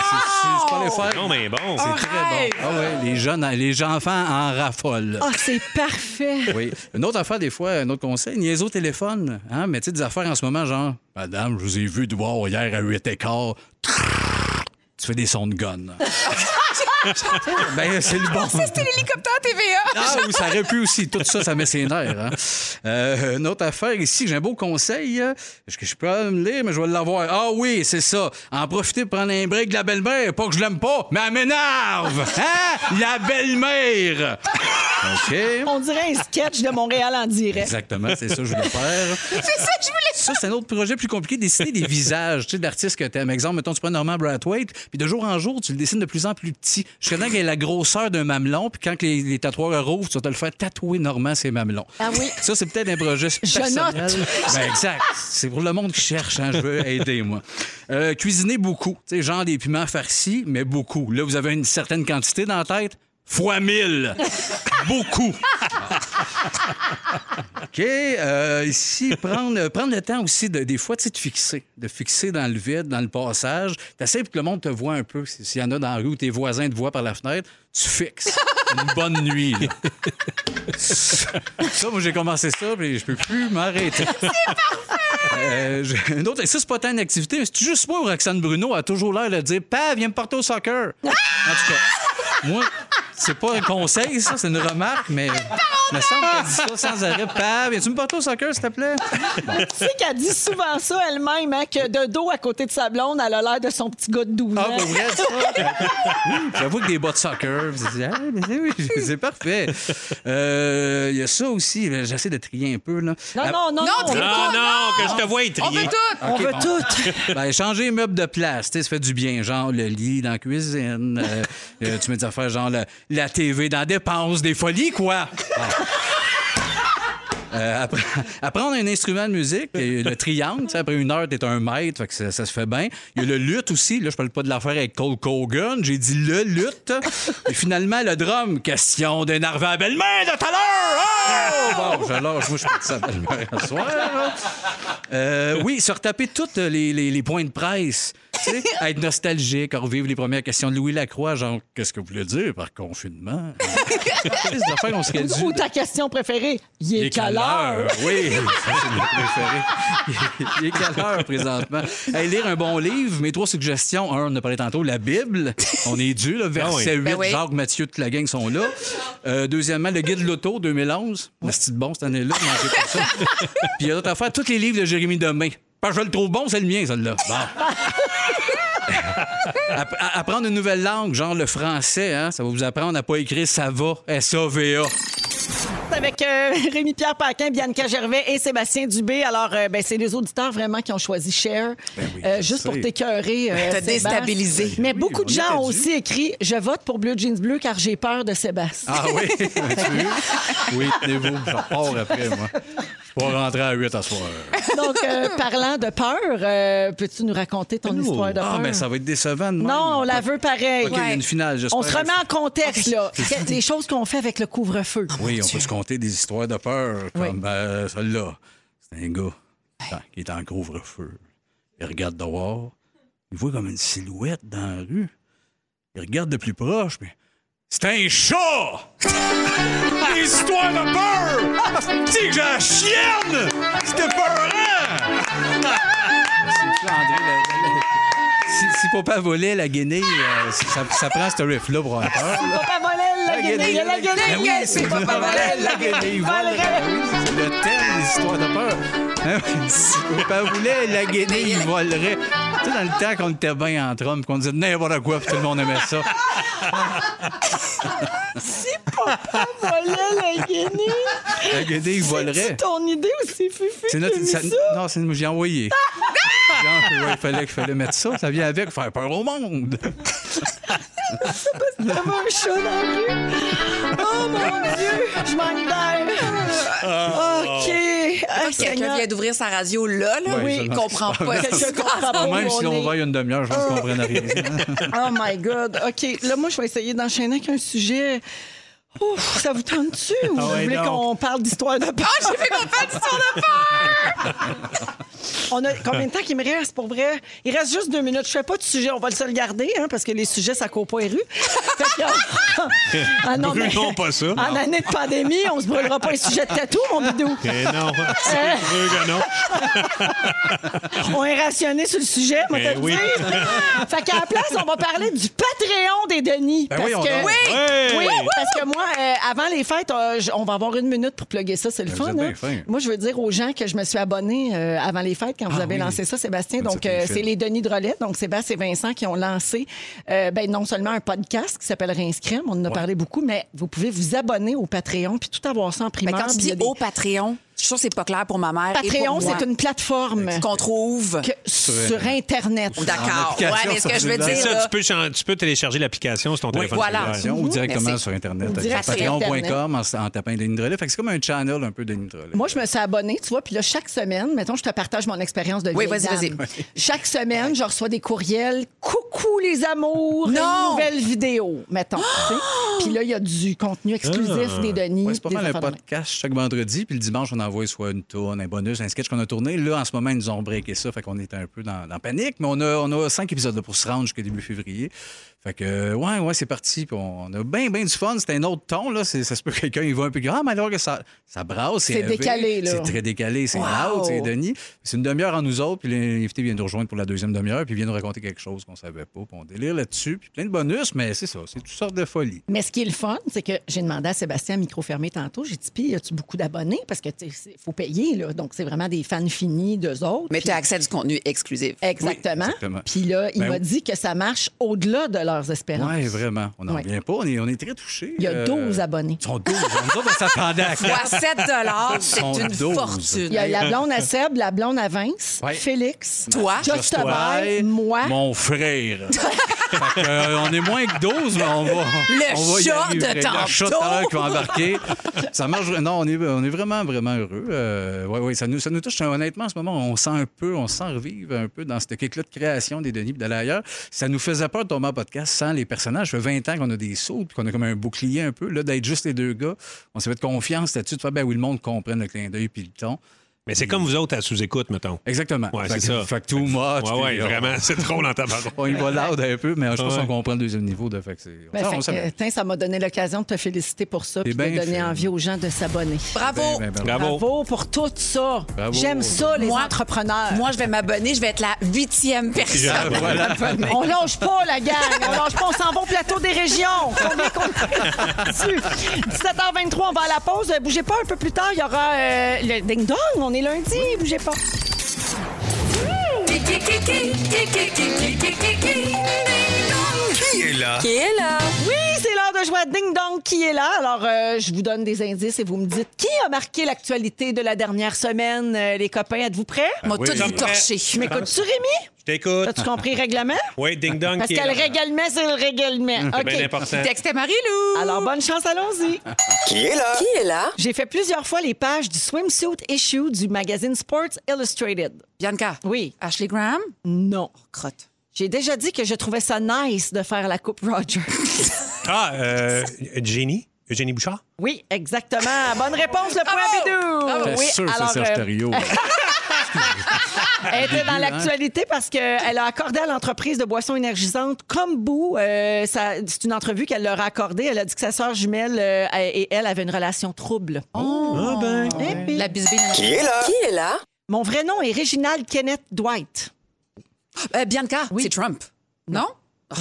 Speaker 5: c'est
Speaker 2: Non, mais bon.
Speaker 5: c'est très bon. Ah ouais, les jeunes, les gens enfants en raffolent.
Speaker 4: Ah, c'est parfait.
Speaker 5: Oui. Une autre affaire, des fois, un autre conseil, niaise au téléphone. Hein? Mais tu sais, des affaires en ce moment, genre, Madame, je vous ai vu dehors hier à 8 écarts. Tu fais des sons de gun. ben, c'est le bon.
Speaker 3: C'était l'hélicoptère TVA.
Speaker 5: Ah oui, ça aurait pu aussi. Tout ça, ça met ses nerfs. hein. Euh, une autre affaire ici, j'ai un beau conseil. euh, que je peux pas me lire, mais je vais l'avoir. Ah oui, c'est ça. En profiter pour prendre un break de la belle-mère. Pas que je l'aime pas, mais elle m'énerve. Hein? La belle-mère. OK.
Speaker 4: On dirait un sketch de Montréal en direct.
Speaker 5: Exactement, c'est ça que je voulais faire. c'est ça que je voulais Ça, c'est un autre projet plus compliqué, dessiner des visages tu sais, d'artistes que tu aimes. Exemple, mettons, tu prends Norman Brathwaite, puis de jour en jour, tu le dessines de plus en plus petit. Jusqu'à temps qu'il ait la grosseur d'un mamelon, puis quand que les, les tatoueurs rouvrent, tu vas te le faire tatouer Normand ses mamelons.
Speaker 4: Ah oui.
Speaker 5: Ça, c'est peut-être un projet personnel. Ben, exact. C'est pour le monde qui cherche, hein, je veux aider, moi. Euh, cuisiner beaucoup, tu sais, genre des piments farcis, mais beaucoup. Là, vous avez une certaine quantité dans la tête, fois mille. beaucoup. OK. euh, ici, prendre, euh, prendre le temps aussi, de, des fois, tu sais, de fixer. De fixer dans le vide, dans le passage. T'essayes pour que le monde te voit un peu. Si- S'il y en a dans la rue où tes voisins te voient par la fenêtre, tu fixes. Une bonne nuit. là. ça, moi, j'ai commencé ça, puis je peux plus m'arrêter. Euh, j'ai- une autre, ça, c'est pas tant une activité, mais c'est juste moi où Roxane Bruno a toujours l'air de dire Père, viens me porter au soccer. en tout cas, moi, c'est pas un conseil, ça, c'est une remarque, mais il me semble qu'elle dit ça sans arrêt. Père, viens-tu me porter au soccer, s'il te plaît?
Speaker 4: Tu sais qu'elle dit souvent ça elle-même, hein, que de dos à côté de sa blonde, elle a l'air de son petit gars de 12 ans.
Speaker 5: Ah, pour vrai, ça? Hum, J'avoue que des bas de soccer. je dis, Ah, mais oui, c'est parfait. Euh, Il y a ça aussi, là, j'essaie de trier un peu. Là. Ah,
Speaker 4: Non, non, non,
Speaker 3: Non,
Speaker 4: non.
Speaker 3: tu-
Speaker 2: Non, non, que je te vois
Speaker 3: On
Speaker 2: étrier.
Speaker 3: veut tout.
Speaker 4: On veut tout.
Speaker 5: Ben, changer les meubles de place, tu sais, ça fait du bien. Genre le lit dans la cuisine, euh, euh, tu mets des affaires genre la, la TV dans la dépense, des folies, quoi. Ah. Euh, appre- apprendre un instrument de musique, et le triangle, tu sais, après une heure, t'es un maître, fait que ça, ça se fait bien. Il y a le lutte aussi, là, je parle pas de l'affaire avec Cole Cogan, j'ai dit le lutte. Et finalement, le drum, question d'un Narva à belle-main de tout à l'heure! Oh! Bon, je lâche, moi, je fais ça à belle-mère ce soir. là. Euh, oui, se retaper toutes les, les- les points de presse. Tu sais, être nostalgique, revivre les premières questions de Louis Lacroix, genre, qu'est-ce que vous voulez dire par confinement? C'est des affaires qu'on serait dû-
Speaker 4: Ou ta question préférée, il
Speaker 5: il
Speaker 4: est
Speaker 5: est
Speaker 4: quelle heure?
Speaker 5: Oui, ça, c'est mon préféré. Il est quelle heure présentement? Hey, lire un bon livre, mes trois suggestions. Un, on a parlé tantôt, la Bible. On est dû,
Speaker 4: Ah
Speaker 5: là, verset 8.
Speaker 3: Ben oui.
Speaker 5: Jacques, Mathieu, toute la gang sont là. Euh, deuxièmement, le guide de l'auto, 2011. Mais C'est bon cette année-là, je manquais pas ça. Puis il y a d'autres affaires, tous les livres de Jérémy Demain. Parce que je le trouve bon, c'est le mien, celle-là. Bon. App- à- apprendre une nouvelle langue, genre le français, hein, ça va vous apprendre à pas écrire ça va, S-A-V-A.
Speaker 4: avec Rémi Pierre Paquin, Bianca Gervais et Sébastien Dubé. Alors, euh, ben, c'est les auditeurs vraiment qui ont choisi Cher,
Speaker 5: Ben
Speaker 4: euh, juste pour t'écœurer. euh,
Speaker 3: Te
Speaker 4: Sébastien.
Speaker 3: déstabiliser.
Speaker 4: Mais beaucoup
Speaker 5: on
Speaker 4: de gens
Speaker 5: était
Speaker 4: ont
Speaker 5: dû.
Speaker 4: aussi écrit Je vote pour Bleu Jeans Bleu car j'ai peur de Sébastien.
Speaker 5: Ah oui, tu veux? Oui, tenez-vous, je repars après, moi. Je vais rentrer à 8 à soir.
Speaker 4: Donc, euh, parlant de peur, euh, peux-tu nous raconter ton histoire de peur?
Speaker 5: Ah, mais ça va être décevant de même.
Speaker 4: Non, on la veut pareil.
Speaker 5: OK, il y a une finale, j'espère.
Speaker 4: On se remet en contexte, là. Que- Les choses qu'on fait avec le couvre-feu.
Speaker 1: Oh,
Speaker 5: Oui, on peut se compter des histoires de peur, comme euh, celle-là. C'est un gars qui est en couvre-feu. Il regarde dehors. Il voit comme une silhouette dans la rue. Il regarde de plus proche, mais... C'est un chat! Des histoires de peur! Tu que j'ai la chienne! C'était peurant! C'est ça, André, le- le- Si, si papa volait la guinée, euh, ça, ça prend ce riff-là pour avoir peur. là.
Speaker 4: Papa Molel, la guenille, la
Speaker 5: Ben oui,
Speaker 4: guenille,
Speaker 5: c'est pas Valel, la guenille. Voilà, c'est le thème des histoires de peur. Hein, Si papa voulait, la guenille volerait. Tu sais, dans le temps qu'on était bien entre hommes, qu'on disait n'importe quoi, puis tout le monde aimait ça.
Speaker 4: Molel, la guenille.
Speaker 5: La guenille volerait.
Speaker 4: C'est ton idée aussi, Fufu?
Speaker 5: C'est
Speaker 4: qui a
Speaker 5: notre.
Speaker 4: mis
Speaker 5: ça-
Speaker 4: ça?
Speaker 5: non, c'est j'ai envoyé. Genre, ouais, il fallait qu'il fallait mettre ça. Ça vient avec faire peur au monde.
Speaker 1: Comme un chat dans la rue. Oh mon Dieu, je manque d'air. OK. Ah,
Speaker 3: Quelqu'un
Speaker 1: Seigneur.
Speaker 3: vient d'ouvrir sa radio là, là.
Speaker 5: Ouais,
Speaker 3: oui,
Speaker 5: ça,
Speaker 3: ne comprend pas.
Speaker 1: Quelqu'un
Speaker 3: ce qui se
Speaker 1: comprend
Speaker 3: passe.
Speaker 1: pas.
Speaker 5: Même
Speaker 1: Oh, mon
Speaker 5: si on
Speaker 1: nez.
Speaker 5: va il y a une demi-heure, je ne comprends rien.
Speaker 1: Oh my God. OK. Là, moi, je vais essayer d'enchaîner avec un sujet. Ouf, ça vous tente-tu ou
Speaker 5: Ah
Speaker 1: vous
Speaker 5: ouais,
Speaker 1: voulez
Speaker 5: donc.
Speaker 1: qu'on parle d'histoire de peur?
Speaker 3: Ah, J'ai fait qu'on fait l'histoire de
Speaker 1: On a combien de temps qu'il me reste pour vrai? Il reste juste deux minutes. Je fais pas de sujet. On va se le garder, hein, parce que les sujets, ça court pas les rues. Fait que- ah, non, mais-
Speaker 2: Brûlons pas ça.
Speaker 1: En année de pandémie, on se brûlera pas les sujets de tatou, mon bidou.
Speaker 2: Eh non, c'est sûr que non.
Speaker 1: On est rationné sur le sujet, moi,
Speaker 2: Eh
Speaker 1: t'as dit.
Speaker 2: oui.
Speaker 1: Fait qu'à la place, on va parler du Patreon des Denis.
Speaker 5: Ben
Speaker 1: parce
Speaker 5: voyons
Speaker 1: que...
Speaker 5: donc.
Speaker 3: Oui!
Speaker 2: Hey!
Speaker 1: Oui, parce que moi, euh, avant les fêtes, euh, je- on va avoir une minute pour plugger ça, c'est le
Speaker 5: Ben, vous
Speaker 1: fun.
Speaker 5: êtes bien
Speaker 1: hein.
Speaker 5: fin.
Speaker 1: Moi, je veux dire aux gens que je me suis abonnée euh, avant les fêtes quand vous
Speaker 5: Ah
Speaker 1: avez
Speaker 5: oui.
Speaker 1: lancé ça, Sébastien.
Speaker 5: Vous
Speaker 1: Donc,
Speaker 5: êtes bien
Speaker 1: euh,
Speaker 5: fait.
Speaker 1: c'est les Denis Drolet, donc Sébastien et Vincent qui ont lancé euh, ben, non seulement un podcast qui s'appelle Rinscrème, on en a parlé beaucoup, mais vous pouvez vous abonner au Patreon puis tout avoir ça en
Speaker 3: Mais
Speaker 1: primaire.
Speaker 3: Ben, quand tu
Speaker 1: puis il y
Speaker 3: dis
Speaker 1: a des-
Speaker 3: au Patreon, je suis sûre que c'est pas clair pour ma mère. et
Speaker 1: Patreon,
Speaker 3: pour moi.
Speaker 1: c'est une plateforme
Speaker 3: qu'on trouve.
Speaker 1: que- sur Internet.
Speaker 3: D'accord.
Speaker 5: En
Speaker 3: Ouais,
Speaker 5: application
Speaker 3: mais ce que je veux
Speaker 5: sur
Speaker 3: dire,
Speaker 5: le-
Speaker 2: C'est ça,
Speaker 3: là,
Speaker 2: tu peux, chan- tu peux télécharger l'application sur ton téléphone
Speaker 3: voilà.
Speaker 2: cellulaire.
Speaker 5: Ou directement
Speaker 3: Merci.
Speaker 5: sur Internet.
Speaker 1: Direct sur
Speaker 5: Patreon.com en, en tapant Denis Drolet. Fait que c'est comme un channel un peu Denis Drolet.
Speaker 1: Moi, je me suis abonnée, tu vois, puis là, chaque semaine, mettons, je te partage mon expérience de
Speaker 3: Oui,
Speaker 1: vieille
Speaker 3: vas-y,
Speaker 1: dame.
Speaker 3: vas-y.
Speaker 1: Chaque semaine, je reçois des courriels. Coucou les amours,
Speaker 3: Non!
Speaker 1: une nouvelle vidéo, mettons. tu sais. Puis là, il y a du contenu exclusif des Denis.
Speaker 5: Ah! Ouais, c'est pas
Speaker 1: des
Speaker 5: mal un
Speaker 1: affaires de même.
Speaker 5: podcast chaque vendredi, puis le dimanche, on envoie soit une tourne, un bonus, un sketch qu'on a tourné. Là, en ce moment, ils nous ont breaké ça, fait qu'on était un peu dans, dans panique, mais on a, on a cinq épisodes là, pour se rendre jusqu'au début février. Fait que, euh, ouais, ouais, c'est parti, puis on on a bien, bien du fun. C'est un autre ton, là. C'est- Ça se peut que quelqu'un, il va un peu. Ah, mais alors que ça, ça brasse,
Speaker 1: C'est
Speaker 5: élevé.
Speaker 1: décalé, là.
Speaker 5: C'est très décalé, c'est
Speaker 1: Wow.
Speaker 5: loud, c'est Denis. C'est une demi-heure en nous autres, puis l'invité vient nous rejoindre pour la deuxième demi-heure, puis il vient nous raconter quelque chose qu'on savait pas, puis on délire là-dessus, puis plein de bonus, mais c'est ça, c'est toutes sortes de folies.
Speaker 1: Mais ce qui est le fun, c'est que j'ai demandé à Sébastien à micro fermé tantôt. J'ai dit, puis, as-tu beaucoup d'abonnés? Parce que il faut payer, là. Donc, c'est vraiment des fans finis d'eux autres.
Speaker 3: Mais
Speaker 1: Puis-
Speaker 3: tu as accès à du contenu exclusif.
Speaker 1: Exactement.
Speaker 5: Oui, exactement.
Speaker 1: Puis là, il
Speaker 5: Ben
Speaker 1: m'a
Speaker 5: oui.
Speaker 1: dit que ça marche au-delà de leurs espérances.
Speaker 5: Oui, vraiment. On n'en
Speaker 1: Ouais.
Speaker 5: revient pas. On est, on est très touchés.
Speaker 1: Il y a 12
Speaker 5: Euh,
Speaker 1: abonnés.
Speaker 5: Ils sont 12. Nous autres, on s'attendait à
Speaker 3: Fois
Speaker 5: quatre.
Speaker 3: 7 c'est
Speaker 5: Sont
Speaker 3: une
Speaker 5: 12.
Speaker 1: Il y a
Speaker 3: fortune.
Speaker 1: la blonde à Seb, la blonde à Vince,
Speaker 5: Ouais.
Speaker 1: Félix,
Speaker 3: Toi.
Speaker 1: Just Tobey, moi.
Speaker 5: Mon frère. Fait que, euh, on est moins que 12, mais on va.
Speaker 3: Le
Speaker 5: on va y
Speaker 3: chat
Speaker 5: arriver.
Speaker 3: de
Speaker 5: Le chat
Speaker 3: tantôt.
Speaker 5: tout à l'heure qui va embarquer. Ça marche. Non, on est, on est vraiment, vraiment heureux. oui, oui, ça nous, ça nous touche. Honnêtement, en ce moment, on sent un peu, on sent revivre un peu dans ce kick-là de création des Denis puis d'aller ailleurs. Ça nous faisait peur de tomber en podcast sans les personnages. Ça fait 20 ans qu'on a des sauts puis qu'on a comme un bouclier un peu. Là, d'être juste les deux gars, on s'est fait confiance là-dessus de faire, ben oui, le monde comprenne le clin d'œil puis le ton.
Speaker 2: Mais c'est comme vous autres à sous-écoute, mettons.
Speaker 5: Exactement.
Speaker 2: Ouais,
Speaker 5: Fait
Speaker 2: c'est
Speaker 5: que-
Speaker 2: ça.
Speaker 5: Fait que too much.
Speaker 2: Ouais, ouais,
Speaker 5: puis, euh,
Speaker 2: vraiment, c'est trop dans ta parole.
Speaker 5: On y va loud un peu, mais je pense
Speaker 2: Ouais.
Speaker 5: qu'on comprend le deuxième niveau. De, fait que c'est- on
Speaker 1: Ben,
Speaker 5: s'en-
Speaker 1: fait
Speaker 5: on
Speaker 1: que,
Speaker 5: s'amuse.
Speaker 1: euh, tiens, ça m'a donné l'occasion de te féliciter pour ça puis de
Speaker 5: bien
Speaker 1: donner
Speaker 5: fait.
Speaker 1: envie aux gens de s'abonner.
Speaker 3: Bravo.
Speaker 5: Ben, ben, ben.
Speaker 2: Bravo.
Speaker 1: pour tout ça.
Speaker 5: Bravo.
Speaker 1: J'aime ça, les
Speaker 3: Moi-
Speaker 5: ben.
Speaker 1: entrepreneurs.
Speaker 3: Moi, je vais m'abonner, je vais être la huitième personne.
Speaker 5: Voilà.
Speaker 1: on lâche pas, la gang. On lâche pas. On s'en va au plateau des régions. Combien qu'on est là-dessus? 17h23, on va à la pause. Euh, Bougez pas un peu plus tard. Il y aura euh, le ding-dong. On est lundi. Bougez pas.
Speaker 7: Qui est là?
Speaker 3: Qui est là?
Speaker 1: Oui, c'est l'heure de jouer à Ding Dong qui est là. Alors, euh, je vous donne des indices et vous me dites qui a marqué l'actualité de la dernière semaine. Euh, les copains, êtes-vous prêts?
Speaker 3: M'a
Speaker 5: Ben oui.
Speaker 3: tout
Speaker 5: Comme
Speaker 3: torché.
Speaker 1: Tu m'écoutes-tu, Rémi?
Speaker 2: Je t'écoute.
Speaker 1: As-tu compris le règlement?
Speaker 2: Oui, ding-dong
Speaker 1: Parce
Speaker 2: qui
Speaker 1: que
Speaker 2: est
Speaker 1: le
Speaker 2: là.
Speaker 1: règlement, c'est le règlement.
Speaker 2: C'est bien
Speaker 1: OK.
Speaker 2: important.
Speaker 3: Textez Marie-Lou.
Speaker 1: Alors, bonne chance, allons-y.
Speaker 7: Qui est là?
Speaker 3: Qui est là?
Speaker 1: J'ai fait plusieurs fois les pages du swimsuit issue du magazine Sports Illustrated.
Speaker 3: Bianca.
Speaker 1: Oui.
Speaker 3: Ashley Graham.
Speaker 1: Non.
Speaker 3: Crotte.
Speaker 1: J'ai déjà dit que je trouvais ça nice de faire la Coupe Roger.
Speaker 2: Ah, euh, Jenny? Eugénie Bouchard?
Speaker 1: Oui, exactement. Bonne réponse, le point à Bidou.
Speaker 5: J'étais
Speaker 1: Oui,
Speaker 5: sûr que c'est
Speaker 1: alors,
Speaker 5: Serge
Speaker 1: euh,
Speaker 5: Thériault.
Speaker 1: Elle était dans
Speaker 3: hein.
Speaker 1: l'actualité parce qu'elle a accordé à l'entreprise de boissons énergisantes Combo. euh, ça- c'est une entrevue qu'elle leur a accordée. Elle a dit que sa sœur jumelle euh, et elle avaient une relation trouble.
Speaker 3: Oh.
Speaker 2: Ah ben.
Speaker 1: Eh puis,
Speaker 3: La bisbille.
Speaker 7: Qui est là?
Speaker 3: Qui est là?
Speaker 1: Mon vrai nom est Reginald Kenneth Dwight.
Speaker 3: Euh, Bianca. C'est Trump. Non?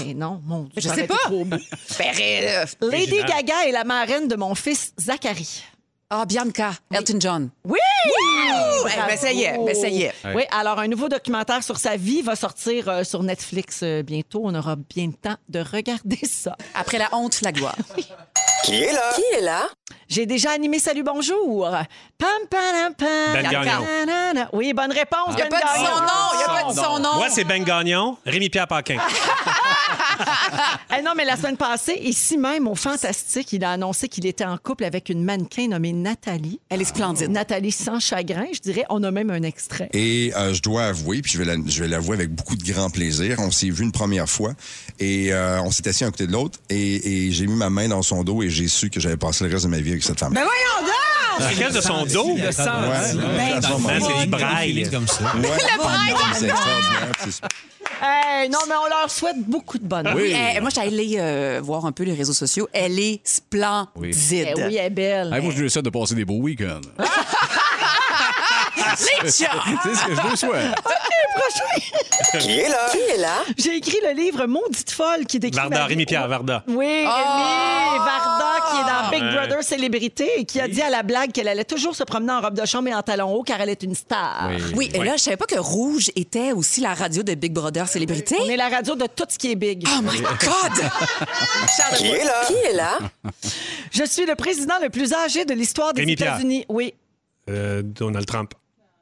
Speaker 1: Eh non, mon Dieu.
Speaker 3: Je
Speaker 1: ça
Speaker 3: sais
Speaker 1: aurait été
Speaker 3: pas.
Speaker 1: trop beau.
Speaker 3: Ferré.
Speaker 1: Lady
Speaker 2: Reginald.
Speaker 1: Gaga est la marraine de mon fils Zachary.
Speaker 3: Ah, Bianca. Elton John.
Speaker 1: Oui!
Speaker 3: Eh ben, ça y est, ben, ça y est.
Speaker 1: Oui, alors un nouveau documentaire sur sa vie va sortir euh, sur Netflix euh, bientôt. On aura bien le temps de regarder ça.
Speaker 3: Après la honte, la gloire.
Speaker 7: Qui est là?
Speaker 3: est là?
Speaker 1: J'ai déjà animé Salut Bonjour. Pam, pam, pam, pam.
Speaker 2: Ben Gagnon.
Speaker 1: Nanana. Oui, bonne réponse.
Speaker 3: Il a
Speaker 1: Ben
Speaker 3: pas dit
Speaker 1: Gagnon.
Speaker 3: son nom. Il a pas dit son nom.
Speaker 2: Moi, c'est Ben Gagnon, Rémi-Pierre Paquin.
Speaker 1: Eh non, mais la semaine passée, ici même, au Fantastique, il a annoncé qu'il était en couple avec une mannequin nommée Nathalie.
Speaker 3: Elle est splendide.
Speaker 1: Nathalie sans chagrin, je dirais. On a même un extrait.
Speaker 7: Et euh, je dois avouer, puis je vais la- je vais l'avouer avec beaucoup de grand plaisir, on s'est vu une première fois et euh, on s'est assis un côté de l'autre et, et j'ai mis ma main dans son dos et j'ai su que j'avais passé le reste de ma vie avec cette femme.
Speaker 3: Ben
Speaker 4: Mais voyons donc!
Speaker 2: C'est quel de son dos?
Speaker 6: Le sens.
Speaker 7: à ce
Speaker 2: Ah,
Speaker 7: moment-là.
Speaker 2: c'est du braille.
Speaker 8: comme ça.
Speaker 7: Ouais, Oh, c'est extraordinaire, puis c'est-
Speaker 1: Eh, non, mais on leur souhaite beaucoup de bonheur.
Speaker 3: Oui, elle- Eh, moi, j'allais euh, voir un peu les réseaux sociaux. Elle est splendide.
Speaker 1: Eh oui, elle est belle.
Speaker 5: Ah, moi, je lui souhaite de passer des beaux week-ends.
Speaker 1: Ah!
Speaker 5: C'est ce que je lui souhaite.
Speaker 1: Eh, J'ai écrit le livre Maudite folle qui décrit. ma
Speaker 2: Varda,
Speaker 1: vie.
Speaker 2: Rémi-Pierre Varda.
Speaker 1: Oui, Rémi
Speaker 3: Oh!
Speaker 1: Varda, qui est dans Big Brother Célébrité et qui a dit à la blague qu'elle allait toujours se promener en robe de chambre et en talons hauts car elle est une star.
Speaker 3: Oui, et là, je savais pas que Rouge était aussi la radio de Big Brother Célébrité.
Speaker 1: On est la radio de tout ce qui est big.
Speaker 3: Oh my God!
Speaker 1: Je suis le président le plus âgé de l'histoire des
Speaker 2: Rémi Pierre.
Speaker 1: États-Unis. Oui.
Speaker 2: Euh, Donald Trump.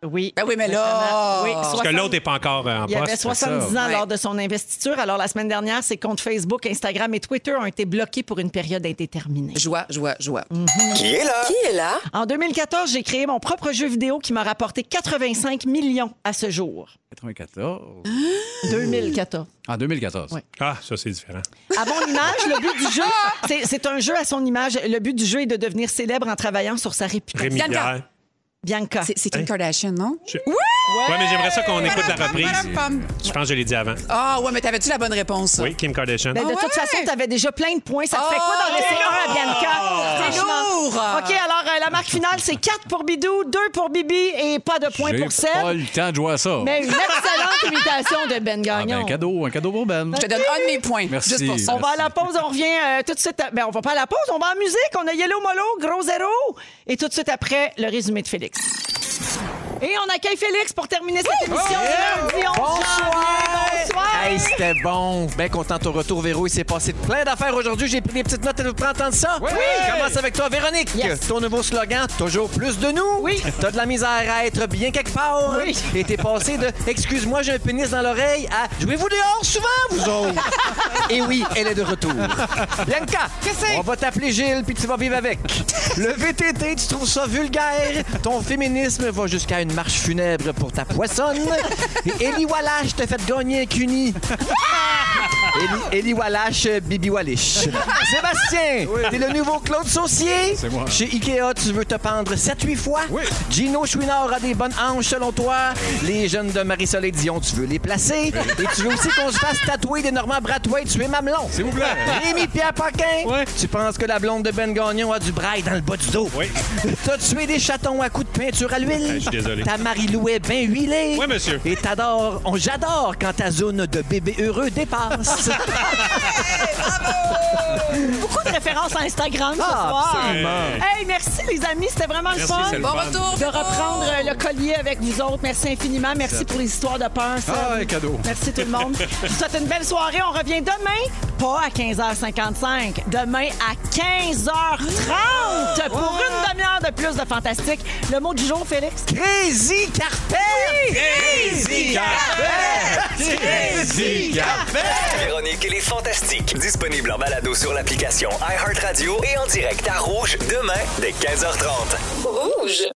Speaker 1: Oui.
Speaker 3: Ben oui, mais là-
Speaker 1: Exactement. Oui,
Speaker 2: Parce que
Speaker 1: 60
Speaker 2: l'autre n'est pas encore euh, en
Speaker 1: Il avait
Speaker 2: poste.
Speaker 1: 70 ans
Speaker 3: Ouais.
Speaker 1: lors de son investiture. Alors, la semaine dernière, ses comptes Facebook, Instagram et Twitter ont été bloqués pour une période indéterminée.
Speaker 3: Joie, joie, joie.
Speaker 1: En 2014, j'ai créé mon propre jeu vidéo qui m'a rapporté 85 millions à ce jour.
Speaker 5: 94.
Speaker 1: 2014.
Speaker 5: En 2014.
Speaker 1: Ouais.
Speaker 2: Ah, ça, c'est différent.
Speaker 1: À mon image, le but du jeu,
Speaker 3: Ah!
Speaker 1: c'est- c'est un jeu à son image. Le but du jeu est de devenir célèbre en travaillant sur sa réputation.
Speaker 2: Rémi-Pierre.
Speaker 1: Bianca.
Speaker 3: C'est c'est Kim
Speaker 2: Hein?
Speaker 3: Kardashian, non?
Speaker 2: Oui, mais j'aimerais ça qu'on écoute la reprise.
Speaker 3: Pam, pam, pam.
Speaker 2: Je pense que je l'ai dit avant.
Speaker 3: Ah, ouais, mais t'avais-tu la bonne réponse?
Speaker 2: Oui, Kim Kardashian.
Speaker 1: Ben, de
Speaker 3: Ah
Speaker 1: toute
Speaker 3: ouais?
Speaker 1: façon, t'avais déjà plein de points. Ça te fait
Speaker 3: Oh,
Speaker 1: quoi d'en laisser un à Bianca?
Speaker 3: C'est
Speaker 1: Franchement.
Speaker 3: lourd!
Speaker 1: OK, alors euh, la marque finale, c'est 4 pour Bidou, 2 pour Bibi et pas de points
Speaker 5: J'ai
Speaker 1: pour Seb.
Speaker 5: pas le temps de jouer à ça.
Speaker 1: Mais une excellente imitation de Ben
Speaker 5: Ah, ben,
Speaker 1: Gagnon.
Speaker 5: un cadeau, un cadeau pour Ben.
Speaker 3: Je te donne un de mes points.
Speaker 5: Merci.
Speaker 3: Juste pour ça.
Speaker 1: on va à la pause, on revient euh, tout de suite. à- Ben, on va pas à la pause, on va en musique. On a Yellow Molo, Gros Zéro. Et tout de suite après, le résumé de Félix. Et on accueille Félix pour terminer cette émission. Lundi 11 janvier. Bonsoir.
Speaker 8: Oh, Hey, c'était bon. Bien content au retour, Véro. Il s'est passé plein d'affaires aujourd'hui. J'ai pris des petites notes. Elle vous prend entendre ça? Oui! Commence avec toi, Véronique. Ton nouveau slogan, toujours plus de nous.
Speaker 1: Oui.
Speaker 8: T'as de la misère à être bien quelque part.
Speaker 1: Oui.
Speaker 8: Et t'es passé de Excuse-moi, j'ai un pénis dans l'oreille à Jouez-vous dehors souvent, vous autres. Et oui, elle est de retour. Bianca, on va t'appeler Gilles puis tu vas vivre avec. Le VTT, tu trouves ça vulgaire. Ton féminisme va jusqu'à une marche funèbre pour ta poissonne. Et Ellie Wallach te fait gagner un cuni. Eli, Eli Wallach, euh, Bibi Wallish. Sébastien, t'es le nouveau Claude Saucier.
Speaker 5: C'est moi.
Speaker 8: Chez Ikea, tu veux te pendre 7-8 fois. Gino Chouinard a des bonnes hanches, selon toi. Les jeunes de Marie-Soleil Dion, tu veux les placer. Et tu veux aussi qu'on se fasse tatouer des Normands Brathwaite, tu es mamelon.
Speaker 5: S'il vous plaît.
Speaker 8: Rémi-Pierre Paquin, tu penses que la blonde de Ben Gagnon a du braille dans le bas du dos.
Speaker 2: Oui.
Speaker 8: T'as tué des chatons à coups de peinture à l'huile.
Speaker 2: je suis désolé.
Speaker 8: Ta Marie-Lou est bien huilée.
Speaker 2: Oui, monsieur.
Speaker 8: Et t'adores, on- j'adore quand ta zone de bébé heureux dépasse.
Speaker 1: Beaucoup de références à Instagram ce
Speaker 8: Ah,
Speaker 1: soir.
Speaker 2: Euh,
Speaker 1: Hey, merci les amis, c'était vraiment
Speaker 2: Merci,
Speaker 1: le fun.
Speaker 2: c'est le
Speaker 3: Bon
Speaker 2: fun.
Speaker 3: retour!
Speaker 1: de reprendre euh, le collier avec vous autres. Merci infiniment. Merci pour les histoires de peur. Seb.
Speaker 5: Ah, un cadeau.
Speaker 1: Merci tout le monde. Je vous souhaite une belle soirée. On revient demain, pas à 15h55, demain à 15h30 pour une demi-heure de plus de fantastique. Le mot du jour, Félix?
Speaker 8: Crazy Carter! Crazy
Speaker 9: Véronique et les Fantastiques. Disponible en balado sur l'application iHeartRadio et en direct à Rouge demain dès 15h30.